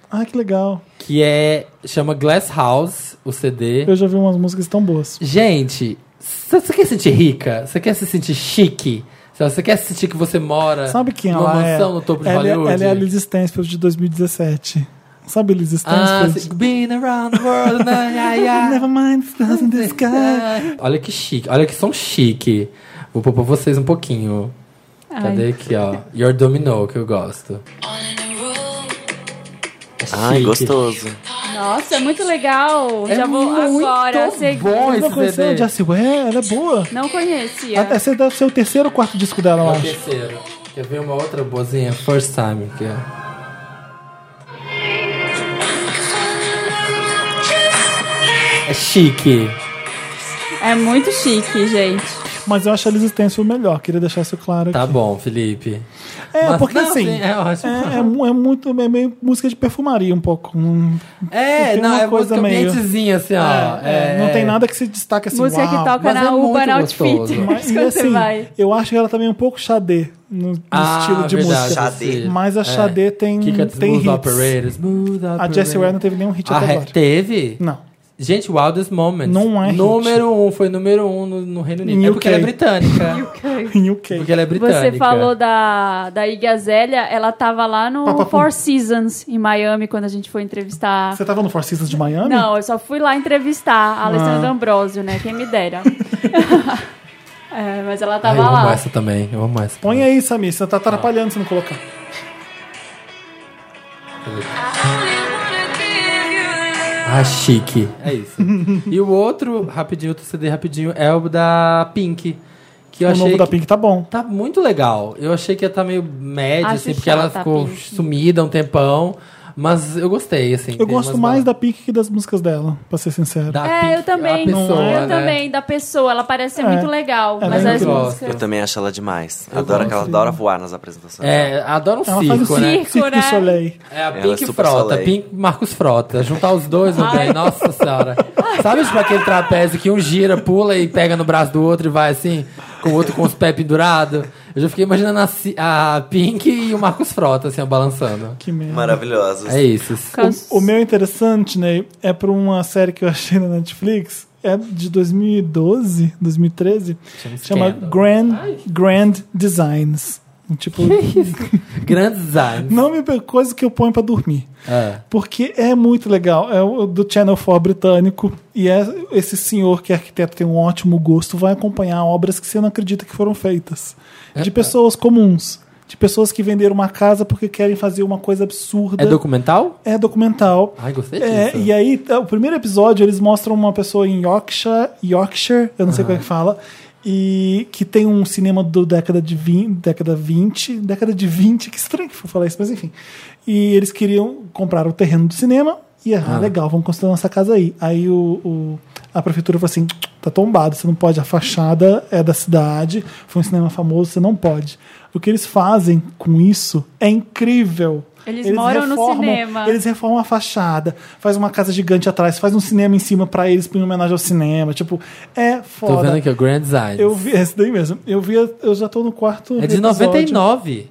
A: Ah, que legal.
B: que é. chama Glass House, o CD.
A: Eu já vi umas músicas tão boas.
B: Gente, você quer se sentir rica? Você quer se sentir chique? Você quer se sentir que você mora
A: Sabe quem
B: numa
A: ela é?
B: mansão no topo de
A: ela, é-
B: Hollywood?
A: ela é a Liz Stansfield de 2017. Sabe Liz
B: ah,
A: Stansfield?
B: se- been around
A: [LAUGHS]
B: the world, né? na, ya, ya.
A: Never mind, stars in the sky.
B: Olha que chique, olha que som chique. Vou pôr pra vocês um pouquinho. Cadê aqui, ó? Your Domino, que eu gosto. É
D: Ai,
B: chique.
D: gostoso.
C: Nossa, é muito legal. Já vou
B: É muito
C: agora seguir.
B: bom
A: Você
B: esse É.
A: não conheceu a
B: CD.
A: Jessie Ware? Ela é boa.
C: Não conhecia.
A: Ah, Esse deve ser o terceiro ou quarto disco dela, eu
B: É o
A: acho.
B: terceiro. Quer ver uma outra boazinha? First Time, que é... É chique.
C: É muito chique, gente.
A: Mas eu acho a Liz Stenson melhor, queria deixar isso claro
B: Tá
A: aqui.
B: bom, Felipe.
A: É,
B: Mas-
A: porque
B: não,
A: assim.
B: sim, é ótimo.
A: É, é mu- é muito. É meio música de perfumaria um pouco. Hum,
B: É,
A: Tem
B: não,
A: uma
B: é
A: coisa
B: música
A: meio-
B: ambientezinha, assim, ó.
A: é, Não tem nada que se destaque assim.
C: Música que
A: uau.
C: toca
B: mas
C: na
B: é muito
C: Urban Outfit.
B: gostoso.
A: Mas, e
C: quando
A: assim,
C: você vai.
A: eu acho que ela também é um pouco Xadê no, no
B: Ah,
A: estilo de
B: verdade,
A: música.
B: sim.
A: Mas a
B: É.
A: Xadê tem,
B: Kika
A: tem
B: Smooth
A: hits.
B: Operator, Smooth
A: A Jessie Ware não teve nenhum hit
B: Ah,
A: até
B: é,
A: agora.
B: teve?
A: Não.
B: Gente, Wildest Moments.
A: Não é hit.
B: Número um, foi número um no, no Reino Unido.
A: Em
B: É porque ela é
A: UK.
B: britânica.
A: [LAUGHS] Em UK.
B: porque ela é britânica.
C: Você falou da, da Iggy Azalea, ela tava lá no
A: Papapum.
C: Four Seasons, em Miami, quando a gente foi entrevistar.
A: Você tava no Four Seasons de Miami?
C: Não, eu só fui lá entrevistar a
B: Ah.
C: Alessandra Ambrosio, né? Quem me
B: [LAUGHS]
C: dera. [LAUGHS] É, mas ela
B: Ai,
C: tava
B: eu amo
C: lá.
B: essa também, eu amo essa.
A: Põe aí, Samir, você tá atrapalhando se não colocar.
B: Ah, chique.
A: [LAUGHS]
B: É isso. e o outro, rapidinho, outro CD rapidinho, é o da Pink. Que eu
A: o
B: achei
A: novo da
B: que
A: Pink tá bom.
B: Tá muito legal. Eu achei que ia tá meio médio,
C: Acho
B: assim, porque
C: chata
B: ela
C: a
B: ficou
C: Pink.
B: sumida um tempão. Mas eu gostei, assim.
A: Eu gosto mais da Pink que das músicas dela, pra ser sincero.
C: É, eu também.
B: A pessoa, né?
C: eu também, da pessoa. Ela parece ser
A: É.
C: muito legal.
A: Ela
C: mas
A: é
C: as
A: muito
B: gostosa.
C: músicas.
D: Eu também acho ela demais. Adoro que ela adora voar nas apresentações.
B: É, adora um
A: Ela
B: circo,
A: faz o circo,
B: né?
C: Circo,
A: circo
C: né?
A: do Soleil.
B: É a
D: Ela é
B: Pink
D: super
B: Frota,
D: Soleil.
B: Pink Marcos Frota. É Juntar os dois, meu bem, nossa senhora. Sabe tipo aquele trapézio que um gira, pula e pega no braço do outro e vai assim, com o outro com os pés pendurados? Eu já fiquei imaginando a, Ci- a Pink e o Marcos Frota, assim, ó, balançando.
A: Que merda.
D: Maravilhosos.
B: É isso.
C: Canso-
A: O meu interessante, Ney, é pra uma série que eu [LAUGHS] achei na Netflix. É de 2012, 2013.
B: Chama
A: Chama
B: Scandal.
A: Grand, Grand Designs. Tipo,
B: Grandes design.
A: nome é coisa que eu ponho pra dormir.
B: É.
A: Porque é muito legal. É o do Channel 4 britânico. E é esse senhor que é arquiteto tem um ótimo gosto, vai acompanhar obras que você não acredita que foram feitas. De pessoas comuns. De pessoas que venderam uma casa porque querem fazer uma coisa absurda.
B: É documental?
A: É documental.
B: Ai, gostei
A: É,
B: disso.
A: e aí, tá, o primeiro episódio, eles mostram uma pessoa em Yorkshire, Yorkshire eu não sei como é que fala, e que tem um cinema do década de 20, década 20, década de 20, que estranho que foi falar isso, mas enfim. E eles queriam comprar o terreno do cinema, e ah, legal, vamos construir nossa casa aí. Aí o- o- a prefeitura falou assim, tá tombado, você não pode, a fachada é da cidade, foi um cinema famoso, você não pode. O que eles fazem com isso é incrível.
C: Eles moram no cinema.
A: Eles reformam a fachada, faz uma casa gigante atrás, faz um cinema em cima pra eles em homenagem ao cinema. Tipo, é
B: Tô vendo
A: foda.
B: aqui, o Grand Design.
A: Eu vi, é esse daí mesmo. Eu vi, eu já tô no quarto.
B: É de
A: episódio.
B: 99.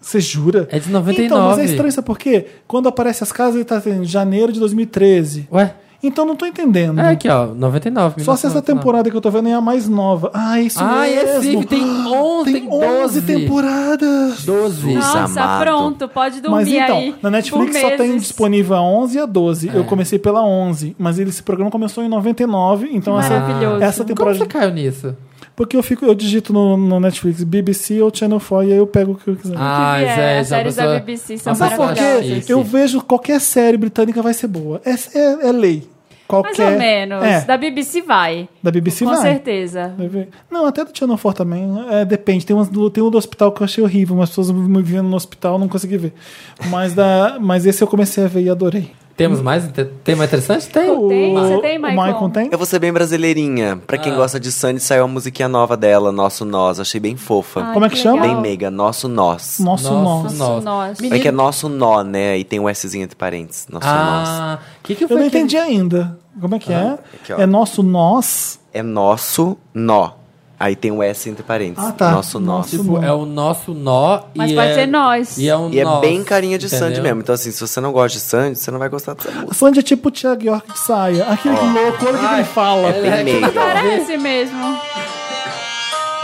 A: Você jura?
B: É de
A: Então, mas é
B: 99.
A: estranho, sabe por quê? Quando aparece as casas, ele tá em janeiro de 2013.
B: Ué?
A: Então não tô
C: Uhum.
A: entendendo.
B: É aqui, ó, 99.
A: Só se essa
B: 1999.
A: temporada que eu tô vendo é a mais nova. Ah, isso
B: Ah, é
A: mesmo.
B: sim, tem 11,
A: [GASPS] Tem 11 temporadas.
B: 12.
C: Nossa,
D: amado.
C: pronto, pode dormir
A: Mas então,
C: aí.
A: na Netflix
C: por
A: só tem
C: meses.
A: disponível a 11 e a 12. Eu comecei pela 11, mas ele- esse programa começou em 99, então essa,
C: Maravilhoso.
A: essa
B: Como
A: temporada...
B: você caiu nisso?
A: Porque eu fico, eu digito no, no Netflix BBC ou Channel 4 e aí eu pego o que eu quiser.
B: Ah,
C: vier,
B: Zé,
C: é? as
B: já
C: séries da
B: pensou-
C: BBC são
B: Ah,
A: Sabe por quê?
C: maravilhosas.
B: chique.
A: Eu vejo qualquer série britânica vai ser boa. É, é- é lei. Qualquer...
C: Mais ou menos.
A: É, da,
C: Da BBC vai.
A: BBC
C: com
A: vai.
C: certeza.
A: Vai ver. Não, até do Channel 4 também. É, depende. Tem, umas, do- tem um do hospital que eu achei horrível. Umas pessoas me vendo no hospital não consegui ver. Mas, da, mas esse eu comecei a ver e adorei.
B: Temos mais? inte- Tem mais interessante? Tem.
C: Tem? Você tem,
A: o
C: Michael?
A: Michael tem?
D: Eu vou ser bem brasileirinha. Pra quem gosta de Sunny, saiu a musiquinha nova dela, Nosso Nós. Achei bem fofa.
A: Como é que chama?
D: Bem meiga, Nosso Nós.
A: Nosso nosso.
C: Nosso Nós.
B: Menino-
D: É que é Nosso Nó, né? E tem um Szinho entre parênteses. Nosso Nós.
B: Ah, o que, que foi?
A: Eu não
B: aquele-
A: entendi ainda. Como é que é?
D: aqui, ó.
A: é nosso nós.
D: É Nosso Nó. Aí tem um S entre parênteses.
A: Ah, tá.
D: Nosso Nó.
A: Nosso
B: Tipo, é o nosso nó.
C: Mas
B: e
C: pode
B: é...
C: ser nós.
B: E é um
D: E é
B: nós,
D: bem carinha de Sandy
B: entendeu?
D: mesmo. Então, assim, se você não gosta de Sandy, você não vai gostar dessa música.
A: Sandy é tipo o Thiago York de saia. Aquele louco, olha o que que ele fala.
B: Ele
D: Bem
B: é-
D: meiga.
C: Parece mesmo.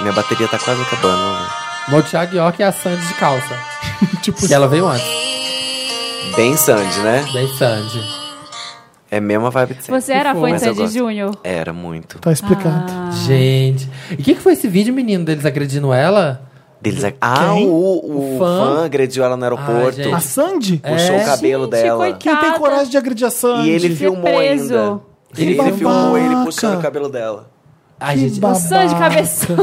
D: Minha bateria tá quase acabando. vamos ver.
B: Mas o Thiago York é a Sandy de calça.
A: [LAUGHS] tipo,
B: Que ela veio antes.
D: Bem Sandy, né?
B: Bem Sandy.
D: É a mesma vibe de Sandy.
C: Você era
B: for,
C: fã de
D: mas eu
C: Sandy
D: gosto.
C: Júnior?
D: Era muito.
A: tá explicado.
C: Ah.
B: Gente. E o que, que foi esse vídeo, menino, deles agredindo ela?
D: Deles é- Ah,
A: Quem?
D: o, o
B: O
D: fã.
B: fã?
D: agrediu ela no aeroporto.
B: gente.
A: A Sandy?
B: É.
D: puxou o cabelo
C: Gente,
D: dela.
C: coitada.
A: Quem tem coragem de agredir a Sandy?
D: E ele
C: Foi
D: filmou
C: preso.
D: ainda.
A: Que
D: Ele,
A: babaca.
D: filmou ele puxando o cabelo dela.
B: Ai,
A: Que
B: gente,
C: O
A: babaca.
C: Sandy Cabeção,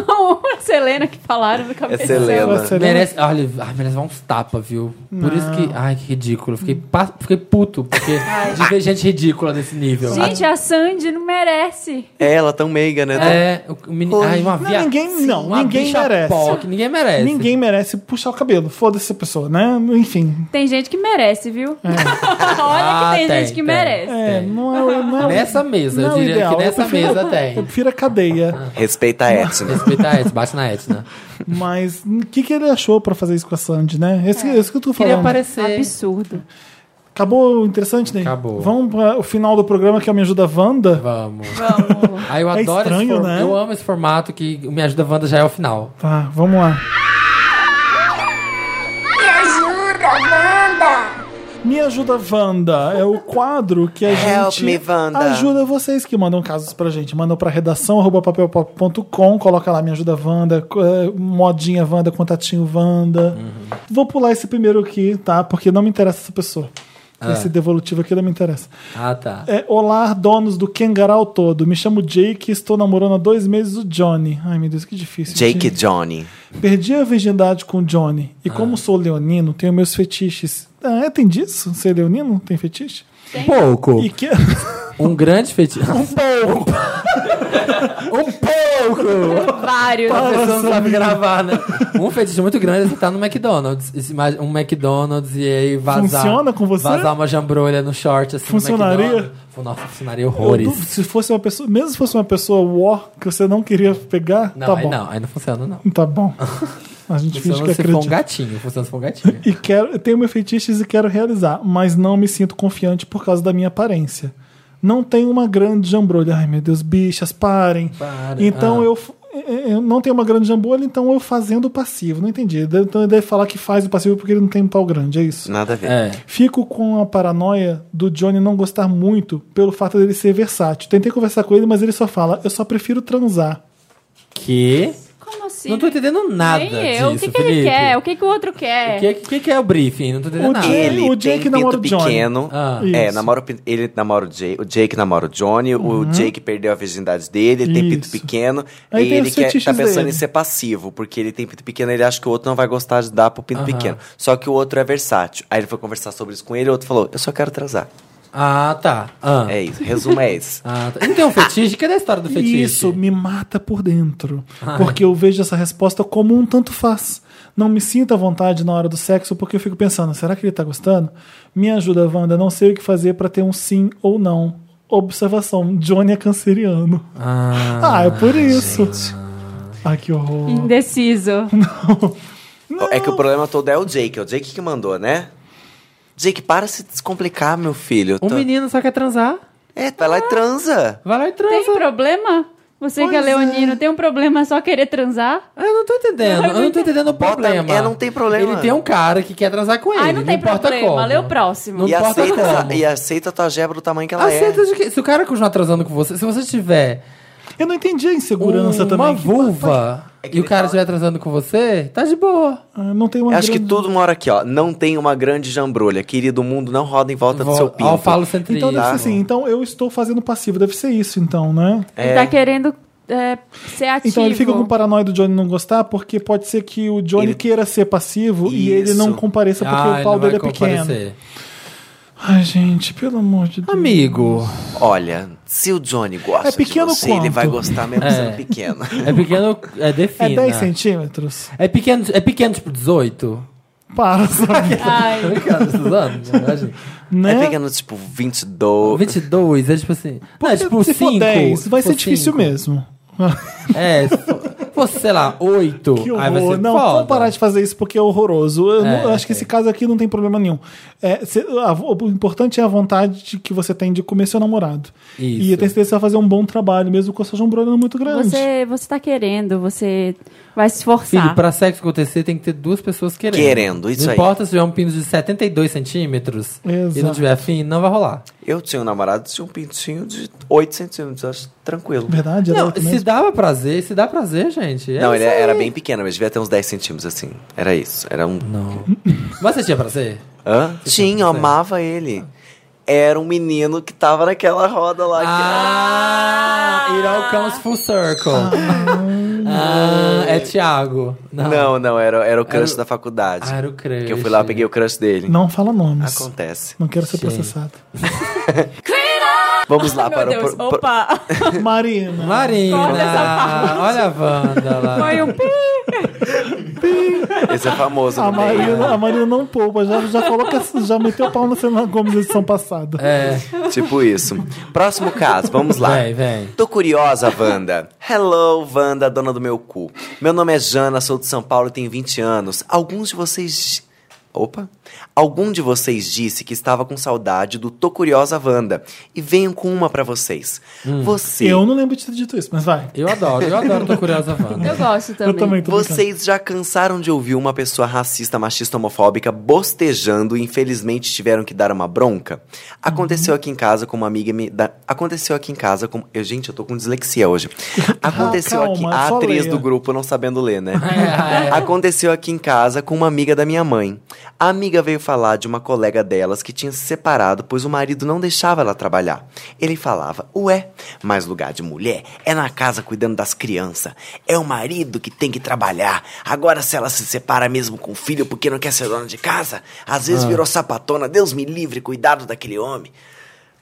C: [LAUGHS] a Selena que falaram do
B: É
C: Cabeção.
D: Selena.
A: Nossa, ele é
B: merece, ah, olha, ai, merece uns tapas, viu? Por isso que. Ai, que ridículo. Fiquei, pa- fiquei puto, porque de ver gente ridícula nesse nível.
C: Gente, a Sandy não merece.
D: É, ela tão meiga, né?
B: É, o menino. Ai, uma
A: Não,
B: via...
A: ninguém-
B: sim,
A: não,
B: uma
A: ninguém
B: bicha
A: merece.
B: POC, ninguém merece.
A: Ninguém merece puxar o cabelo. Foda-se essa pessoa, né? Enfim.
C: Tem gente que merece, viu? [LAUGHS] Olha
B: Ah,
C: que tem,
B: tem,
C: gente que
B: tem.
C: merece.
A: É,
B: Tem.
A: não é, não é-
B: Nessa mesa,
A: não é
B: eu
A: o
B: diria
A: ideal.
B: que nessa
A: Eu prefiro- [LAUGHS]
B: mesa tem.
A: Eu prefiro a cadeia.
D: Respeita a Etna.
B: Respeita a Etna, bate na
A: [LAUGHS]
B: né? Etna.
A: Mas o que, que ele achou pra fazer isso com a Sandy, né? Esse, esse que eu tô
B: Queria
A: falando. É.
B: aparecer.
C: Absurdo.
A: Acabou o interessante, Ney?
B: Acabou.
A: Vamos para o final do programa que é o Me Ajuda Wanda?
B: Vamos.
C: Vamos.
B: Aí eu
A: É
B: adoro
A: estranho,
B: esse formato.
A: né?
B: Eu amo esse formato que o Me Ajuda Wanda já é o final.
A: Tá, vamos lá.
E: Me ajuda, Wanda!
A: Me Ajuda Wanda é o quadro que a
D: [LAUGHS] Help
A: gente
D: me, Wanda.
A: ajuda vocês que mandam casos pra gente. Mandam pra redação arroba papelpop.com, coloca lá Me Ajuda Wanda, eh, modinha Wanda, contatinho Wanda. Vou pular esse primeiro aqui, tá? Porque não me interessa essa pessoa. Esse devolutivo aqui não me interessa.
B: Ah, tá.
A: É, Olá, donos do Kengarau todo. Me chamo Jake e estou namorando há dois meses o Johnny. Ai, meu Deus, que difícil.
D: Jake e
A: gente.
D: Johnny.
A: Perdi a virgindade com o Johnny. E
B: Ah.
A: como sou leonino, tenho meus fetiches. Ah, é, tem disso? Ser leonino tem fetiche?
B: Pouco.
A: E que... [LAUGHS]
B: Um grande feitiço.
A: Um pouco.
B: [LAUGHS] Um pouco!
C: Vários.
B: A pessoa não sabe gravar, né? Um fetiche muito grande é você tá no McDonald's. Esse mais- Um McDonald's e aí vazar.
A: Funciona com você?
B: Vazar uma jambrolha no short assim. no
A: Funcionaria?
B: McDonald's. Fu- Nossa, funcionaria
A: Eu duvido,
B: horrores.
A: se fosse uma pessoa, mesmo se fosse uma pessoa war que você não queria pegar,
B: Não,
A: tá
B: aí
A: bom.
B: não, aí não funciona, não.
A: Tá
B: [LAUGHS]
A: bom. A gente finge que
B: Funciona se for um
A: acredita.
B: gatinho. Funciona se for um gatinho.
A: E quero, eu tenho meus fetiches e quero realizar, mas não me sinto confiante por causa da minha aparência. Não tenho uma grande jambrolha. Ai, meu Deus, bichas, parem.
B: Parem,
A: Então
B: ah.
A: eu, f- eu não tenho uma grande jambrolha, então eu fazendo o passivo. Não entendi. Então ele deve falar que faz o passivo porque ele não tem um pau grande, é isso.
D: Nada a ver.
B: É.
A: Fico com a paranoia do Johnny não gostar muito pelo fato dele ser versátil. Tentei conversar com ele, mas ele só fala: eu só prefiro transar.
B: Que?
C: Como assim?
B: Não tô entendendo nada
C: Nem eu.
B: disso,
C: o que, que ele
B: Felipe.
C: quer? O que, que o outro quer?
B: O que, que, que é o briefing? Não tô entendendo
A: O
B: nada.
A: Jake-
D: Ele
A: o Jake
D: tem
A: namora
D: pinto
A: o Johnny.
D: pequeno.
B: Ah.
D: É,
A: Isso. Uhum.
D: namora o, pin- ele namora o Jake, o Jake namora o Johnny, o Jake perdeu a virgindade dele, ele tem pinto
A: Isso.
D: pequeno.
A: Aí
D: e
A: tem
D: ele
A: os
D: quer, tá
A: fetiches
D: pensando
A: dele.
D: em ser passivo, porque ele tem pinto pequeno, ele acha que o outro não vai gostar de dar pro pinto
B: Aham.
D: pequeno. Só que o outro é versátil. Aí ele foi conversar sobre isso com ele, o outro falou, eu só quero transar.
B: Ah, tá. Ah.
D: É isso, resumo é esse.
A: [LAUGHS]
B: Ah, tá. Não tem um fetiche? Cadê a história do fetiche?
A: Isso me mata por dentro. Porque eu vejo essa resposta como um tanto faz. Não me sinto à vontade na hora do sexo porque eu fico pensando: será que ele tá gostando? Me ajuda, Wanda. Não sei o que fazer pra ter um sim ou não. Observação: Johnny é canceriano.
B: Ah,
A: Ah, é por isso. Ai, que
B: um-
A: horror.
C: Indeciso.
D: É que o problema todo é o Jake, é o Jake que mandou, né? Jake, para de se descomplicar, meu filho.
B: um
D: Tá-
B: menino só quer transar.
D: É, vai lá e transa.
B: Vai lá e
C: Tem
B: transa.
C: problema? Você que é
A: Pois é.
C: leonino, tem um problema só querer transar?
B: Eu não tô entendendo. Eu não tô entendendo o
D: Bota-
B: problema.
D: é, não tem problema.
B: Ele tem um cara que quer transar com ele.
C: Ai, não tem
B: importa
C: problema.
B: Como.
C: Lê o próximo.
B: Não
D: E
B: importa
D: aceita,
B: como.
D: essa- e aceita a tua jeba do tamanho que ela é.
B: Aceita de que... Se o cara continuar transando com você, se você tiver
A: Eu não entendi a insegurança
B: um-
A: também. é
B: uma
A: Que-
B: vulva e o cara estiver transando com você, tá de boa.
A: Ah, Não tem uma
D: Acho que
A: grande-
D: tudo mora aqui, ó. Não tem uma grande jambrolha. Querido, o mundo não roda em
A: Tá
D: volta do
B: Vol-
D: seu pinto.
B: Ao falo centrismo.
A: Então deve ser assim, então eu estou fazendo passivo, deve ser isso então, né?
C: Ele tá querendo é, ser ativo.
A: Então ele fica com paranoia do Johnny não gostar, porque pode ser que o Johnny
D: Ele-
A: queira ser passivo e ele
D: Isso.
A: não compareça porque
B: Ah,
A: o pau
B: ele não
A: dele é
B: vai
A: pequeno.
B: comparecer.
A: Ai, gente, pelo amor de Deus.
B: Amigo,
D: Olha, se o Johnny gosta
A: É pequeno
D: de você, ele
A: quanto?
D: vai gostar mesmo
B: É.
D: sendo
A: [LAUGHS]
D: pequeno.
B: é pequeno, é
A: É
B: defina.
A: 10 centímetros?
B: É pequeno, é pequeno tipo 18? [LAUGHS]
A: Para, sabe?
C: Ai,
B: Tô brincando, Suzano, não é, gente?
D: É
A: né?
D: pequeno, tipo, 22.
B: 22, é tipo assim. Não, é tipo
A: Se
B: 5.
A: for 10, vai ser difícil mesmo.
B: É, se for- fosse, sei lá, 8.
A: Que
B: aí vai
A: horror.
B: ser
A: Não,
B: foda.
A: vamos parar de fazer isso porque é horroroso. Eu
B: É,
A: não- eu acho que esse caso aqui não tem problema nenhum. É, cê- a vo- o importante é a vontade de- que você tem de comer seu namorado. é
B: Isso.
A: E eu tenho certeza que você vai fazer um bom trabalho, mesmo com a sua jambrolha não muito um grande.
C: você, você tá querendo, você vai se esforçar.
B: Filho, pra sexo acontecer tem que ter duas pessoas querendo.
D: Querendo, isso
B: não
D: aí.
B: importa se tiver um pino de 72 centímetros e não
A: Exato.
B: tiver afim, não vai rolar.
D: Eu tinha um namorado, tinha um pintinho de 8 centímetros, acho tranquilo.
A: Verdade? é né? Era
B: Não,
A: outro
B: se
A: mesmo?
B: dava prazer, se dá prazer, gente. é
D: Não, ele
B: isso
D: era
B: aí.
D: bem pequeno, mas devia ter uns 10 centímetros, assim. Era isso. Era um.
B: Não. Mas você tinha
C: [LAUGHS]
B: prazer?
D: Hã? Tinha, eu amava ele. Era um menino que tava naquela roda lá.
B: Ah, it all comes full circle.
A: Então,
B: Ah, é Thiago.
D: que...
B: Não.
D: Não, não, era, era o crush
B: o-
D: da faculdade.
B: Ah, era o crush.
D: Que eu fui lá, peguei o crush dele.
A: Não fala nomes.
D: Acontece.
A: Não quero ser
B: Gente.
A: processado. [LAUGHS]
D: Vamos lá
C: Ai,
D: para
C: meu Deus,
D: o. pro- pro-
C: opa!
A: Marina.
B: Marina,
C: Corta essa
B: olha a Wanda lá.
C: [LAUGHS] Foi um pi!
D: Esse é famoso.
A: A
D: não tem?
A: Marina, a Marina não poupa, já, já falou que já meteu o pau na Selena Gomes na edição passada.
B: É,
D: Tipo isso. Próximo caso, vamos lá.
B: vem, vem.
D: Tô curiosa, Wanda. Hello, Wanda, dona do meu cu. Meu nome é Jana, sou de São Paulo e tenho 20 anos. Alguns de vocês. Opa! Algum de vocês disse que estava com saudade do Tô Curiosa Wanda. E venho com uma pra vocês. Você.
A: Hum. Eu não lembro de ter dito isso, mas vai.
B: Eu adoro, eu adoro, tô curiosa, Wanda.
C: Eu gosto também.
A: Eu também tô brincando.
D: Vocês já cansaram de ouvir uma pessoa racista, machista, homofóbica bostejando e infelizmente tiveram que dar uma bronca?
A: Uhum.
D: Aconteceu aqui em casa com uma amiga me da... aconteceu aqui em casa com eu gente, eu tô com dislexia
A: [LAUGHS]
D: hoje. Aconteceu
A: calma,
D: aqui
A: é
D: a
A: só
D: atriz
A: ler.
D: do grupo não sabendo ler,
A: [LAUGHS]
D: né?
B: É, é.
D: Aconteceu aqui em casa com uma amiga da minha mãe. A amiga veio falar de uma colega delas que tinha se separado, pois o marido não deixava ela trabalhar. Ele falava, ué, mas lugar de mulher é na casa cuidando das crianças. É o marido que tem que trabalhar. Agora, se ela se separa mesmo com o filho porque não quer ser dona de casa, às vezes virou sapatona, Deus me livre, cuidado daquele homem.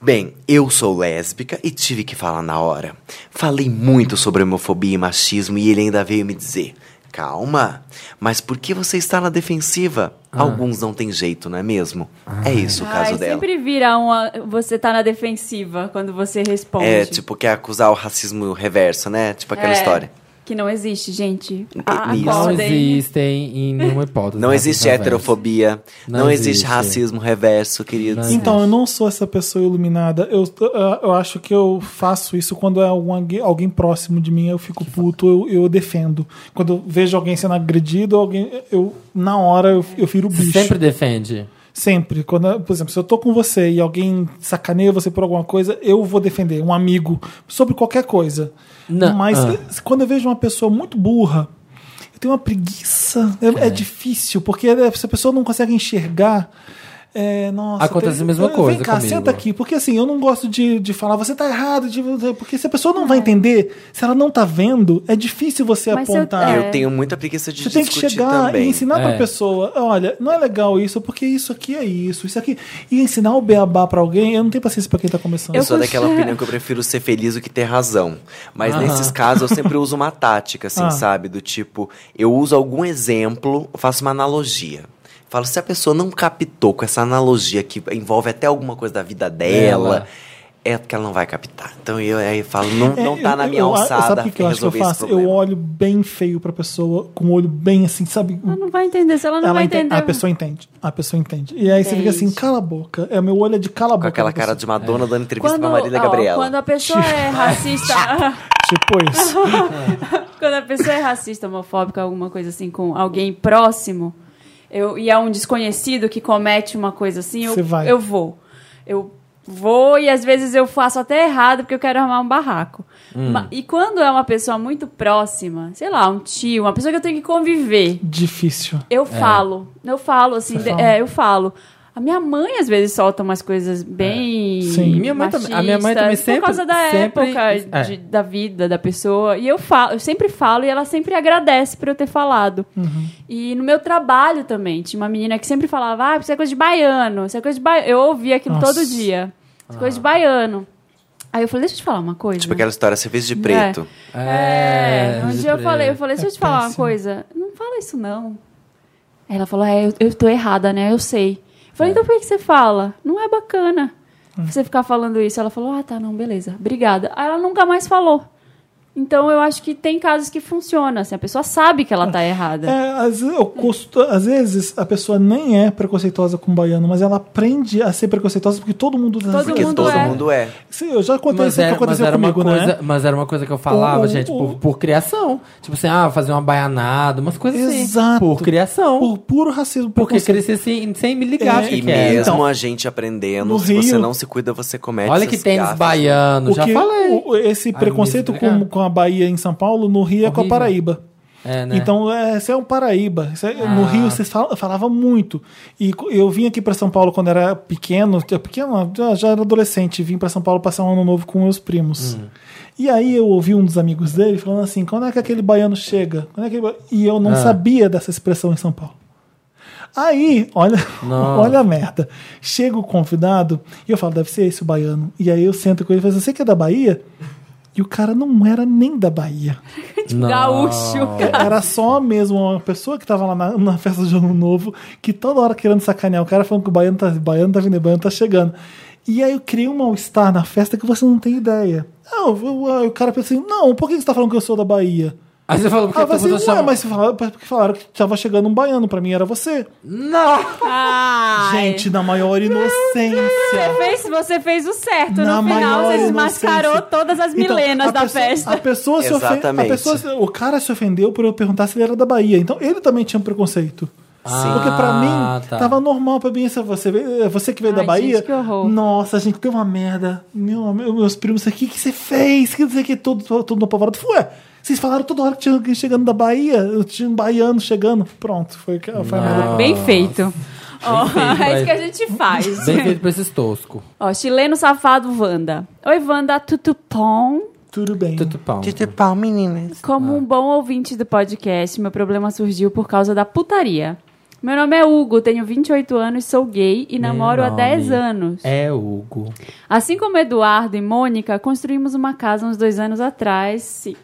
D: Bem, eu sou lésbica e tive que falar na hora. Falei muito sobre homofobia e machismo e ele ainda veio me dizer: calma, mas por que você está na defensiva?
A: Ah.
D: Alguns não têm jeito, não é mesmo? É isso o caso
C: Ai,
D: dela.
C: sempre vira uma. Você tá na defensiva quando você responde.
D: É, tipo, quer acusar o racismo reverso, né? Tipo aquela
C: É,
D: história.
C: Que não existe, gente. A-
D: Isso.
B: é, Não
C: Acordem.
B: existem em nenhuma hipótese.
D: Não existe
B: racistas
D: heterofobia,
B: Não
D: não, existe.
B: existe.
D: racismo reverso, queridos.
B: Não
A: Então, eu não sou essa pessoa iluminada. Eu, eu- eu acho que eu faço isso quando é algum- alguém próximo de mim, eu fico puto, eu, eu defendo. Quando eu vejo alguém sendo agredido, alguém, eu na hora eu, eu viro
B: versus.
A: bicho.
B: Sempre defende.
A: Sempre. Quando, eu- por exemplo, se eu tô com você e alguém sacaneia você por alguma coisa, eu vou defender um amigo sobre qualquer coisa.
B: Não,
A: Mas
B: ah.
A: se- quando eu vejo uma pessoa muito burra, eu tenho uma preguiça. É, é difícil, porque é, se a pessoa não consegue enxergar. É, nossa,
B: Acontece
A: tem-
B: a mesma
A: vem
B: coisa
A: cá,
B: comigo.
A: senta aqui. Porque assim, eu não gosto de, de falar, você tá errado. de- porque se a pessoa não vai entender, se ela não tá vendo, é difícil você
C: É. Mas se eu-
A: apontar.
C: é.
D: Eu tenho muita preguiça de
A: Você tem que
D: discutir
A: chegar
D: também.
A: e ensinar pra
B: É.
A: pessoa, olha, não é legal isso, porque isso aqui é isso, isso aqui. E ensinar o beabá pra alguém, eu não tenho paciência pra quem tá começando.
D: Eu sou
C: consigo-
A: [LAUGHS]
D: daquela opinião que eu prefiro ser feliz do que ter razão. Mas
B: Aham.
D: nesses casos eu sempre uso
A: [LAUGHS]
D: uma tática, assim,
A: Ah.
D: sabe? Do tipo, eu uso algum exemplo, eu faço uma analogia. Falo, se a pessoa não captou com essa analogia que envolve até alguma coisa da vida dela,
B: Dela.
D: é porque ela não vai captar. Então eu aí falo, não,
A: É,
D: não tá
A: eu-
D: na minha
A: eu-
D: alçada
A: Sabe o que que eu acho que eu
D: resolver esse
A: faço? Eu
D: problema.
A: olho bem feio pra pessoa, com o olho bem assim, sabe?
C: Ela não vai entender. Se ela não
A: Ela
C: vai
A: entende-
C: entender. É
A: A pessoa entende. A pessoa entende. E aí você fica assim,
C: Entende.
A: cala a boca. É meu olho é de cala a boca.
D: Com aquela
A: da
D: cara de
A: pessoa.
D: Madonna dando entrevista
C: Quando,
D: pra Marília
C: ó,
D: Gabriela.
C: quando a
A: [LAUGHS]
C: pessoa é racista, [LAUGHS]
A: Tipo isso.
C: quando a pessoa é racista, homofóbica, alguma coisa assim com alguém próximo, eu, e é um desconhecido que comete uma coisa assim, eu,
A: Você vai.
C: eu vou. Eu vou e às vezes eu faço até errado porque eu quero armar um barraco.
A: Hum.
C: Ma- E quando é uma pessoa muito próxima, sei lá, um tio, uma pessoa que eu tenho que conviver,
A: Difícil.
C: eu falo. Eu falo, assim, de-
A: É. fala.
C: é, eu falo. A minha mãe, às vezes, solta umas coisas bem.
A: É. Sim.
B: Minha mãe também- a minha mãe
C: machistas,
B: também
C: Por causa
B: sempre-
C: da
B: sempre-
C: época
B: é.
C: de- da vida da pessoa. E eu falo, eu sempre falo e ela sempre agradece por eu ter falado.
A: Uhum.
C: E no meu trabalho também, tinha uma menina que sempre falava: Ah, isso é coisa de baiano, isso é coisa de baiano. Eu ouvia aquilo
A: Nossa. Ah.
C: todo dia. Isso é coisa de baiano. Aí eu falei, deixa eu te falar uma coisa.
D: Tipo aquela história, serviço de preto.
C: É, um dia eu
B: sempre.
C: falei, eu falei, deixa eu te falar uma
A: É péssimo.
C: coisa. Não fala isso, não. Aí ela falou, é, eu, eu tô errada, né? Eu sei. Eu
A: É.
C: falei, então por que que você fala? Não é
A: Hum.
C: bacana você ficar falando isso. Ela falou, ah, tá, não, beleza. Obrigada. Aí ela nunca mais falou. Então eu acho que tem casos que funciona, assim, a pessoa sabe que ela tá
A: [LAUGHS]
C: errada.
A: É, às, eu custo- às vezes a pessoa nem é preconceituosa com o baiano, mas ela aprende a ser preconceituosa porque todo mundo tá
C: Todo
D: Porque
C: mundo
D: todo
C: é.
D: mundo é.
A: Sim, eu já contei
B: Mas
A: isso que
B: era, mas
A: aconteceu
B: era
A: comigo,
B: uma coisa,
A: né? Uhum.
B: mas era uma coisa que eu falava,
A: O- o-
B: gente,
A: o-
B: por, por criação. Tipo assim, ah, fazer uma baianada, umas coisas assim.
A: Exato.
B: Por criação.
A: Por puro racismo.
B: porque
A: preconceito.
B: cresci assim, sem me ligar
A: É,
B: o que,
D: E
B: que era.
D: mesmo né,
A: Então,
D: a gente aprendendo,
A: no
D: se você
A: Rio-
D: não se cuida, você comete
B: Olha que
D: esses
B: tênis
D: gafes.
B: baiano,
A: O
B: já
A: que-
B: falei.
A: o- esse
B: Ai,
A: preconceito
B: me explicar.
A: com, com a Bahia em São Paulo, no Rio é com a
B: Horrível.
A: Paraíba.
B: É, né?
A: Então, é, isso é um Paraíba. Isso é-
B: Ah.
A: No Rio, vocês fal- falava muito. E co- eu vim aqui para São Paulo quando era pequeno, eu- pequeno já, já era adolescente, vim para São Paulo passar um ano novo com meus primos.
B: Hum.
A: E aí eu ouvi um dos amigos dele falando assim: quando é que aquele baiano chega? Quando é que ele ba-" E eu não
B: Ah.
A: sabia dessa expressão em São Paulo. Aí, olha, [LAUGHS]
B: Nossa.
A: olha a merda. Chega o convidado e eu falo, deve ser esse o baiano. E aí eu sento com ele e falo, você que é da Bahia? E o cara não era nem da Bahia.
B: Não.
C: Gaúcho, cara.
A: Era só mesmo uma pessoa que tava lá na, na festa de ano novo, que toda hora querendo sacanear o cara, falando que o baiano tá, baiano tá vindo, o baiano tá chegando. E aí eu criei um mal-estar na festa que você não tem ideia. Ah, o- o- o cara pensa assim, não, por que você tá falando que eu sou da Bahia?
B: Aí você falou, porque
A: Ah,
B: todo
A: você,
B: mundo
A: assim, ué,
B: chama...
A: mas falaram, porque falaram que tava chegando um baiano, pra mim era você.
B: Não!
C: [LAUGHS] Ai.
A: Gente, na maior
C: Você
A: inocência.
C: fez, você fez o certo.
A: Na
C: no final,
A: maior
C: você
A: inocência.
C: desmascarou todas as
A: Então,
C: milenas
A: a
C: da
A: pessoa-
C: festa.
A: A pessoa se ofen- a
D: Exatamente.
A: pessoa se- O cara se ofendeu por eu perguntar se ele era da Bahia. Então ele também tinha um preconceito.
B: Sim.
A: Porque pra
B: Ah,
A: mim,
B: tá.
A: tava normal pra mim. Se você, veio- você que veio
C: Ai,
A: da Bahia.
C: gente, que horror.
A: Nossa, gente, tem uma merda. Meu, meu- meus primos aqui, o que você fez? Que não sei o que, todo, todo apavorado. Falei, Ué, vocês falaram toda hora que tinha alguém chegando da Bahia. Eu tinha um baiano chegando. Pronto, foi, foi a merda.
C: Bem feito. Ó,
B: Ah, feito,
C: [LAUGHS] é
B: mas-
C: isso que a gente faz.
B: Bem feito pra esses toscos.
C: Ó, chileno safado Wanda. Oi, Wanda, tudo bom?
A: Tudo bem.
B: Tudo pão. Ah.
C: Como um bom ouvinte do podcast, meu problema surgiu por causa da putaria. Meu nome é Hugo, tenho 28 anos, sou gay e namoro há
B: nome
C: 10 anos.
B: É Hugo.
C: Assim como Eduardo e Mônica, construímos uma casa uns dois anos atrás. sic.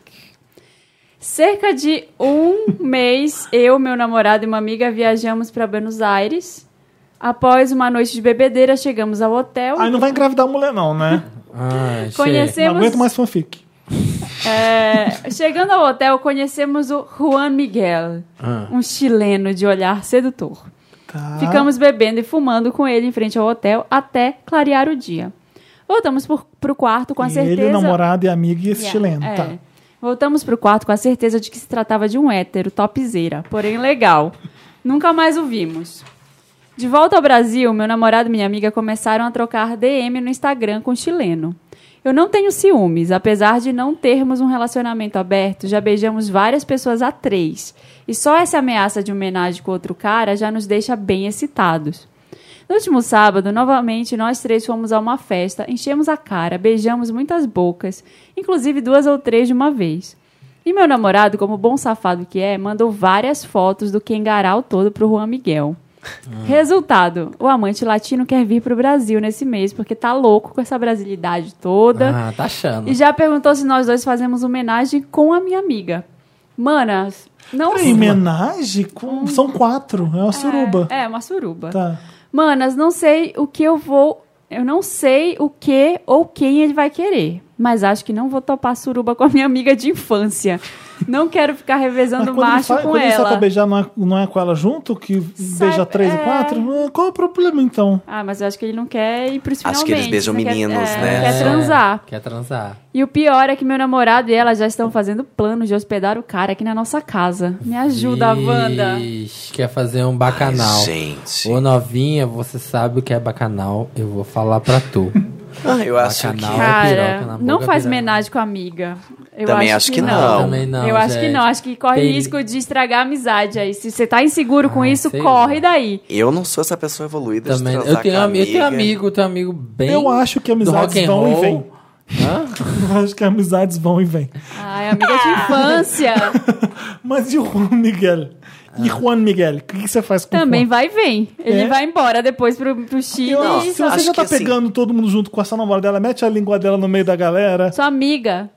C: Cerca de um [LAUGHS] mês, eu, meu namorado e uma amiga viajamos para Buenos Aires. Após uma noite de bebedeira, chegamos ao hotel.
A: Aí não vai engravidar a mulher, não, né?
B: Ai, che-
A: Não
C: Conhecemos,
A: aguento mais fanfic.
C: é, chegando ao hotel, conhecemos o Juan Miguel,
B: Ah.
C: um chileno de olhar sedutor.
A: Tá.
C: Ficamos bebendo e fumando com ele em frente ao hotel até clarear o dia. Voltamos por, pro quarto com a
A: E
C: certeza.
A: Ele, namorado e amigo e esse
C: Yeah,
A: chileno,
C: é.
A: tá.
C: Voltamos pro quarto com a certeza de que se tratava de um hétero, topzeira, porém legal. Nunca mais o vimos. De volta ao Brasil, meu namorado e minha amiga começaram a trocar DM no Instagram com o chileno. Eu não tenho ciúmes, apesar de não termos um relacionamento aberto, já beijamos várias pessoas a três. E só essa ameaça de homenagem com outro cara já nos deixa bem excitados. No último sábado, novamente, nós três fomos a uma festa, enchemos a cara, beijamos muitas bocas, inclusive duas ou três de uma vez. E meu namorado, como bom safado que é, mandou várias fotos do Kengarau todo pro Juan Miguel. Resultado, o amante latino quer vir pro Brasil nesse mês, porque tá louco com essa brasilidade toda.
B: Ah, tá achando.
C: E já perguntou se nós dois fazemos homenagem com a minha amiga. Manas, não...
A: Peraí, homenagem? Com... São quatro. É uma suruba.
C: Hum. É, é uma suruba.
A: Tá.
C: Manas, não sei o que eu vou. Eu não sei o que ou quem ele vai querer. Mas acho que não vou topar suruba com a minha amiga de infância. Não quero ficar revezando
A: quando ele
C: macho
A: fala-
C: com
A: quando ele sai pra
C: ela.
A: beijar, não é, não é com ela junto? Que
C: Sai-
A: beija três
C: é.
A: e quatro? Ah, Qual é o problema, então? [LAUGHS]
C: Ah, mas eu acho que ele não quer ir pros finalmente.
D: Acho que eles beijam
C: não quer-
D: meninos,
C: é,
D: né?
C: não Quer transar.
B: Quer transar.
C: E o pior é que meu namorado e ela já estão fazendo planos de hospedar o cara aqui na nossa casa. Me ajuda, Wanda.
B: Ixi, Quer fazer um bacanal.
D: Gente.
B: Ô novinha, você sabe o que é bacanal, eu vou falar pra
D: [LAUGHS]
B: tu.
D: Ah, eu acho que.
B: Bacanal. é piroca na
C: Cara,
B: boca,
C: não faz
B: piroca.
C: homenagem com a amiga. Eu
D: Também
C: acho
D: acho que
C: que, não.
D: não.
B: Também não,
C: Eu acho que
B: gente.
C: não. Acho que corre
B: Tem-
C: risco de estragar a amizade aí. Se você tá inseguro com
B: Ah,
C: isso,
B: sei
C: corre
B: lá.
C: daí.
D: Eu não sou essa pessoa evoluída
B: Também.
D: de
B: Eu
D: transar
B: tenho,
D: com a
B: ami- eu tenho
D: amiga.
B: amigo, tenho amigo bem.
A: Eu acho que
B: do
A: amizades
B: rock and
A: vão e
B: roll.
A: vêm.
B: Hã?
A: Eu acho que amizades vão e vêm.
C: Ai, amiga de infância
A: Mas e o Juan Miguel? E
D: Ah.
A: Juan Miguel? O que que você faz com o
C: [LAUGHS] também
A: Juan?
C: vai e vem. Ele
A: É?
C: vai embora depois pro, pro Chile.
A: Eu acho que se você
D: Acho
A: já tá
D: que assim-
A: pegando todo mundo junto com essa namorada dela, mete a língua dela no meio da galera.
C: Sua amiga.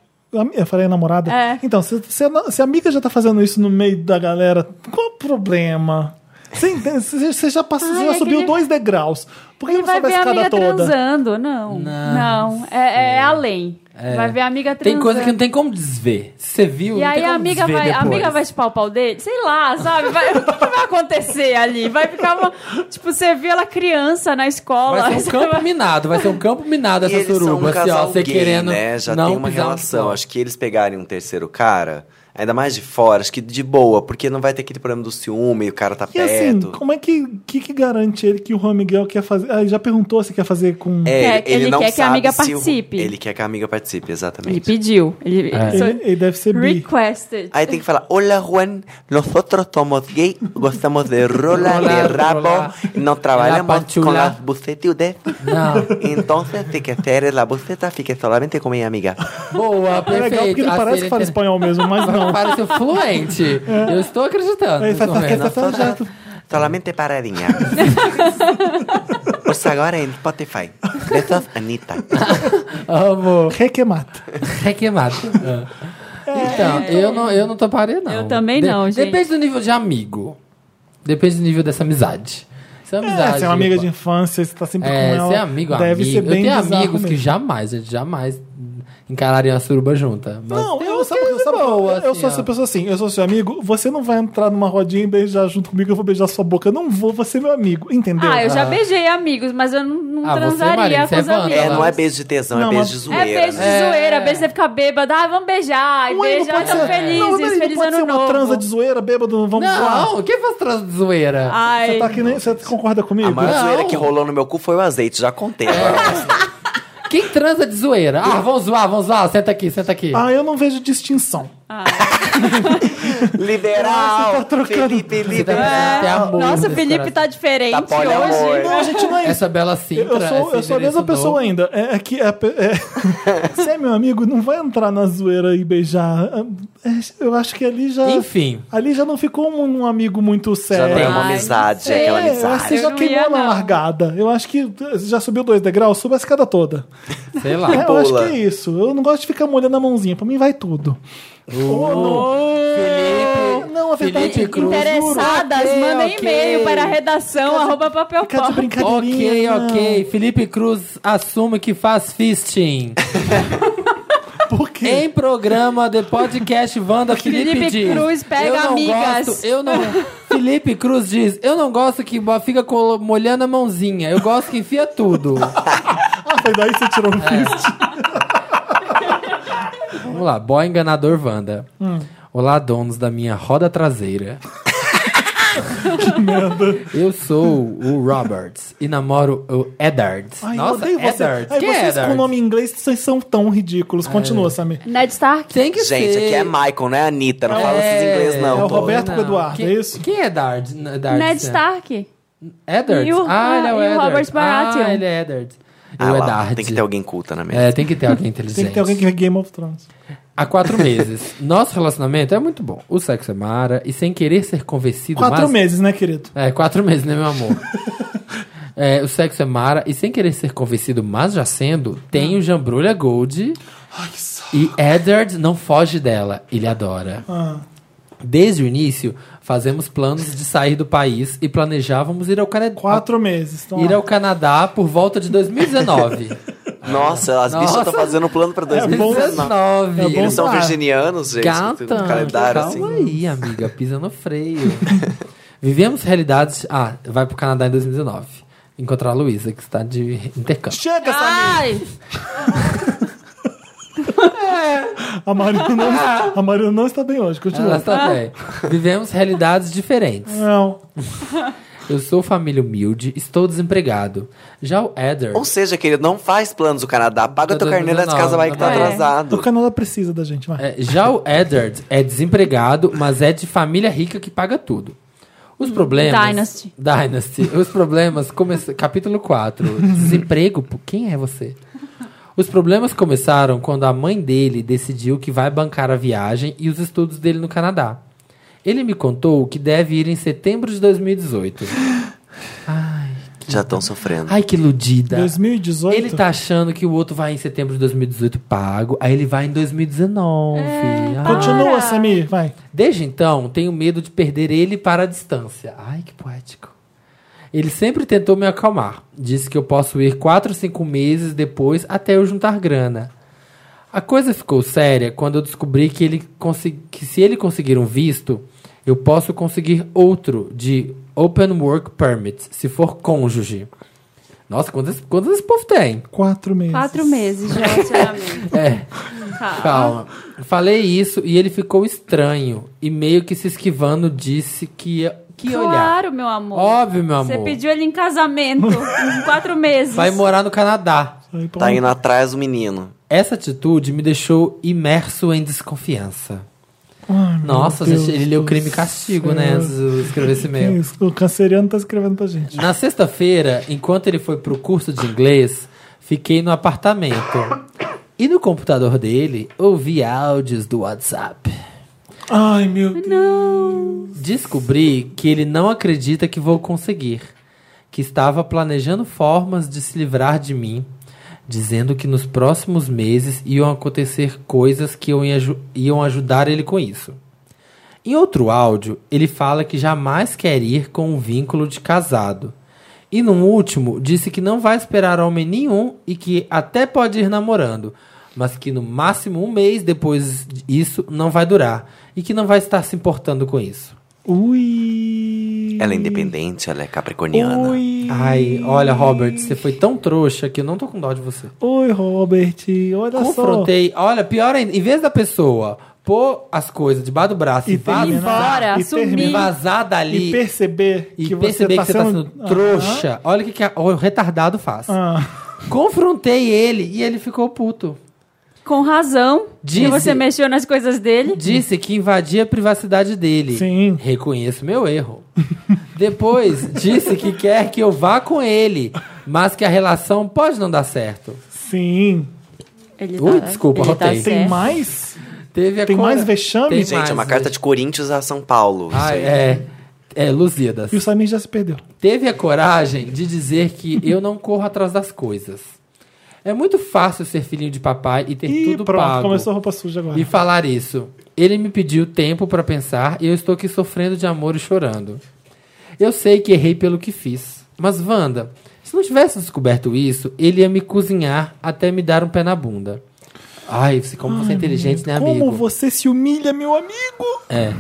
A: Eu falei namorada?
C: É.
A: Então, se, se a, se a amiga já tá fazendo isso no meio da galera, qual o problema? Você, entende? Você- você já, passou, você
C: Ai,
A: já
C: é
A: subiu
C: que ele-
A: dois degraus. Por que
C: Ele
A: não
C: vai
A: sobe a
C: ver a
A: escada
C: amiga
A: toda?
C: transando. Não. Não. É, é além.
B: É, É.
C: Vai ver a amiga
B: Tem
C: transando.
B: coisa que não tem como desver. Se você viu, não
C: E
B: tem
C: aí a
B: como
C: amiga
B: desver
C: vai, a
B: depois.
C: amiga vai chupar o pau dele? Sei lá, sabe? Vai- [LAUGHS] o que, que vai acontecer ali? Vai ficar uma. Tipo, você viu ela criança na escola.
B: Vai ser um
C: você
B: campo
C: vai-
B: minado, vai ser um campo minado
D: E
B: essa
D: eles são um
B: suruba, assim, ó,
D: casal
B: você
D: gay,
B: querendo
D: né? Já
B: não
D: tem uma
B: pisar no
D: relação.
B: chão.
D: Acho que eles pegarem um terceiro cara, ainda mais de fora, acho que de boa, porque não vai ter aquele problema do ciúme, o cara tá
A: E assim,
D: perto.
A: como é que, que, que garante ele que o Juan Miguel quer fazer? Ah, ele já perguntou se quer fazer com.
D: É,
C: Quer- ele quer que a
D: sabe
C: amiga
D: se o-
C: participe.
D: Ele quer que a amiga participe,
C: Ele
D: exatamente.
C: pediu. Ele,
B: É.
C: ele só-
A: Ele, ele deve ser bi.
C: requested.
D: Aí tem que falar, olá Juan, nosotros somos gay, gostamos de rola,
B: Rolar,
D: de rabo,
B: rolar.
D: não trabalhamos
B: panchula.
D: com las bucetudes.
B: Não.
D: Então, se quer la buceta, fique solamente com minha amiga. [LAUGHS]
B: Boa,
A: É
B: perfeito.
A: legal porque ele
B: A
A: parece que
B: Siri
A: fala
B: tem-
A: espanhol mesmo, mas
B: [LAUGHS]
A: não. É.
B: Pareceu fluente. Eu estou acreditando.
A: Ele
B: nesse
A: faz-
B: momento.
A: faz- faz- faz-
D: Solamente paradinha. Ouça agora em Spotify. Besos, Anitta.
B: Amo.
A: Requemata.
B: Requeimado. É
A: É,
B: Então, eu não, eu não toparia, não.
C: Eu também não, gente.
B: Depende do nível de amigo. Depende do nível dessa amizade. Se é uma
A: É,
B: amizade.
A: você é uma amiga de infância, você tá sempre
B: É,
A: com ela.
B: ser amigo,
A: deve
B: amigo.
A: ser bem
B: eu tenho
A: bizarro
B: amigos que
A: mesmo.
B: jamais, gente, jamais encarariam a suruba junta. Mas
A: Não,
B: tem
A: eu,
B: uns
A: sabe,
B: que é
A: eu,
B: de
A: sabe,
B: boa,
A: eu
B: assim,
A: sou
B: ó.
A: essa pessoa assim, eu sou seu amigo, você não vai entrar numa rodinha e beijar junto comigo, eu vou beijar sua boca. Eu não vou, você é meu amigo, entendeu?
C: Ah, eu já beijei amigos, mas eu não, não
B: Ah, você,
C: transaria
B: Marina,
C: com
B: você
C: os
B: é vândala.
C: amigos.
D: É, não é beijo de tesão,
A: Não,
D: é beijo
A: mas-
D: de
C: É
D: zoeira.
C: beijo de
D: né?
B: É.
C: zoeira, beijo de ficar bêbado. Ah, vamos beijar. E
A: Ué,
C: beijar,
A: Um pode
C: tão
A: ser- não,
C: felizes,
A: peraí,
C: feliz
A: não pode ser
C: ano
A: uma
C: novo.
A: transa de zoeira, bêbado, vamos lá.
B: Não, quem faz transa de zoeira?
C: Ai,
A: Você tá que nem, você concorda comigo?
D: A maior
B: Não.
D: zoeira que rolou no meu cu foi o azeite, já contei.
B: Quem transa de zoeira? Ah, vamos zoar, vamos zoar. Senta aqui, senta aqui.
A: Ah, eu não vejo distinção. Ah,
D: Liberal!
A: você tá trocando-
D: Felipe,
B: Você tá-
D: liberal!
B: tem amor
C: é.
B: né?
C: Nossa, o
B: nesse
C: Felipe
B: coração.
C: tá diferente
D: Tá poliamor.
C: hoje.
A: Não, a gente não é isso.
B: [LAUGHS] Essa bela cinta.
A: Eu sou, eu sou a mesma pessoa ainda. É, é que é, pe- é-
B: [LAUGHS]
A: você é meu amigo, não vai entrar na zoeira e beijar. É, Eu acho que ali já.
B: Enfim.
A: Ali já não ficou um, um amigo muito
D: Já
A: sério.
D: tem uma
C: Ai, não
D: amizade,
C: sei.
D: aquela
A: É, eu acho que
D: amizade.
A: você
C: Eu
A: já
C: não
A: queimou
C: ia,
A: na
C: não.
A: largada. Eu acho que eh, já subiu dois degraus, suba a escada toda.
B: Sei lá.
A: [LAUGHS] É, eu acho que
D: pula.
A: é isso. Eu não gosto de ficar molhando a mãozinha. Pra mim vai tudo. Ou não.
B: Felipe.
A: Não, a verdade
B: Felipe
A: é que
B: Cruz.
C: Interessadas,
B: Ok,
C: mandem
B: ok.
C: e-mail para redação arroba papel
A: ficar de
C: pop.
B: Ok,
A: brincadeirinha.
B: ok. Felipe Cruz assume que faz
A: [LAUGHS]
B: fisting.
A: não. Por quê?
B: em programa de podcast Wanda Felipe,
C: Felipe
B: diz.
C: Cruz pega
B: eu não
C: amigas."
B: Gosto, eu
C: [LAUGHS]
B: não. Felipe Cruz diz: Eu não gosto que bo- fica colo- molhando a mãozinha. Eu gosto que enfia tudo.
A: Ah, foi daí que você tirou
B: é.
A: um fist.
B: Vamos lá, boy enganador Wanda.
A: Hum.
B: Olá, donos da minha roda traseira. que merda. Eu sou o Roberts e namoro o Edards.
A: Ai, eu
B: Nossa,
A: odeio você.
B: Edards.
A: Ai,
B: Quem é
A: vocês com
B: Edards?
A: nome em inglês vocês são tão ridículos. Continua,
B: É.
A: Samir.
C: Ned Stark?
B: Tem que
D: Gente,
B: ser.
D: aqui é Michael, não é Anitta, não fala esses inglês
A: É o
D: não. pô.
A: Roberto com o Eduardo,
B: Quem-
A: é isso?
B: Quem é Edards? Edards,
C: Ned
B: né?
C: Stark.
B: Eddard?
C: E o-
B: ah, ele é o
C: e o
B: Eddard.
C: Robert Baratheon.
B: Ah, ele é Eddard. E
D: Ah
B: o
D: lá,
B: Eddard.
D: tem que ter alguém culta na mesa.
B: É, tem que ter alguém
A: [LAUGHS]
B: inteligente.
A: Tem que ter alguém que vê Game of Thrones.
B: Há quatro meses. Nosso relacionamento é muito bom. O sexo é mara e sem querer ser convencido...
A: Quatro
B: mas-
A: meses, né, querido?
B: É, quatro meses, né,
A: [LAUGHS]
B: meu amor? É, o sexo é mara e sem querer ser convencido, mas já sendo, tem o Jambrulha Gold e Eddard não foge dela. Ele adora.
A: Ah.
B: Desde o início, fazemos planos de sair do país e planejávamos ir ao, Canadá.
A: Quatro meses. Então,
B: Ah, ir
A: ó.
B: ao Canadá por volta
A: [LAUGHS]
B: de 2019.
D: Nossa, as bichas
B: Nossa.
D: estão fazendo plano pra
A: É. bom.
D: 2019.
A: É
D: E Eles
A: bom.
D: são
A: Ah,
D: virginianos, gente.
B: Gata,
D: um calendário
B: calma
D: assim.
B: aí, amiga, pisa no freio. [LAUGHS] Vivemos realidades... Ah, vai pro Canadá em 2019. Encontrar a Luísa, que está de
A: [LAUGHS]
B: intercâmbio.
A: Chega, Samir!
C: Ai,
A: A Marina, não, a Marina não está bem hoje, continua.
B: Ah! Ela está bem. é. Vivemos realidades diferentes.
A: Não.
B: Eu sou família humilde, estou desempregado. Já o Eder...
D: Ou seja, querido, não faz planos do Canadá. Paga teu carneiro de
B: 2019,
D: casa vai que tá
B: é.
A: O
D: atrasado.
A: Canadá precisa da gente, vai.
B: É, já o Eddard é desempregado, mas é de família rica que paga tudo. Os problemas.
C: Dynasty.
B: Dynasty. Os problemas começaram. Capítulo 4. Desemprego? Pô, Quem é você? Os problemas começaram quando a mãe dele decidiu que vai bancar a viagem e os estudos dele no Canadá. Ele me contou que deve ir em setembro de 2018.
D: Já estão sofrendo.
B: Ai, que iludida.
A: 2018.
B: tá. Ele tá achando que o outro vai em setembro de 2018 pago, aí ele vai em 2019. Ai.
A: Continua,
C: Para.
A: Samir, vai.
B: Desde então, tenho medo de perder ele para a distância. Ai, que poético. Ele sempre tentou me acalmar. Disse que eu posso ir 4 ou 5 meses depois até eu juntar grana. A coisa ficou séria quando eu descobri que, ele consi- que se ele conseguir um visto, eu posso conseguir outro de Open Work Permit, se for cônjuge. Nossa, quantas, quantas esse povo tem?
A: Quatro meses.
C: Quatro meses de relacionamento.
B: É,
C: Tá.
B: calma. Falei isso e ele ficou estranho e meio que se esquivando disse que ia que ia olhar.
C: Claro, meu amor.
B: Óbvio, meu
C: Você
B: amor.
C: pediu ele em casamento em quatro meses.
B: Vai morar no Canadá.
A: Aí, pô,
D: Tá indo atrás do menino.
B: Essa atitude me deixou imerso em desconfiança.
A: ai, meu
B: Nossa,
A: Deus
B: gente, ele leu
A: do
B: Crime e Castigo, né?
A: céu.
B: Antes de eu escrever esse
A: Que
B: e-mail.
A: isso, O canceriano tá escrevendo pra gente.
B: Na sexta-feira, enquanto ele foi pro curso de inglês, fiquei no apartamento. E no computador dele, ouvi áudios do WhatsApp.
A: Ai, meu Deus.
B: Descobri que ele não acredita que vou conseguir. Que estava planejando formas de se livrar de mim, dizendo que nos próximos meses iam acontecer coisas que eu ia aju- iam ajudar ele com isso. Em outro áudio, ele fala que jamais quer ir com um vínculo de casado. E num último, disse que não vai esperar homem nenhum e que até pode ir namorando, mas que no máximo um mês depois disso não vai durar e que não vai estar se importando com isso.
A: Ui.
D: Ela é independente, ela é capricorniana.
A: Ui.
B: Ai, olha, Robert, você foi tão trouxa que eu não tô com dó de você.
A: Oi, Robert. Olha
B: Confrontei, olha, pior ainda, em vez da pessoa pôr as coisas debaixo do braço e,
A: E terminar.
B: vazar,
C: Embora,
A: E
C: assumir.
A: terminar.
B: vazar
A: só.
B: dali
A: E perceber
B: e
A: que você
B: perceber
A: tá
B: que você
A: sendo...
B: tá sendo trouxa, olha o que, que a- o retardado faz.
A: Ah,
B: Confrontei ele e ele ficou puto.
C: Com razão.
B: Disse-
C: E você mexeu nas coisas dele.
B: Disse que invadia a privacidade dele.
A: Sim.
B: Reconheço meu erro. [LAUGHS] Depois, disse que quer que eu vá com ele, mas que a relação pode não dar certo.
A: sim.
C: Ele
B: Ui, desculpa,
C: ele tá
B: rotei.
A: Tem
C: certo.
A: mais?
B: Teve a
A: Tem
B: cora-
A: mais vexame?
B: Tem
D: Gente, é uma
B: mais,
D: carta
B: né?
D: de Corinthians a São Paulo. isso
B: Ah,
D: aí.
B: é. É, Lusíadas.
A: E o Samir já se perdeu.
B: Teve a coragem de dizer que eu não corro atrás das coisas. É muito fácil ser filhinho de papai e ter
A: Ih,
B: tudo
A: pronto,
B: pago.
A: começou a roupa suja agora.
B: E falar isso. Ele me pediu tempo pra pensar e eu estou aqui sofrendo de amor e chorando. Eu sei que errei pelo que fiz. Mas, Wanda, se não tivesse descoberto isso, ele ia me cozinhar até me dar um pé na bunda. Ai, você- como você é inteligente, né, amigo?
A: Como você se humilha, meu amigo?
B: É.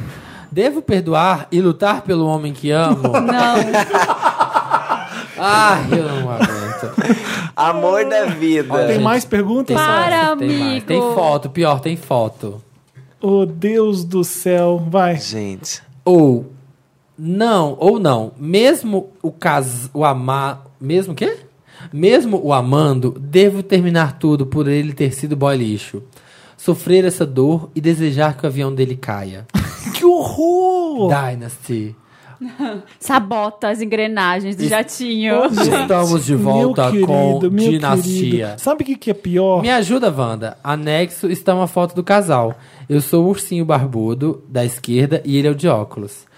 B: Devo perdoar e lutar pelo homem que amo?
C: [LAUGHS] Não,
B: [LAUGHS] Ai, eu não aguento.
D: Amor da vida.
B: Olha,
A: Tem
B: gente,
A: mais perguntas?
C: para,
B: Tem, mais.
C: amigo.
B: Tem foto, pior, tem foto.
A: Oh, Deus do céu. Vai.
D: Gente,
B: Ou não, ou não. Mesmo o cas, o amar, mesmo o quê? Mesmo o amando, devo terminar tudo por ele ter sido boy lixo. Sofrer essa dor e desejar que o avião dele caia.
A: Que horror!
B: Dynasty.
C: Sabota as engrenagens do jatinho.
B: Estamos de volta
A: meu
B: com
A: querido, meu
B: Dinastia.
A: querido. Sabe o que, que é pior?
B: Me ajuda, Wanda. Anexo está uma foto do casal. Eu sou o ursinho barbudo da esquerda e ele é o de óculos.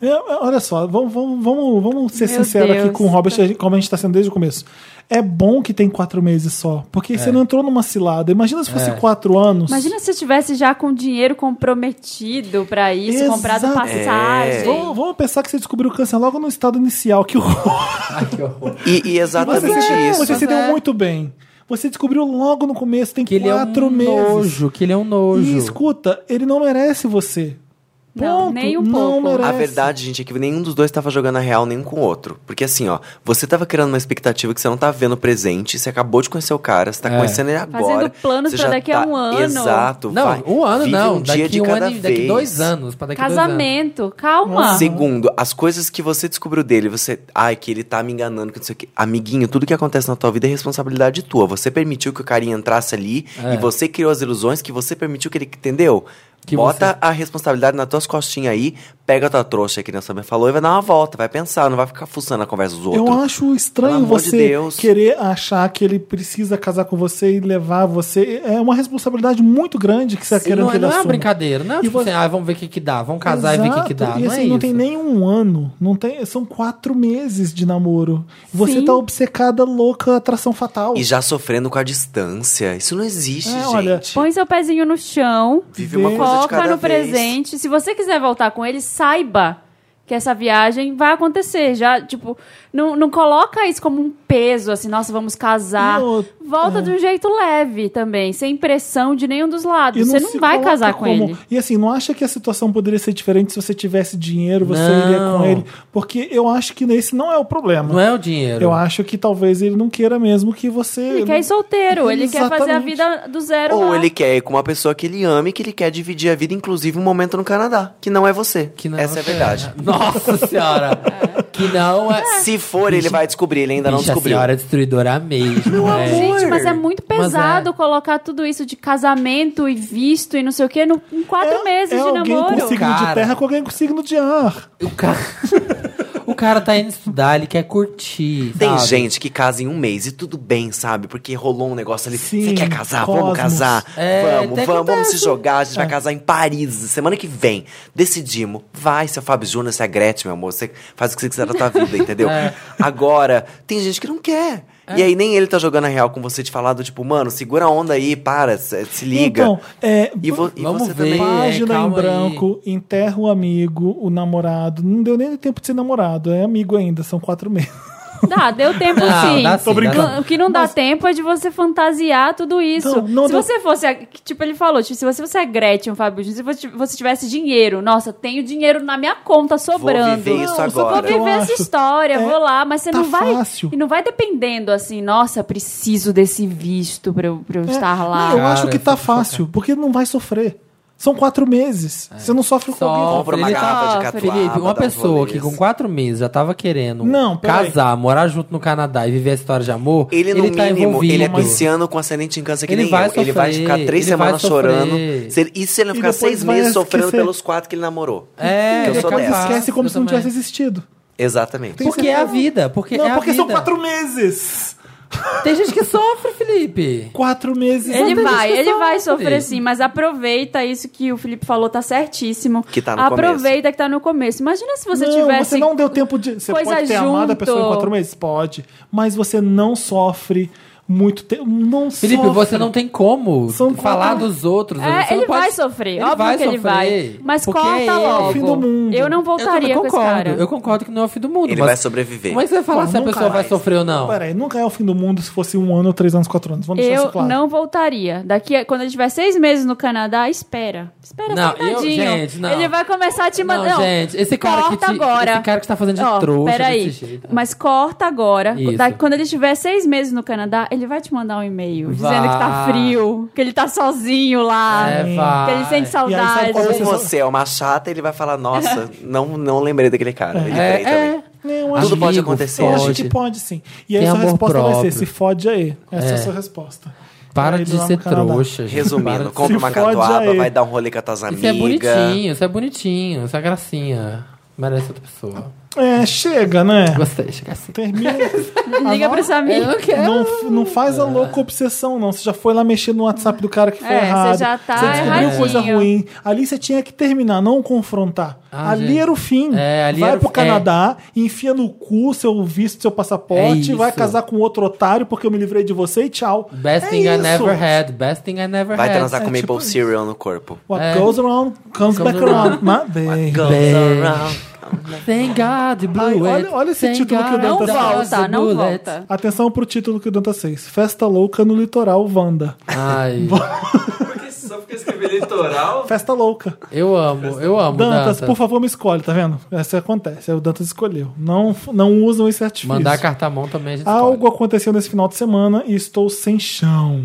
A: É, é, Olha só, vamos, vamos, vamos, vamos ser
C: Meu
A: sinceros aqui
C: Deus.
A: com o Robert, a gente- como a gente está sendo desde o começo. É bom que tem quatro meses só, porque
B: É.
A: você não entrou numa cilada. Imagina se fosse quatro anos.
C: Imagina se eu tivesse já com dinheiro comprometido pra isso,
A: Exato.
C: comprado
B: É.
C: passagem.
A: Vamos, vamos pensar que você descobriu o câncer logo no estado inicial. Que horror!
D: e, e
A: Você,
D: exatamente
A: se,
D: isso.
A: você se
B: Mas
A: deu
B: é.
A: muito bem. Você descobriu logo no começo, tem
B: Que ele
A: quatro
B: é um
A: meses.
B: nojo, que ele é um nojo.
A: E escuta, ele não merece você.
C: Não,
A: Ponto.
C: nem um
A: não
C: pouco.
A: Merece.
D: A verdade, gente, é que nenhum dos dois tava jogando a real nenhum com o outro. Porque assim, ó, você tava criando uma expectativa que você não tá vendo presente, você acabou de conhecer o cara, você tá
B: É.
D: conhecendo ele
C: Fazendo
D: agora.
C: planos
D: você
C: pra
D: já
C: daqui a
D: tá-
C: um ano.
D: Exato.
B: não,
D: vai,
B: um ano
D: vive
B: não.
D: Um dia
B: daqui
D: de
B: um
D: cada
B: ano, e daqui
D: vez.
B: dois anos. Pra daqui
C: Casamento, calma.
D: Um Segundo, as coisas que você descobriu dele, você. Ai, que ele tá me enganando, que não sei o quê. Amiguinho, tudo que acontece na tua vida é responsabilidade tua. Você permitiu que o carinha entrasse ali
B: É.
D: e você criou as ilusões que você permitiu que ele. Entendeu?
B: Que
D: Bota a responsabilidade nas tuas costinhas aí, pega a tua trouxa que nem também falou e vai dar uma volta, vai pensar, não vai ficar fuçando a conversa dos outros.
A: Eu acho estranho
D: é Pelo amor de
A: você
D: Deus.
A: querer achar que ele precisa casar com você e levar você. É uma responsabilidade muito grande que você está
B: dois anos.
A: Tá querendo que
B: Não, é-
A: ele
B: não é uma
A: assuma.
B: brincadeira, não é
A: E
B: tipo
A: você-
B: assim, ah, vamos ver o que, que dá, vamos casar e ver o que, que dá.
A: Exato. E
B: não
A: assim,
B: é
A: não
B: isso.
A: tem nem um ano, não tem, são quatro meses de namoro. E Você
C: Sim.
A: tá obcecada, louca, atração fatal.
D: E já sofrendo com a distância. Isso não existe,
A: É,
D: gente.
A: olha,
C: Põe seu pezinho no chão,
D: Vive uma coisa de
C: foca
D: cada
C: no
D: vez.
C: presente. Se você quiser voltar com ele, saiba que essa viagem vai acontecer. Já, tipo, não, não coloca isso como um peso, assim, nossa, vamos casar.
B: é.
A: E outra-
C: Volta de um jeito leve também, sem pressão de nenhum dos lados.
A: E
C: Você
A: se
C: não vai
A: coloca
C: casar com
A: como-
C: ele.
A: E assim, não acha que a situação poderia ser diferente se você tivesse dinheiro, você
B: Não.
A: iria com ele? Porque eu acho que esse não é o problema.
B: Não é o dinheiro.
A: Eu acho que talvez ele não queira mesmo que você.
C: Ele quer ir solteiro, ele quer fazer a
A: Exatamente.
C: vida do zero.
D: Ou
C: lá.
D: ele quer ir com uma pessoa que ele ama e que ele quer dividir a vida, inclusive um momento no Canadá, que não é você.
B: Que não
D: Essa é a verdade.
B: Nossa senhora. Que não é...
D: Se for, ele vai descobrir, ele ainda não
B: Bicha, a
D: descobriu.
B: senhora é destruidora mesmo, né?
C: Gente, mas é muito
B: Mas
C: pesado
B: é.
C: colocar tudo isso de casamento e visto e não sei o quê no, em quatro
A: É-
C: meses
A: é
C: de
A: alguém
C: namoro.
A: com signo
B: Cara.
A: de terra com alguém com signo de ar.
B: O cara... o cara tá indo estudar, ele quer curtir,
D: Tem
B: sabe?
D: gente que casa em um mês e tudo bem, sabe? Porque rolou um negócio ali.
A: Sim,
D: Você quer casar? Vamos
A: cosmos.
D: casar?
B: É,
D: vamos, vamos, vamos
B: até
D: se
B: acontece. É.
D: jogar. A gente vai casar em Paris semana que vem. Decidimos. Vai, seu Fábio Júnior, se a Gretchen, meu amor. Você faz o que você quiser da tua vida,
B: [LAUGHS]
D: entendeu?
B: É.
D: Agora, tem gente que não quer. E aí nem ele tá jogando a real com você de falar do tipo, mano, segura a onda aí, para, se se liga.
A: Então, é,
D: e, vo- e
B: vamos
D: você também.
B: ver.
A: página em
B: calma aí.
A: branco, enterra o amigo, o namorado. Não deu nem tempo de ser namorado, é amigo ainda, são quatro
C: [LAUGHS]
A: meses.
C: Dá, deu tempo
B: Não,
C: sim.
B: dá sim, Tô
A: Ah,
B: brincando. dá sim.
C: O que não dá tempo é de você fantasiar tudo isso.
A: Então, não
C: se
A: deu-
C: você fosse, a- que, tipo, ele falou, tipo, se você fosse a Gretchen, Fábio, se você- você tivesse dinheiro, nossa, tenho dinheiro na minha conta sobrando.
D: viver isso
C: Não,
D: agora.
C: Vou
A: Eu
C: viver essa
A: acho.
C: história,
A: É,
C: vou lá, mas você
A: tá
C: não vai.
A: fácil.
C: E não vai dependendo assim, nossa, preciso desse visto pra eu, pra eu estar lá.
A: É, Não, eu
B: Cara,
A: acho que
B: eu
A: tá
B: fico chocado.
A: fácil, porque não vai sofrer. São quatro meses.
B: É.
A: Você não sofre com alguém.
D: Compra uma
B: Ele tá,
D: garrafa de catuaba,
B: Felipe, uma
D: dá uns
B: pessoa
D: rolês.
B: que com quatro meses já tava querendo
A: Não, peraí.
B: casar, morar junto no Canadá e viver a história de amor,
D: Ele, no
B: tá
D: mínimo,
B: envolvido.
D: ele é pisciano com ascendente em câncer que
B: Ele
D: nem
B: vai
D: eu. ele vai
B: sofrer,
D: ficar três
B: ele vai
D: semanas
B: sofrer.
D: chorando. Se ele- e se ele não
A: E
D: ficar
A: depois
D: seis
A: vai
D: meses sofrendo
A: esquecer.
D: pelos quatro que ele namorou?
B: É,
D: eu
A: Ele
D: sou
A: acaba
D: dessa.
A: esquece como
B: Eu
A: se não
B: também.
A: tivesse existido.
D: Exatamente.
A: Tem
B: Porque é a vida, porque
A: não,
B: é a
A: porque são
B: vida.
A: quatro meses.
B: Tem gente que sofre, Felipe.
A: Quatro meses.
C: Ele
B: Exatamente,
C: vai, ele
B: sofre.
C: vai sofrer sim, mas aproveita isso que o Felipe falou, tá certíssimo.
D: Que tá no
C: Aproveita que tá no começo. Imagina se você
A: não,
C: tivesse.
A: você não deu tempo de. Você
C: coisa
A: pode ter amado a
C: junto.
A: pessoa em quatro meses? Pode. Mas você não sofre muito tempo. Não
B: Felipe,
A: sofre.
B: você não tem como
A: São
B: falar
A: quatro-
B: dos outros.
C: É,
B: você não
C: ele
B: pode-
C: vai sofrer,
B: Ele
C: óbvio
B: vai
C: que ele
B: sofrer,
C: vai. Mas
B: porque é
C: corta
B: ele-
C: logo.
A: o fim do mundo.
C: Eu não
B: Eu também
C: voltaria com esse
B: concordo,
C: cara.
B: eu concordo que não é o fim do mundo.
D: Ele
B: mas
D: vai sobreviver.
B: Como é que você vai falar
A: Pô,
B: se a
A: nunca
B: pessoa vai
A: mais.
B: sofrer ou não?
A: Peraí, nunca é o fim do mundo se fosse um ano, três anos, quatro anos. Vamos deixar
C: Eu
A: isso claro.
C: não voltaria. Daqui, a- quando ele tiver seis meses no Canadá, espera. Espera
B: Não, eu-
C: sentadinho.
B: gente, não.
C: Ele vai começar a te
B: Não,
C: mandar. Não,
B: gente, esse cara que
C: corta
B: te-
C: agora.
B: esse cara que tá fazendo de
C: Ó,
B: trouxa
C: Peraí, É,
B: desse jeito.
C: mas corta agora.
B: Isso.
C: Da- quando ele tiver seis meses no Canadá, ele vai te mandar um e-mail dizendo que tá
B: Vai.
C: frio, que ele tá sozinho lá,
B: É,
C: que
B: vai.
C: ele sente saudade.
A: qual
D: Ou
A: Você só-
D: você é uma chata, ele vai falar,
B: [LAUGHS]
D: nossa, não, não lembrei daquele cara. Ele
B: É,
D: é, também.
B: é.
A: Não,
D: Tudo
A: acho que-
D: pode acontecer.
A: Eu
D: pode.
A: acho que pode sim. E aí
B: Tem
A: sua
B: amor
A: resposta vai
B: próprio.
A: ser: se fode aí. Essa é,
B: É.
A: a sua resposta.
B: Para
A: Pra ele
B: de
A: lá
B: ser
A: no Canadá.
B: trouxa, gente. é. Para de
D: Resumindo,
B: ser
D: compra uma
A: Se fode
D: catuaba,
A: aí.
D: vai dar um rolê com as tuas
B: Isso é
D: amigas.
B: bonitinho, isso é bonitinho, isso é gracinha. Merece outra pessoa.
A: É, chega,
B: [LAUGHS]
A: né?
B: Gostei, chega assim.
A: Termina.
C: Liga pra esse amigo.
B: Ah, Eu quero.
A: Não, f- não
B: É.
A: faz a louca obsessão, não. Você já foi lá mexer no WhatsApp do cara que foi
C: É, você
A: errado.
C: já tá
A: Você descobriu
C: erradinho.
A: coisa ruim. Ali você tinha que terminar, não confrontar.
B: Ah,
A: ali
B: gente.
A: era o fim.
B: É, ali
A: vai
B: era o-
A: pro
B: é.
A: Canadá, enfia no cu seu visto, seu
B: É
A: passaporte,
B: isso.
A: vai casar com outro otário porque eu me livrei de você e tchau.
B: Best
A: é
B: thing
A: isso.
B: I never had, best thing I never
D: Vai
B: had.
D: transar com
A: É, tipo
D: maple
A: isso.
D: cereal no corpo.
A: What
B: É.
A: goes around comes,
B: Comes
A: back around.
B: around.
A: My baby.
D: Goes around.
B: Thank God, you blew
A: Ai,
B: it.
A: olha- olha esse
B: Thank
A: título que o
B: God,
A: Dan
C: Não
A: tá
B: it
A: falando.
B: was a
C: volta, não
B: bullet.
C: volta.
A: Atenção pro título que o Danta 6. Festa louca no litoral Wanda.
B: Ai,
H: Porque só porque escrever litoral.
A: Festa louca.
B: eu amo, eu amo.
A: Dantas,
B: Dantas,
A: por favor, me escolhe, tá vendo? Isso acontece. é O Dantas escolheu. Não, f- não usam esse artifício.
B: Mandar cartamão também a gente
A: Algo
B: escolhe.
A: aconteceu nesse final de semana e estou sem chão.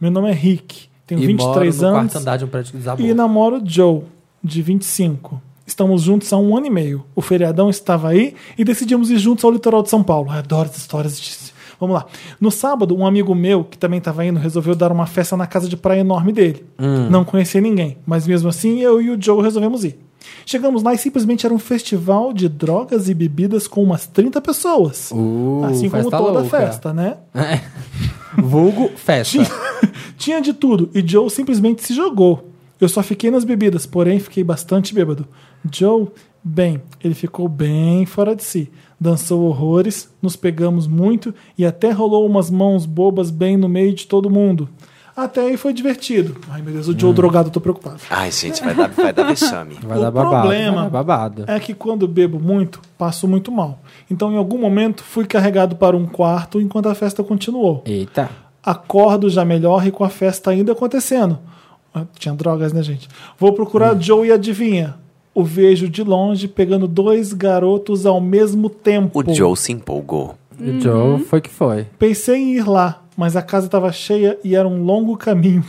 A: Meu nome é Rick, tenho
B: E moro
A: 23
B: no
A: anos
B: quarto andar de um prédio que desabou.
A: e namoro Joe, de 25. Estamos juntos há um ano e meio. O feriadão estava aí e decidimos ir juntos ao litoral de São Paulo. Eu adoro as histórias disso. Vamos lá. No sábado, um amigo meu, que também estava indo, resolveu dar uma festa na casa de praia enorme dele.
B: Hum.
A: Não conhecia ninguém, mas mesmo assim eu e o Joe resolvemos ir. Chegamos lá e simplesmente era um festival de drogas e bebidas com umas 30 pessoas.
B: Uh,
A: assim como
B: festa
A: toda
B: louca.
A: festa, né?
B: Vulgo festa.
A: Tinha [LAUGHS] de tudo e Joe simplesmente se jogou. Eu só fiquei nas bebidas, porém fiquei bastante bêbado. Joe, bem, ele ficou bem fora de si. Dançou horrores, nos pegamos muito e até rolou umas mãos bobas bem no meio de todo mundo. Até aí foi divertido. Ai, meu Deus, o Joe drogado, eu tô preocupado.
D: Ai, gente, vai dar, vai dar vexame.
B: Vai
A: O
B: dar babado.
A: problema
B: vai dar babado.
A: É que quando bebo muito, passo muito mal. Então, em algum momento, fui carregado para um quarto enquanto a festa continuou.
B: Eita.
A: Acordo já melhor e com a festa ainda acontecendo. Ah, Tinha drogas, né, gente? Vou procurar Joe e adivinha. O vejo de longe pegando dois garotos ao mesmo tempo.
D: O Joe se empolgou.
B: O Joe foi que foi.
A: Pensei em ir lá, mas a casa estava cheia e era um longo caminho.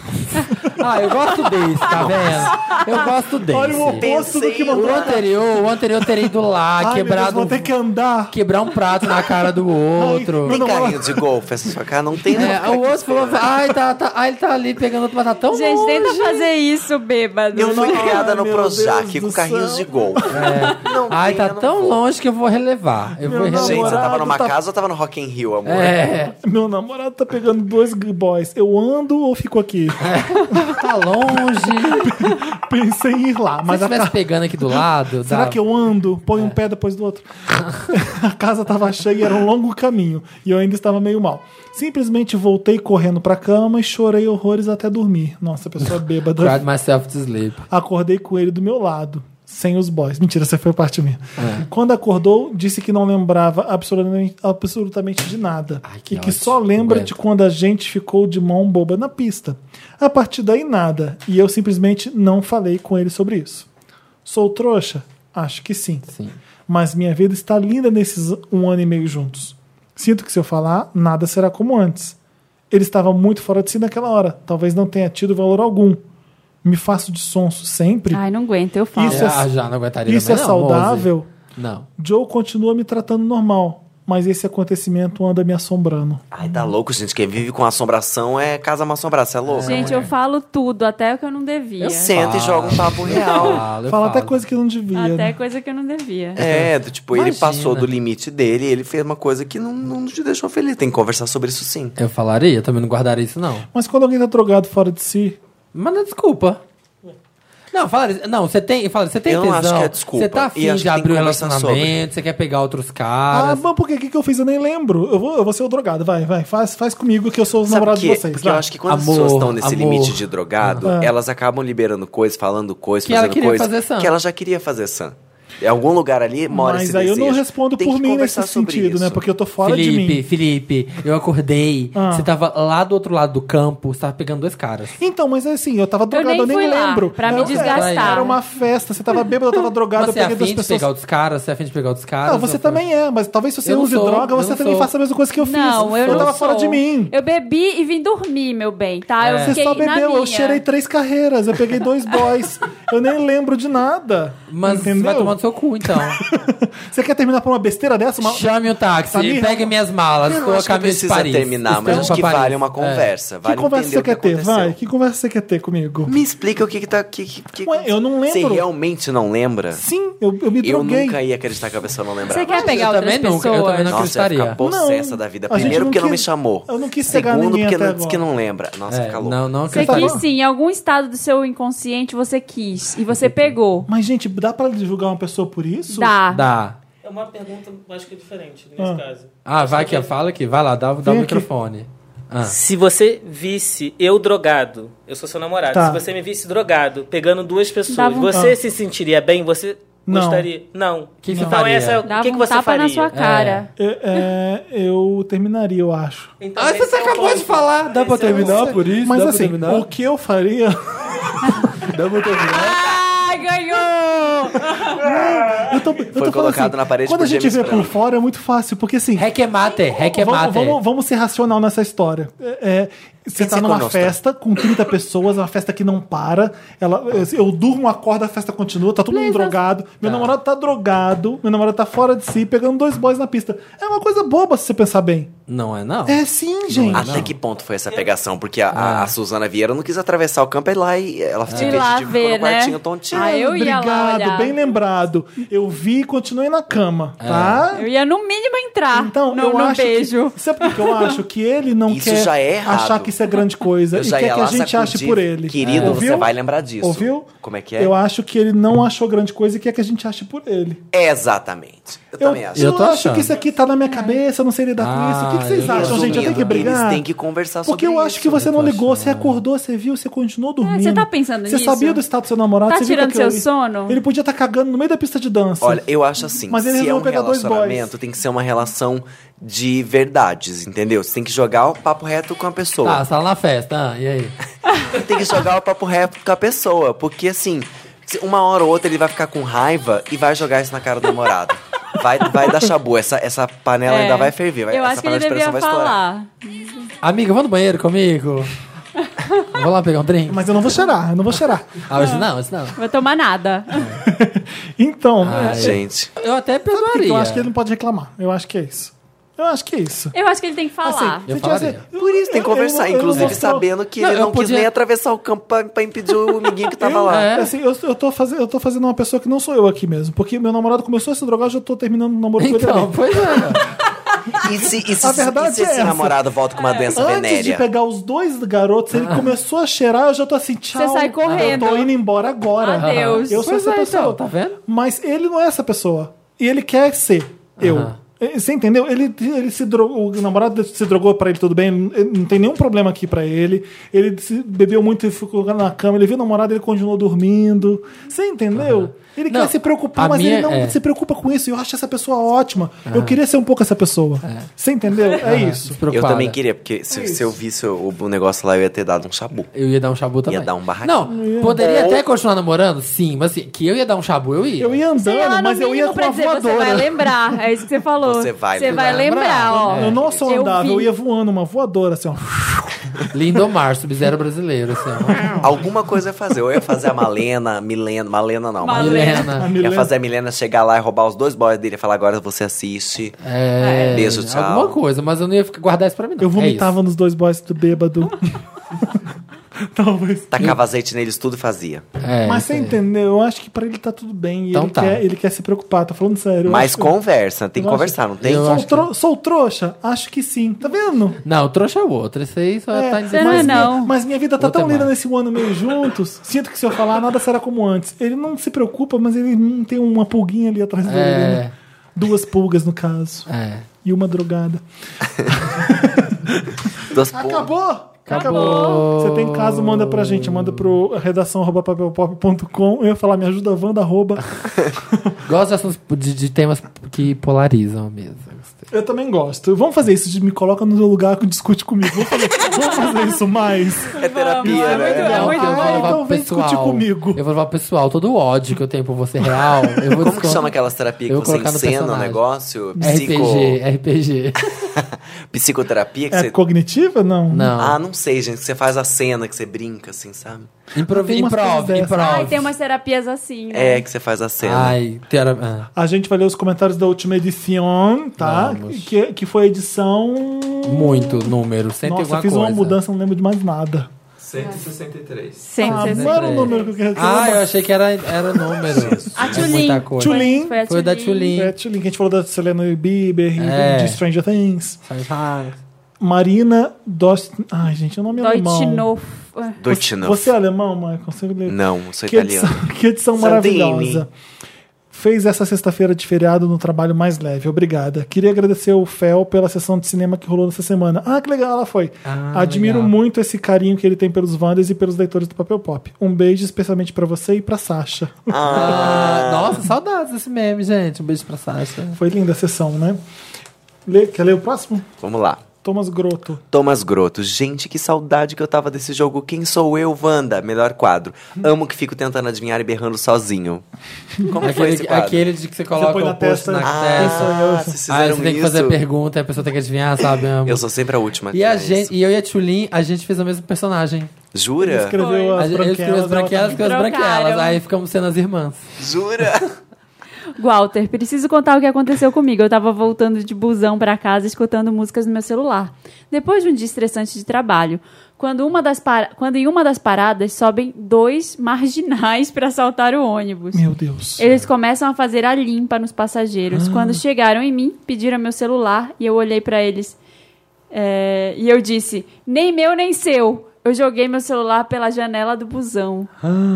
B: Ah, eu gosto desse, tá vendo? Eu gosto desse.
A: Olha o oposto do que
B: O
A: mandou.
B: anterior, o anterior teria ido
A: Ai,
B: lá,
A: meu Deus,
B: Tá quebrado.
A: vou ter que andar.
B: Quebrar um prato na cara do outro.
A: Ai,
D: Tem
A: Não,
D: carinha de golfe, essa sua cara não tem não.
B: É, o outro falou, ai, tá, tá, ai, ele tá ali pegando outro, mas tá tão
C: Gente,
B: longe.
C: tenta fazer isso, bêbado.
D: Eu fui criada no
A: meu Deus
D: Projac
A: do
D: com carrinhos
A: céu.
D: de golfe. Não
B: Ai,
D: tem,
B: tá
D: eu não
B: tão
D: vou.
B: longe que eu vou relevar. Eu vou
A: Meu
D: Gente,
B: relevar.
D: você tava numa
A: Namorado tá-
D: casa ou tava no Rock in Rio, amor?
B: É,
A: Meu namorado tá pegando dois g- boys. Eu ando ou fico aqui?
B: tá longe.
A: Pensei em ir lá,
B: Mas
A: mas
B: Se
A: a
B: estivesse
A: ca...
B: pegando aqui do lado,
A: [LAUGHS] será
B: dá-
A: que eu ando? Põe
B: É.
A: um pé depois do
B: [LAUGHS]
A: outro. a casa tava cheia e era um longo caminho. E eu ainda estava meio mal. Simplesmente voltei correndo pra cama e chorei horrores até dormir. Nossa, a
B: [LAUGHS]
A: pessoa bêbada.
B: Cried myself to sleep.
A: Acordei com ele do meu lado, sem os boys. Mentira, essa foi a parte minha.
B: É.
A: Quando acordou, disse que não lembrava absolutamente, absolutamente de nada.
B: Ai, que
A: e que
B: ódio.
A: só lembra
B: Ué.
A: de quando a gente ficou de mão boba na pista. A partir daí, nada. E eu simplesmente não falei com ele sobre isso. Sou trouxa? Acho que sim.
B: Sim.
A: Mas minha vida está linda nesses um ano e meio juntos. Sinto que se eu falar, nada será como antes. Ele estava muito fora de si naquela hora. Talvez não tenha tido valor algum. Me faço de sonso sempre.
C: Ai, não aguento, eu falo.
A: Isso é-
B: ah, já não aguentaria
A: Isso é
B: também, não, Mose.
A: saudável?
B: Não.
A: Joe continua me tratando normal, mas esse acontecimento anda me assombrando.
D: Ai, tá louco, gente. Quem vive com assombração é casa uma assombração, é louco.
A: né?
C: Gente, eu falo tudo, até o que eu não devia.
D: Eu senta e joga um papo
B: [LAUGHS]
D: real.
B: Falo, eu
A: Fala até
B: falo.
A: coisa que não devia.
C: Até
A: né?
C: coisa que eu não devia.
D: É, do tipo, ele
B: Imagina.
D: passou do limite dele, ele fez uma coisa que não, não te deixou feliz. Tem que conversar sobre isso sim.
B: Eu falaria, também não guardaria isso, não.
A: Mas quando alguém tá drogado fora de si,
B: Mas não é desculpa. Não, fala, não, você tem, fala, você tem
D: Eu não
B: tesão.
D: acho que é desculpa.
B: Você tá
D: E
B: afim
D: acho que
B: de
D: tem que
B: abrir um
D: conversar
B: relacionamento, você quer pegar outros
A: ah,
B: caras.
A: mas por quê? O que que eu fiz? Eu nem lembro. Eu vou, eu vou ser o drogado, vai, vai. Faz, faz comigo que eu sou o
D: Sabe
A: namorado
D: por quê?
A: de vocês.
D: Porque eu
A: vai.
D: acho que quando as
B: Amor,
D: pessoas estão nesse
B: amor.
D: limite de drogado, elas acabam liberando coisas, falando coisas,
B: Que ela
D: fazendo
B: queria
D: coisas
B: fazer sã.
D: que ela já queria fazer san. Em algum lugar ali mora
A: Mas
D: esse
A: aí eu não
D: desejo.
A: respondo
D: Tem
A: por
D: que
A: mim
D: conversar
A: nesse
D: sobre
A: sentido, né?
D: isso.
A: Porque eu tô fora de
B: Felipe,
A: mim.
B: Felipe, eu acordei.
A: Ah.
B: Você tava lá do outro lado do campo, você tava pegando dois caras.
A: Então, mas é assim, eu tava drogado,
C: nem
A: eu nem
C: fui lá,
A: lembro.
C: pra me
A: Era-
C: desgastar.
A: Era uma festa, você tava bêbado, eu tava drogado,
B: mas você
A: eu
B: é
A: peguei duas
B: afim de
A: pessoas.
B: pegar outros caras, você é afim de pegar outros caras.
A: Ah, você também é, mas talvez se você
B: Eu não
A: use
B: sou,
A: droga,
B: eu
A: você
B: não
A: também
B: sou.
A: faça a mesma coisa que eu fiz.
C: Não, eu,
A: eu
C: não
A: tava
C: sou.
A: fora de mim. É.
C: Eu bebi e vim dormir, meu bem, tá?
B: É.
C: Eu
A: Você
C: fiquei
A: só
C: na
A: bebeu,
C: minha.
A: eu cheirei três carreiras, eu peguei dois boys. eu nem lembro de nada.
B: Mas
A: entendeu?
B: vai tomando seu
A: [LAUGHS]
B: cu, então.
A: Você quer terminar por uma besteira dessa? Uma...
B: Chame o táxi,
A: Samir,
B: pegue minhas malas,
D: Eu não
B: estou a
D: acho que
B: caminho de
D: precisa
B: Paris.
D: terminar, mas
B: Estamos
D: acho que
B: pra
D: vale
B: Paris. É.
D: uma conversa.
A: Que
D: Vale
A: conversa
D: entender
A: você quer
D: o que
A: ter?
D: aconteceu.
A: Vai, que conversa você quer ter comigo?
D: Me explica o que que tá... Que, que, que-
A: Ué, eu não
D: Você
A: lembro.
D: realmente não lembra?
A: Sim, eu, eu me
D: Eu
A: droguei.
D: nunca ia acreditar que a pessoa não lembrava.
C: Você quer pegar
B: Eu
C: outras
B: também
C: pessoas?
B: nunca, eu também não
D: Nossa, eu ia ficar
B: acreditaria.
D: possa da vida.
A: a gente
D: Primeiro, porque não me
A: quis-
D: chamou.
A: Eu não quis cegar
D: Segundo,
A: ninguém
D: porque
A: até
D: não,
A: agora.
D: disse que não lembra. Nossa,
B: É,
D: fica louco.
B: não, não
C: Você
B: acreditaria.
C: quis sim, em algum estado do seu inconsciente você quis e você pegou.
A: Mas, gente, dá pra julgar uma pessoa por isso?
C: Dá.
B: Dá.
F: É uma pergunta, acho que é diferente nesse
A: Ah.
F: caso.
B: Ah, vai aqui, fala aqui, vai lá, dá, dá o
A: Vem aqui.
B: microfone. Ah.
F: Se você visse eu drogado, eu sou seu namorado,
A: Tá.
F: se você me visse drogado, pegando duas
C: Dá
F: pessoas,
C: vontade.
F: você se sentiria bem? Você
A: Não.
F: gostaria? Não.
B: que você
F: então
B: faria?
F: essa é o
C: Dá
F: que,
C: um
F: que você
C: tapa
F: faria?
C: na sua cara.
A: É, é, eu terminaria, eu acho.
F: Então,
B: Ah,
F: esse
B: você
F: é o
B: acabou
F: ponto.
B: de falar. Dá pra
F: Esse é o
B: terminar
F: ponto.
B: por isso?
A: Mas
B: dá
A: assim,
B: pra terminar?
A: o que eu faria.
B: Dá pra terminar?
D: É.
C: Ai, ganhou!
A: Eu tô, eu tô falando
D: colocado
A: assim,
D: na parede
A: Quando
D: por
A: a gente
D: James
A: vê
D: Brown.
A: por fora é muito fácil, porque assim.
B: [LAUGHS] Requemate, requemate.
A: Vamos, vamos, vamos ser racional nessa história. É, é, você
D: Pense
A: tá numa
D: conosco.
A: festa com 30 pessoas, é uma festa que não para. Ela, assim, eu durmo, acordo, a festa continua, tá todo mundo drogado. Meu namorado tá drogado, meu namorado tá fora de si, pegando dois boys na pista. É uma coisa boba se você pensar bem.
B: Não é não?
A: É sim, gente.
D: Até que ponto foi essa pegação? Porque a, a-
A: Ah.
D: a Suzana Vieira não quis atravessar o campo e lá e ela se
C: Ir
D: vestiu
C: lá
D: e ficou
C: ver,
D: no
C: né?
D: quartinho tontinho.
C: Ah, eu ia lá
A: Obrigado,
C: olhar.
A: bem lembrado. Eu vi e continuei na cama,
D: É.
A: tá?
C: Eu ia no mínimo entrar
A: Então,
C: no,
A: eu
C: no
A: acho
C: beijo.
A: Que, sabe por que eu acho? Que ele não
D: Isso
A: quer
D: já é errado.
A: achar que isso é grande coisa.
D: [LAUGHS] Eu
A: e
D: já
A: quer
D: ia
A: que
D: lá
A: a gente
D: sacudir.
A: ache por ele.
D: Querido,
A: Ouviu?
D: você vai lembrar disso.
A: Ouviu?
D: Como é que é?
A: Eu acho que ele não achou grande coisa e quer que a gente ache por ele.
D: Exatamente. Eu também acho.
A: Eu,
B: Eu tô
A: acho
B: achando.
A: que isso aqui tá na minha cabeça, eu não sei lidar
B: Ah,
A: com isso. O que, que vocês
B: eu tô
A: acham, gente? Eu tenho que
D: Resumindo,
A: brigar?
D: Eles têm que conversar
A: Porque
D: tá sobre
A: eu acho que
D: isso.
A: você não
B: eu tô
A: ligou, você
B: achando.
A: acordou, você viu, você continuou dormindo.
C: você tá pensando
A: Você
C: nisso?
A: sabia do estado do seu namorado?
C: Tá
A: você viu que
C: tirando seu
A: aquilo-
C: sono?
A: Ele podia estar cagando no meio da pista de dança.
D: Olha, eu acho assim,
A: Mas ele
D: se é um
A: resolveu pegar dois boys.
D: relacionamento, tem que ser uma relação de verdades, entendeu? Você tem que jogar o papo reto com a pessoa.
B: Tá, você tá lá na festa, ah, e aí?
D: tem que jogar o papo reto com a pessoa. Porque assim, se uma hora ou outra ele vai ficar com raiva e vai jogar isso na cara do namorado. Vai, vai dar chabu, essa, essa panela
C: É.
D: ainda vai ferver. Vai,
C: Eu
D: essa
C: acho que ele
D: panela de
C: devia
D: pressão vai estourar.
C: falar.
B: Amiga, vamos no banheiro comigo? vou lá pegar um drink?
A: Mas eu não vou cheirar, eu não vou cheirar.
B: Ah, isso não, isso não.
C: Vou tomar nada.
A: Então,
D: Ah, é.
B: Ai,
D: Gente,
B: Eu até perdoaria.
A: eu acho que ele não pode reclamar. Eu acho que é isso. Eu acho que é isso.
C: Eu acho que ele tem que falar.
A: Assim,
B: Eu
A: se tivesse-
B: falaria.
D: por isso tem que
A: eu-
D: conversar.
A: eu- eu
D: inclusive
A: não-
D: sabendo que
B: Não,
D: ele
B: eu
D: não quis
B: podia-
D: nem atravessar o campo pra, pra impedir o amiguinho que tava
A: Eu,
D: lá.
B: É.
A: assim, eu, eu, tô fazendo, eu tô fazendo uma pessoa que não sou eu aqui mesmo. Porque meu namorado começou a se drogar, eu já tô terminando o namoro com ele. também.
B: Então, pois é.
D: E se, e se,
A: A
D: e se
A: verdade
D: esse
A: é essa.
D: namorado volta com
C: É.
D: uma doença
A: Antes de
D: venérea?
A: pegar os dois garotos,
B: Ah.
A: ele começou a cheirar, eu já tô assim, tchau.
C: Você sai correndo.
A: Eu tô indo embora agora.
C: Adeus.
A: Eu sou
B: Pois
A: essa
B: é,
A: pessoa.
B: então, tá vendo?
A: Mas ele não é essa pessoa. E ele quer ser
B: Aham.
A: eu. Eh, Você entendeu? Ele, ele se drogou, o namorado se drogou pra ele, tudo bem, ele não tem nenhum problema aqui pra ele. Ele se bebeu muito e ficou na cama, ele viu o namorado, ele continuou dormindo. Você entendeu? Ele
B: Não,
A: quer se
B: a
A: preocupar, mas
B: minha
A: ele não
B: é-
A: se preocupa com isso. Eu acho essa pessoa ótima. Eu queria ser um pouco essa pessoa. Você entendeu? É isso.
D: Eu
B: Despreocupada.
D: também queria, porque se, se eu visse o, o negócio lá, eu ia ter dado um chabu.
B: Eu ia dar um chabu também.
D: dar um barraquinho.
B: Não, poderia até continuar namorando? Sim, mas assim, que eu ia dar um chabu, eu ia.
A: Eu ia
C: Sei lá,
A: andando,
C: no
A: mas eu ia
C: mínimo
A: com
C: pra
A: a
C: dizer, você
A: voadora.
C: vai lembrar. É isso que você falou.
D: Você vai
B: lembrar.
C: lembrar, ó.
A: É. Eu não só
C: Eu
A: andava, eu,
C: vi.
A: ia voando uma voadora, assim, ó.
B: Lindomar, sub-zero brasileiro, assim,
A: [LAUGHS]
B: ó.
D: Alguma coisa eu ia fazer. Ou eu ia fazer a Malena, Milena, Malena não,
C: Malena.
A: A
B: Milena.
D: Ia
A: Milena.
D: fazer a Milena chegar lá e roubar os dois boys dele e falar: agora você assiste.
B: É,
D: Beijo, tchau.
B: Alguma coisa, mas eu não ia ficar- guardar isso pra mim, não.
A: Eu
B: É
A: vomitava
B: isso.
A: nos dois boys do
C: [LAUGHS]
A: bêbado. Talvez.
D: Tacava azeite neles, tudo e fazia.
B: É,
A: Mas
B: isso
A: você
B: aí.
A: entendeu? Eu acho que pra ele tá tudo bem. e
B: Então
A: ele,
B: tá.
A: quer, ele quer se preocupar, tô falando sério. Eu
D: Mas
A: acho que-
D: conversa, tem
A: eu
D: que
A: acho-
D: conversar, não tem?
B: eu
A: Sou,
B: acho que-
A: tro- sou trouxa? Acho que sim. Tá vendo?
B: Não, o trouxa é o outro. Esse aí só
A: É,
B: tá
C: Não,
B: dizendo.
C: mas-
A: mas,
C: não.
A: Minha, mas minha vida tá
B: Outra
A: tão linda
B: mais.
A: nesse um ano e meio juntos. Sinto que se eu falar, nada será como antes. Ele não se preocupa, mas ele não tem uma pulguinha ali atrás dele.
B: É.
A: né? Duas pulgas, no caso.
B: É.
A: E uma drogada.
D: Das po-
A: Acabou!
B: Acabou.
A: Você tem caso, manda pra gente. Manda pro redação.papelpop.com. Eu ia falar, me ajuda, Wanda, arroba.
B: Gosto de, assuntos- de- de temas que polarizam mesmo. Gostei.
A: Eu também gosto. Vamos fazer isso de me coloca no lugar que discute comigo. Vamos fazer, [LAUGHS] vamos fazer isso mais.
D: É terapia,
C: Vamos,
D: né?
C: é muito-
B: Não,
A: muito
B: um que eu vou
A: bom.
B: levar
A: Então
B: pro
A: vem
B: pessoal.
A: discutir comigo.
B: Eu vou levar pro pessoal todo o ódio que eu tenho por você real. Eu vou
D: Como que
B: descont-
D: chama aquelas terapias que
B: Eu
D: você
B: vou colocar no
D: encena o
B: personagem.
D: negócio?
B: RPG,
D: Psico...
B: RPG.
D: Psicoterapia que
A: É
D: você.
A: cognitiva? Não.
B: Não.
D: Ah, não sei, gente. Você faz a cena que você brinca, assim, sabe?
B: Improve,
A: Tem umas coisas
B: improve,
A: dessas.
B: improve.
C: Ai, tem umas terapias assim. né?
D: É que você faz a cena.
B: Ai, tera... ah.
A: A gente vai ler os comentários da última edição, tá?
B: Vamos.
A: Que, que foi a edição.
B: muito número, cento e
A: Nossa,
B: alguma
A: eu fiz
B: coisa.
A: uma mudança, não lembro de mais nada.
H: 163.
C: Sem
A: Ah,
C: ser-
A: não era o número que eu queria que eu
B: Ah, eu
A: lembrasse.
B: achei que era,
A: [LAUGHS]
B: era número.
C: A
B: é
C: Tulin.
B: muita coisa.
A: Tulin.
C: Foi a
B: Foi da
C: Tulin.
B: Tulin.
A: É, Tulin, que a gente falou da Selena Bieber e
B: É.
A: de Stranger Things.
B: Ah,
A: Marina Dost. Ai, gente, o nome é alemão.
C: Deutschnof.
A: Você,
D: Doitino.
A: você é alemão, Michael? Você
B: é
A: lê-
D: Não, eu sou
A: que edição, [LAUGHS]
D: italiano.
A: que edição
D: Sandini.
A: maravilhosa. Fez essa sexta-feira de feriado no trabalho mais leve. Obrigada. Queria agradecer ao Fel pela sessão de cinema que rolou nessa semana. Ah, que legal ela foi.
B: Ah,
A: Admiro
B: legal.
A: muito esse carinho que ele tem pelos Wanders e pelos leitores do Papel Pop. Um beijo especialmente pra você e pra Sasha. [LAUGHS]
B: Ah, nossa, saudades desse meme, gente. Um beijo pra Sasha.
A: Foi linda a sessão, né? Lê- quer ler o próximo?
D: Vamos lá.
A: Thomas Grotto.
D: Thomas Grotto. Gente, que saudade que eu tava desse jogo. Quem sou eu, Wanda? Melhor quadro. Amo que fico tentando adivinhar e berrando sozinho. Como foi esse
B: Aquele,
D: quadro?
B: aquele de que você coloca
A: põe
B: o
A: na
B: post
A: testa,
B: na
A: ah,
B: testa.
D: Ah, vocês
B: Aí
D: fizeram
B: você tem que
D: isso.
B: fazer a pergunta e a pessoa tem que adivinhar, sabe? Amo.
D: Eu sou sempre a última.
B: E, a
D: tirar
B: gente,
D: isso.
B: e eu e a Tulin, a gente fez o mesmo personagem.
D: Jura?
A: Escreveu
B: A
A: as
B: gente- eu escrevi
A: branquelas.
B: as branquelas
A: ela
B: com as
C: Trocaram.
B: branquelas. Aí ficamos sendo as irmãs.
D: Jura?
C: Walter, preciso contar o que aconteceu comigo. Eu tava voltando de busão pra casa escutando músicas no meu celular. Depois de um dia estressante de trabalho, quando, uma das para- quando em uma das paradas sobem dois marginais pra assaltar o ônibus.
A: Meu Deus.
C: Eles começam a fazer a limpa nos passageiros.
B: Ah.
C: Quando chegaram em mim, pediram meu celular e eu olhei pra eles. É, e eu disse: nem meu, nem seu. Eu joguei meu celular pela janela do
B: Ah.
C: busão.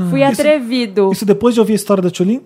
C: Fui atrevido. Tipo,
A: Isso depois de ouvir a história da Tulin?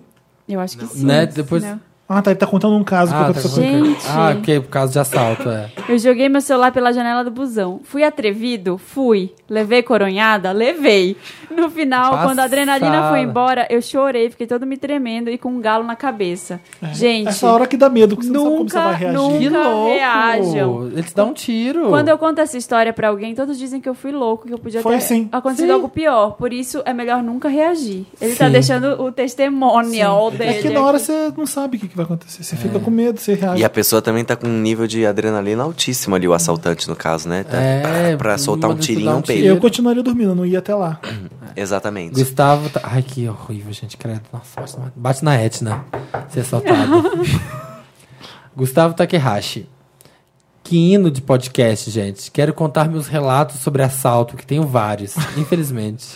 C: Eu acho que sim.
B: Né? Depois-
C: Não.
A: Ah, tá. Ele tá contando um caso que
B: Ah,
A: outra
B: tá
A: pessoa
B: com-
A: contou.
C: Gente.
B: ah, ok, por causa de assalto, é.
C: Eu joguei meu celular pela janela do busão. Fui atrevido? Fui. Levei coronhada? Levei. No final,
B: Passada.
C: quando a adrenalina foi embora, eu chorei, fiquei todo me tremendo e com um galo na cabeça.
B: É.
C: Gente,
A: Essa hora que dá medo, porque você não sabe como você
C: Nunca,
A: vai reagir.
C: nunca.
B: Que louco!
C: reajam.
B: Eles dão um tiro.
C: quando eu conto essa história pra alguém, todos dizem que eu fui louco, que eu podia
A: Foi
C: ter
A: assim.
C: acontecido
B: Sim.
C: algo pior. Por isso, é melhor nunca reagir. Ele tá
B: Sim.
C: deixando o testemunho dele.
A: É que na hora
C: aqui.
A: você não sabe o que que vai acontecer. Você fica com medo, você reage.
D: E a pessoa também tá com um nível de adrenalina altíssimo ali, o assaltante, no caso, né? Tá,
B: É,
D: pra, pra soltar um
B: manda
D: tirinho,
B: soltar um
D: um peido.
B: tiro.
A: Eu continuaria dormindo, não ia até lá.
D: Exatamente.
B: Gustavo tá... Ai, que horrível, gente, credo. Nossa, bate na, bate na Etna. Ser
C: [LAUGHS]
B: assaltado. Gustavo Takehashi. Que hino de podcast, gente. Quero contar meus relatos sobre assalto, que tenho
C: [LAUGHS]
B: vários, infelizmente.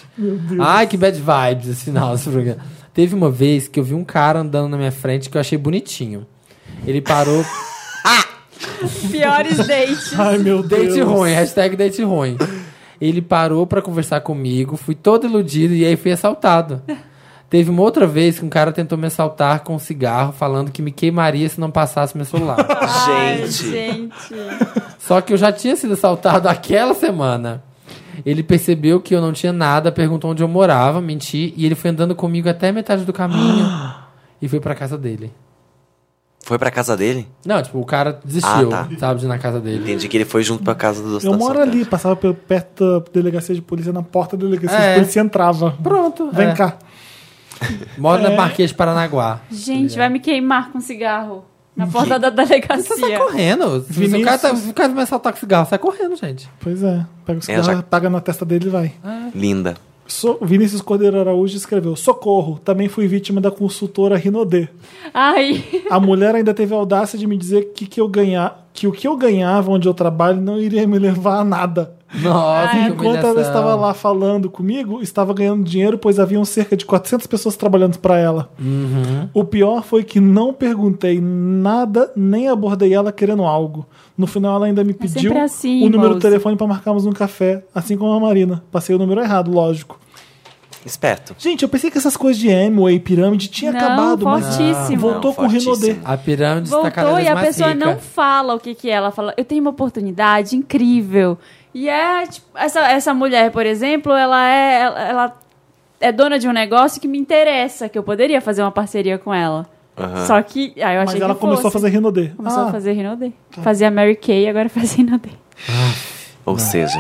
B: Ai, que bad vibes esse final desse programa. Teve uma vez que eu vi um cara andando na minha frente que eu achei bonitinho. Ele parou.
A: [LAUGHS]
C: Piores dates.
A: Ai, meu Deus.
B: Date ruim, hashtag date ruim. Ele parou pra conversar comigo, fui todo iludido e aí fui assaltado. Teve uma outra vez que um cara tentou me assaltar com um cigarro, falando que me queimaria se não passasse meu celular.
A: [LAUGHS]
C: Ai,
D: Gente.
C: gente.
B: Só que eu já tinha sido assaltado aquela semana. Ele percebeu que eu não tinha nada, perguntou onde eu morava, menti, e ele foi andando comigo até metade do caminho e fui pra casa dele.
D: Foi pra casa dele?
B: Não, tipo, o cara desistiu,
D: Ah, tá.
B: sabe, de ir na casa dele.
D: Entendi que ele foi junto pra casa do
A: Eu moro
D: assaltante.
A: ali, passava pe- perto da delegacia de polícia, na porta da delegacia
B: É.
A: de polícia entrava.
B: Pronto,
A: Vem
B: é.
A: cá. É.
B: Moro na Marquês de Paranaguá.
C: Gente, vai me queimar com cigarro na porta da delegacia.
B: Você sai correndo. Se o
A: Vinícius.
B: cara, tá, se o cara começa a saltar com cigarro, sai correndo, gente.
A: Pois é. Pega o
D: É, já-
A: cigarro, paga na testa dele e vai.
D: Linda.
A: So- Vinícius Cordeiro Araújo escreveu: Socorro, também fui vítima da consultora Rinodê.
C: Ai,
A: A mulher ainda teve a audácia de me dizer que, que eu ganhar, que o que eu ganhava onde eu trabalho não iria me levar a nada.
B: Nossa, que
A: Enquanto ela
B: humilhação.
A: estava lá falando comigo, estava ganhando dinheiro, pois haviam cerca de 400 pessoas trabalhando para ela. O pior foi que não perguntei nada, nem abordei ela querendo algo. No final, ela ainda me pediu
C: sempre assim,
A: o número do
C: Mouse.
A: telefone para marcarmos um café, assim como a Marina. Passei o número errado, lógico.
D: Esperto.
A: Gente, eu pensei que essas coisas de Amway, pirâmide, tinha
C: Não,
A: acabado, mas
C: fortíssimo.
A: voltou
D: Não,
A: com o Rinodê.
D: fortíssimo.
B: A pirâmide está cada
C: voltou
B: vez
C: e a
B: mais
C: pessoa
B: rica.
C: não fala o que que é. Ela fala, eu tenho uma oportunidade incrível. E é, tipo, essa, essa mulher, por exemplo, ela é, ela, ela é dona de um negócio que me interessa, que eu poderia fazer uma parceria com ela. Só que, ah, eu achei
A: Mas
C: que
A: ela começou a
C: fosse.
A: fazer Rinodê.
C: Começou
A: Ah,
C: a fazer Rinode. Fazia Mary Kay, agora [LAUGHS] faz Rinode.
D: Ou seja,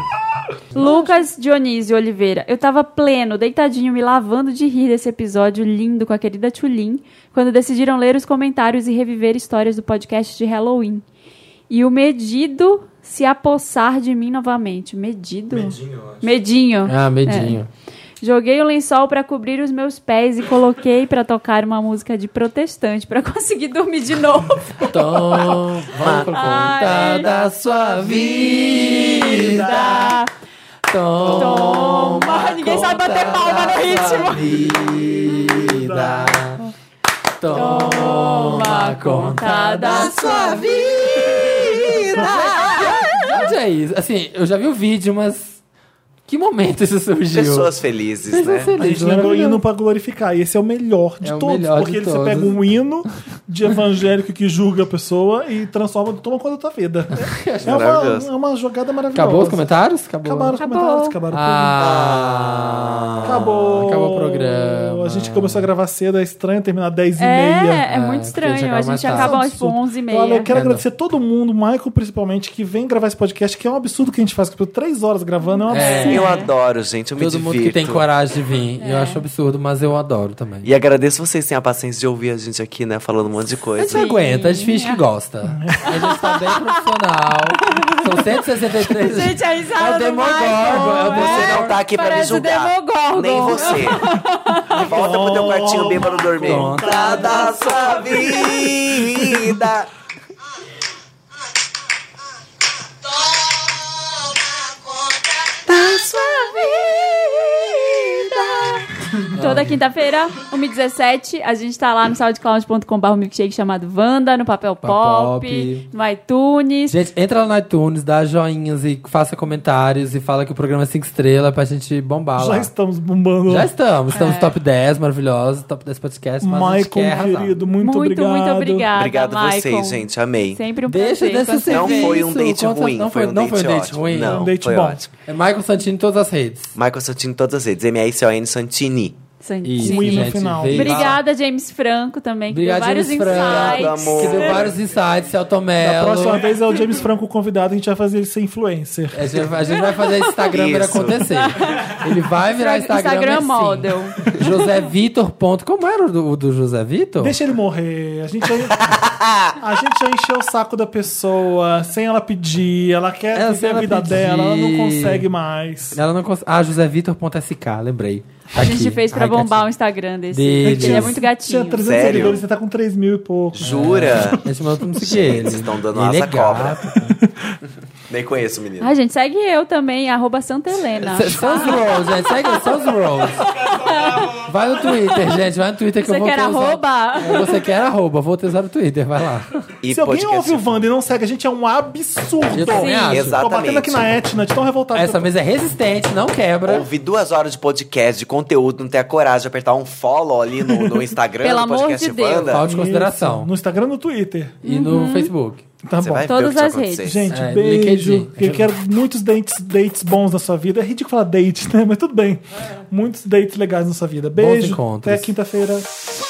C: Lucas Dionísio Oliveira. Eu tava pleno, deitadinho, me lavando de rir desse episódio lindo com a querida Tulin, quando decidiram ler os comentários e reviver histórias do podcast de Halloween. E o medido se apossar de mim novamente. Medido?
H: Medinho, eu acho.
C: Medinho.
B: Ah, medinho.
C: Joguei o lençol pra cobrir os meus pés e coloquei pra tocar uma música de protestante pra conseguir dormir de novo. [LAUGHS]
B: Então, vamos por conta
C: É. Ai.
B: da sua vida. Toma,
C: Toma. Ninguém sabe bater palma no ritmo.
B: vida. Toma conta da sua vida. Onde é isso? Assim, eu já vi o vídeo, mas que momento isso surgiu?
D: pessoas felizes, né?
B: Pessoas
A: A
B: felizes,
A: gente lembrou o
B: maravilhoso.
A: hino pra glorificar. E esse é o melhor de
B: É o
A: todos.
B: melhor
A: porque
B: de
A: ele- você
B: todos.
A: pega um hino de evangélico que julga a pessoa e transforma, toma conta da tua
B: [LAUGHS]
A: vida. É, uma,
D: Maravilhoso.
A: é uma jogada maravilhosa.
B: Acabou os comentários? Acabou.
A: Acabaram os
C: Acabou.
A: comentários, acabaram
B: Ah,
A: tudo. Acabou.
B: Acabou o programa.
A: A gente começou a gravar cedo, é estranho terminar 10 e meia.
C: É, tá é
B: Ah,
C: muito
B: porque
C: estranho.
B: chegava
C: A
B: mais
C: gente
B: tarde.
C: acaba
A: É um
C: às
A: absurdo.
C: 11 e meia.
A: Olha, eu quero
B: É, não.
A: agradecer todo mundo, o Michael principalmente, que vem gravar esse podcast, que é um absurdo que a gente faz, que eu tô três horas gravando, é um absurdo.
B: É.
D: Eu adoro, gente. Eu me
B: Todo
D: divirto. É.
B: mundo que tem coragem de vir. Eu acho absurdo, mas eu adoro também.
D: E agradeço vocês terem a paciência de ouvir a gente aqui, né? Falando um monte de
B: A
D: coisa.
B: gente aguenta, a gente finge
D: é.
B: que gosta. A gente tá bem profissional. São
D: [LAUGHS]
B: 163.
C: [LAUGHS] Gente, a risada
B: É o
C: do
B: Demogorgon,
C: Michael,
B: é o
D: Você não tá aqui pra me
C: Parece o
D: julgar.
C: Demogorgon.
D: Nem você.
A: [LAUGHS]
D: Volta pro teu quartinho bêbado dormir. Conta da sua vida.
E: Toma conta da sua vida.
C: Toda quinta-feira, 1h17, a gente tá lá no soundcloud.com.br um milkshake chamado Wanda, no Papel Pop,
B: Pop.
C: no iTunes.
B: Gente, entra lá no iTunes, dá joinhas e faça comentários e fala que o programa é 5 estrelas pra gente bombar
A: Já
B: lá.
A: estamos bombando.
B: Já estamos, estamos
C: É.
B: top 10, maravilhoso, top 10 podcast, mas a gente quer
A: Maicon,
B: arrasar.
A: querido, muito,
C: muito,
A: obrigado.
C: muito obrigada.
D: Obrigado a
C: Maicon.
D: vocês, gente. Amei.
C: Sempre um
B: Deixa
C: prazer.
B: dessa
D: Não
B: serviço,
D: foi um date
B: conta-
D: ruim.
B: Não foi, não foi um date
D: ótimo.
B: ruim.
D: Não,
A: Um date
D: foi
A: bom.
D: ótimo.
B: É Michael Santini em todas as redes.
D: Michael Santini em todas as redes. M-I-C-O-N Santini.
C: Santinho.
B: Isso,
A: Ruim no
B: gente,
A: final.
B: veio-
C: Obrigada, James Franco, também, que
B: Obrigado,
C: deu vários
B: James Franco.
D: Obrigado,
C: insights.
D: amor.
B: Que deu vários insights, Celto
A: Da
B: Mello.
A: próxima vez é o James Franco convidado, a gente vai fazer ele ser influencer.
B: A gente, vai- a gente vai fazer esse Instagram pra ele
D: Isso.
B: acontecer. Ele vai virar Instagram.
C: Instagram
B: assim.
C: model.
B: José Vitor. ponto- Como era o do, o do José Vitor?
A: Deixa ele morrer. A
B: [LAUGHS]
A: gente, já, a gente já encheu o saco da pessoa sem ela pedir. Ela quer
B: Ela É, sem
A: viver a
B: ela
A: vida
B: pedir.
A: dela, ela não consegue mais.
B: Ela não cons... Ah, josévitor.sk, lembrei.
C: A gente
B: Aqui.
C: fez pra
B: Ai,
C: bombar o
B: gatinho.
C: Instagram desse.
B: Dele.
C: Ele é muito
A: Tinha
C: gatinho.
A: 300
D: Sério?
A: seguidores, você tá com 3 mil e pouco. [LAUGHS]
D: Jura?
B: A gente mandou todo mundo seguir
D: Gente,
B: ele.
D: É. vocês estão dando
B: Ele
D: asa
B: é
D: à cobra.
B: gato.
D: Nem conheço o menino.
C: Ah, gente, segue eu também, arroba Santa Helena.
B: S- São os Rolls, gente. Segue são os Rolls. Vai no Twitter, gente. Vai no Twitter que
C: Você
B: eu vou
C: quer
B: ter usado-
C: arroba?
B: É, Você quer arroba. Vou ter usado o Twitter, vai lá.
D: E
A: Se alguém
D: podcast-
A: ouve o Wanda e não segue, a gente é um absurdo.
B: Eu também acho.
A: Tô batendo aqui
D: Exatamente.
A: na Etna, de tão revoltado.
B: Essa
A: que eu tô.
B: mesa é resistente, não quebra.
D: Ouvi duas horas de podcast, de conteúdo, não ter a coragem de apertar um follow ali no, no Instagram,
C: Pelo
D: no podcast
C: amor de Deus.
D: Wanda.
B: Falta de consideração.
A: No Instagram e no Twitter.
B: E no Facebook.
A: Tá
D: Você
A: bom.
D: vai
C: Todas
D: ver o que vai
C: as redes.
D: acontecer.
A: Gente,
B: É,
A: beijo.
B: LinkedIn.
A: Eu quero muitos dates, dates bons na sua vida. É ridículo falar date, né? Mas tudo bem. Muitos dates legais na sua vida. Beijo.
B: É. encontros.
A: Até quinta-feira.
E: Chama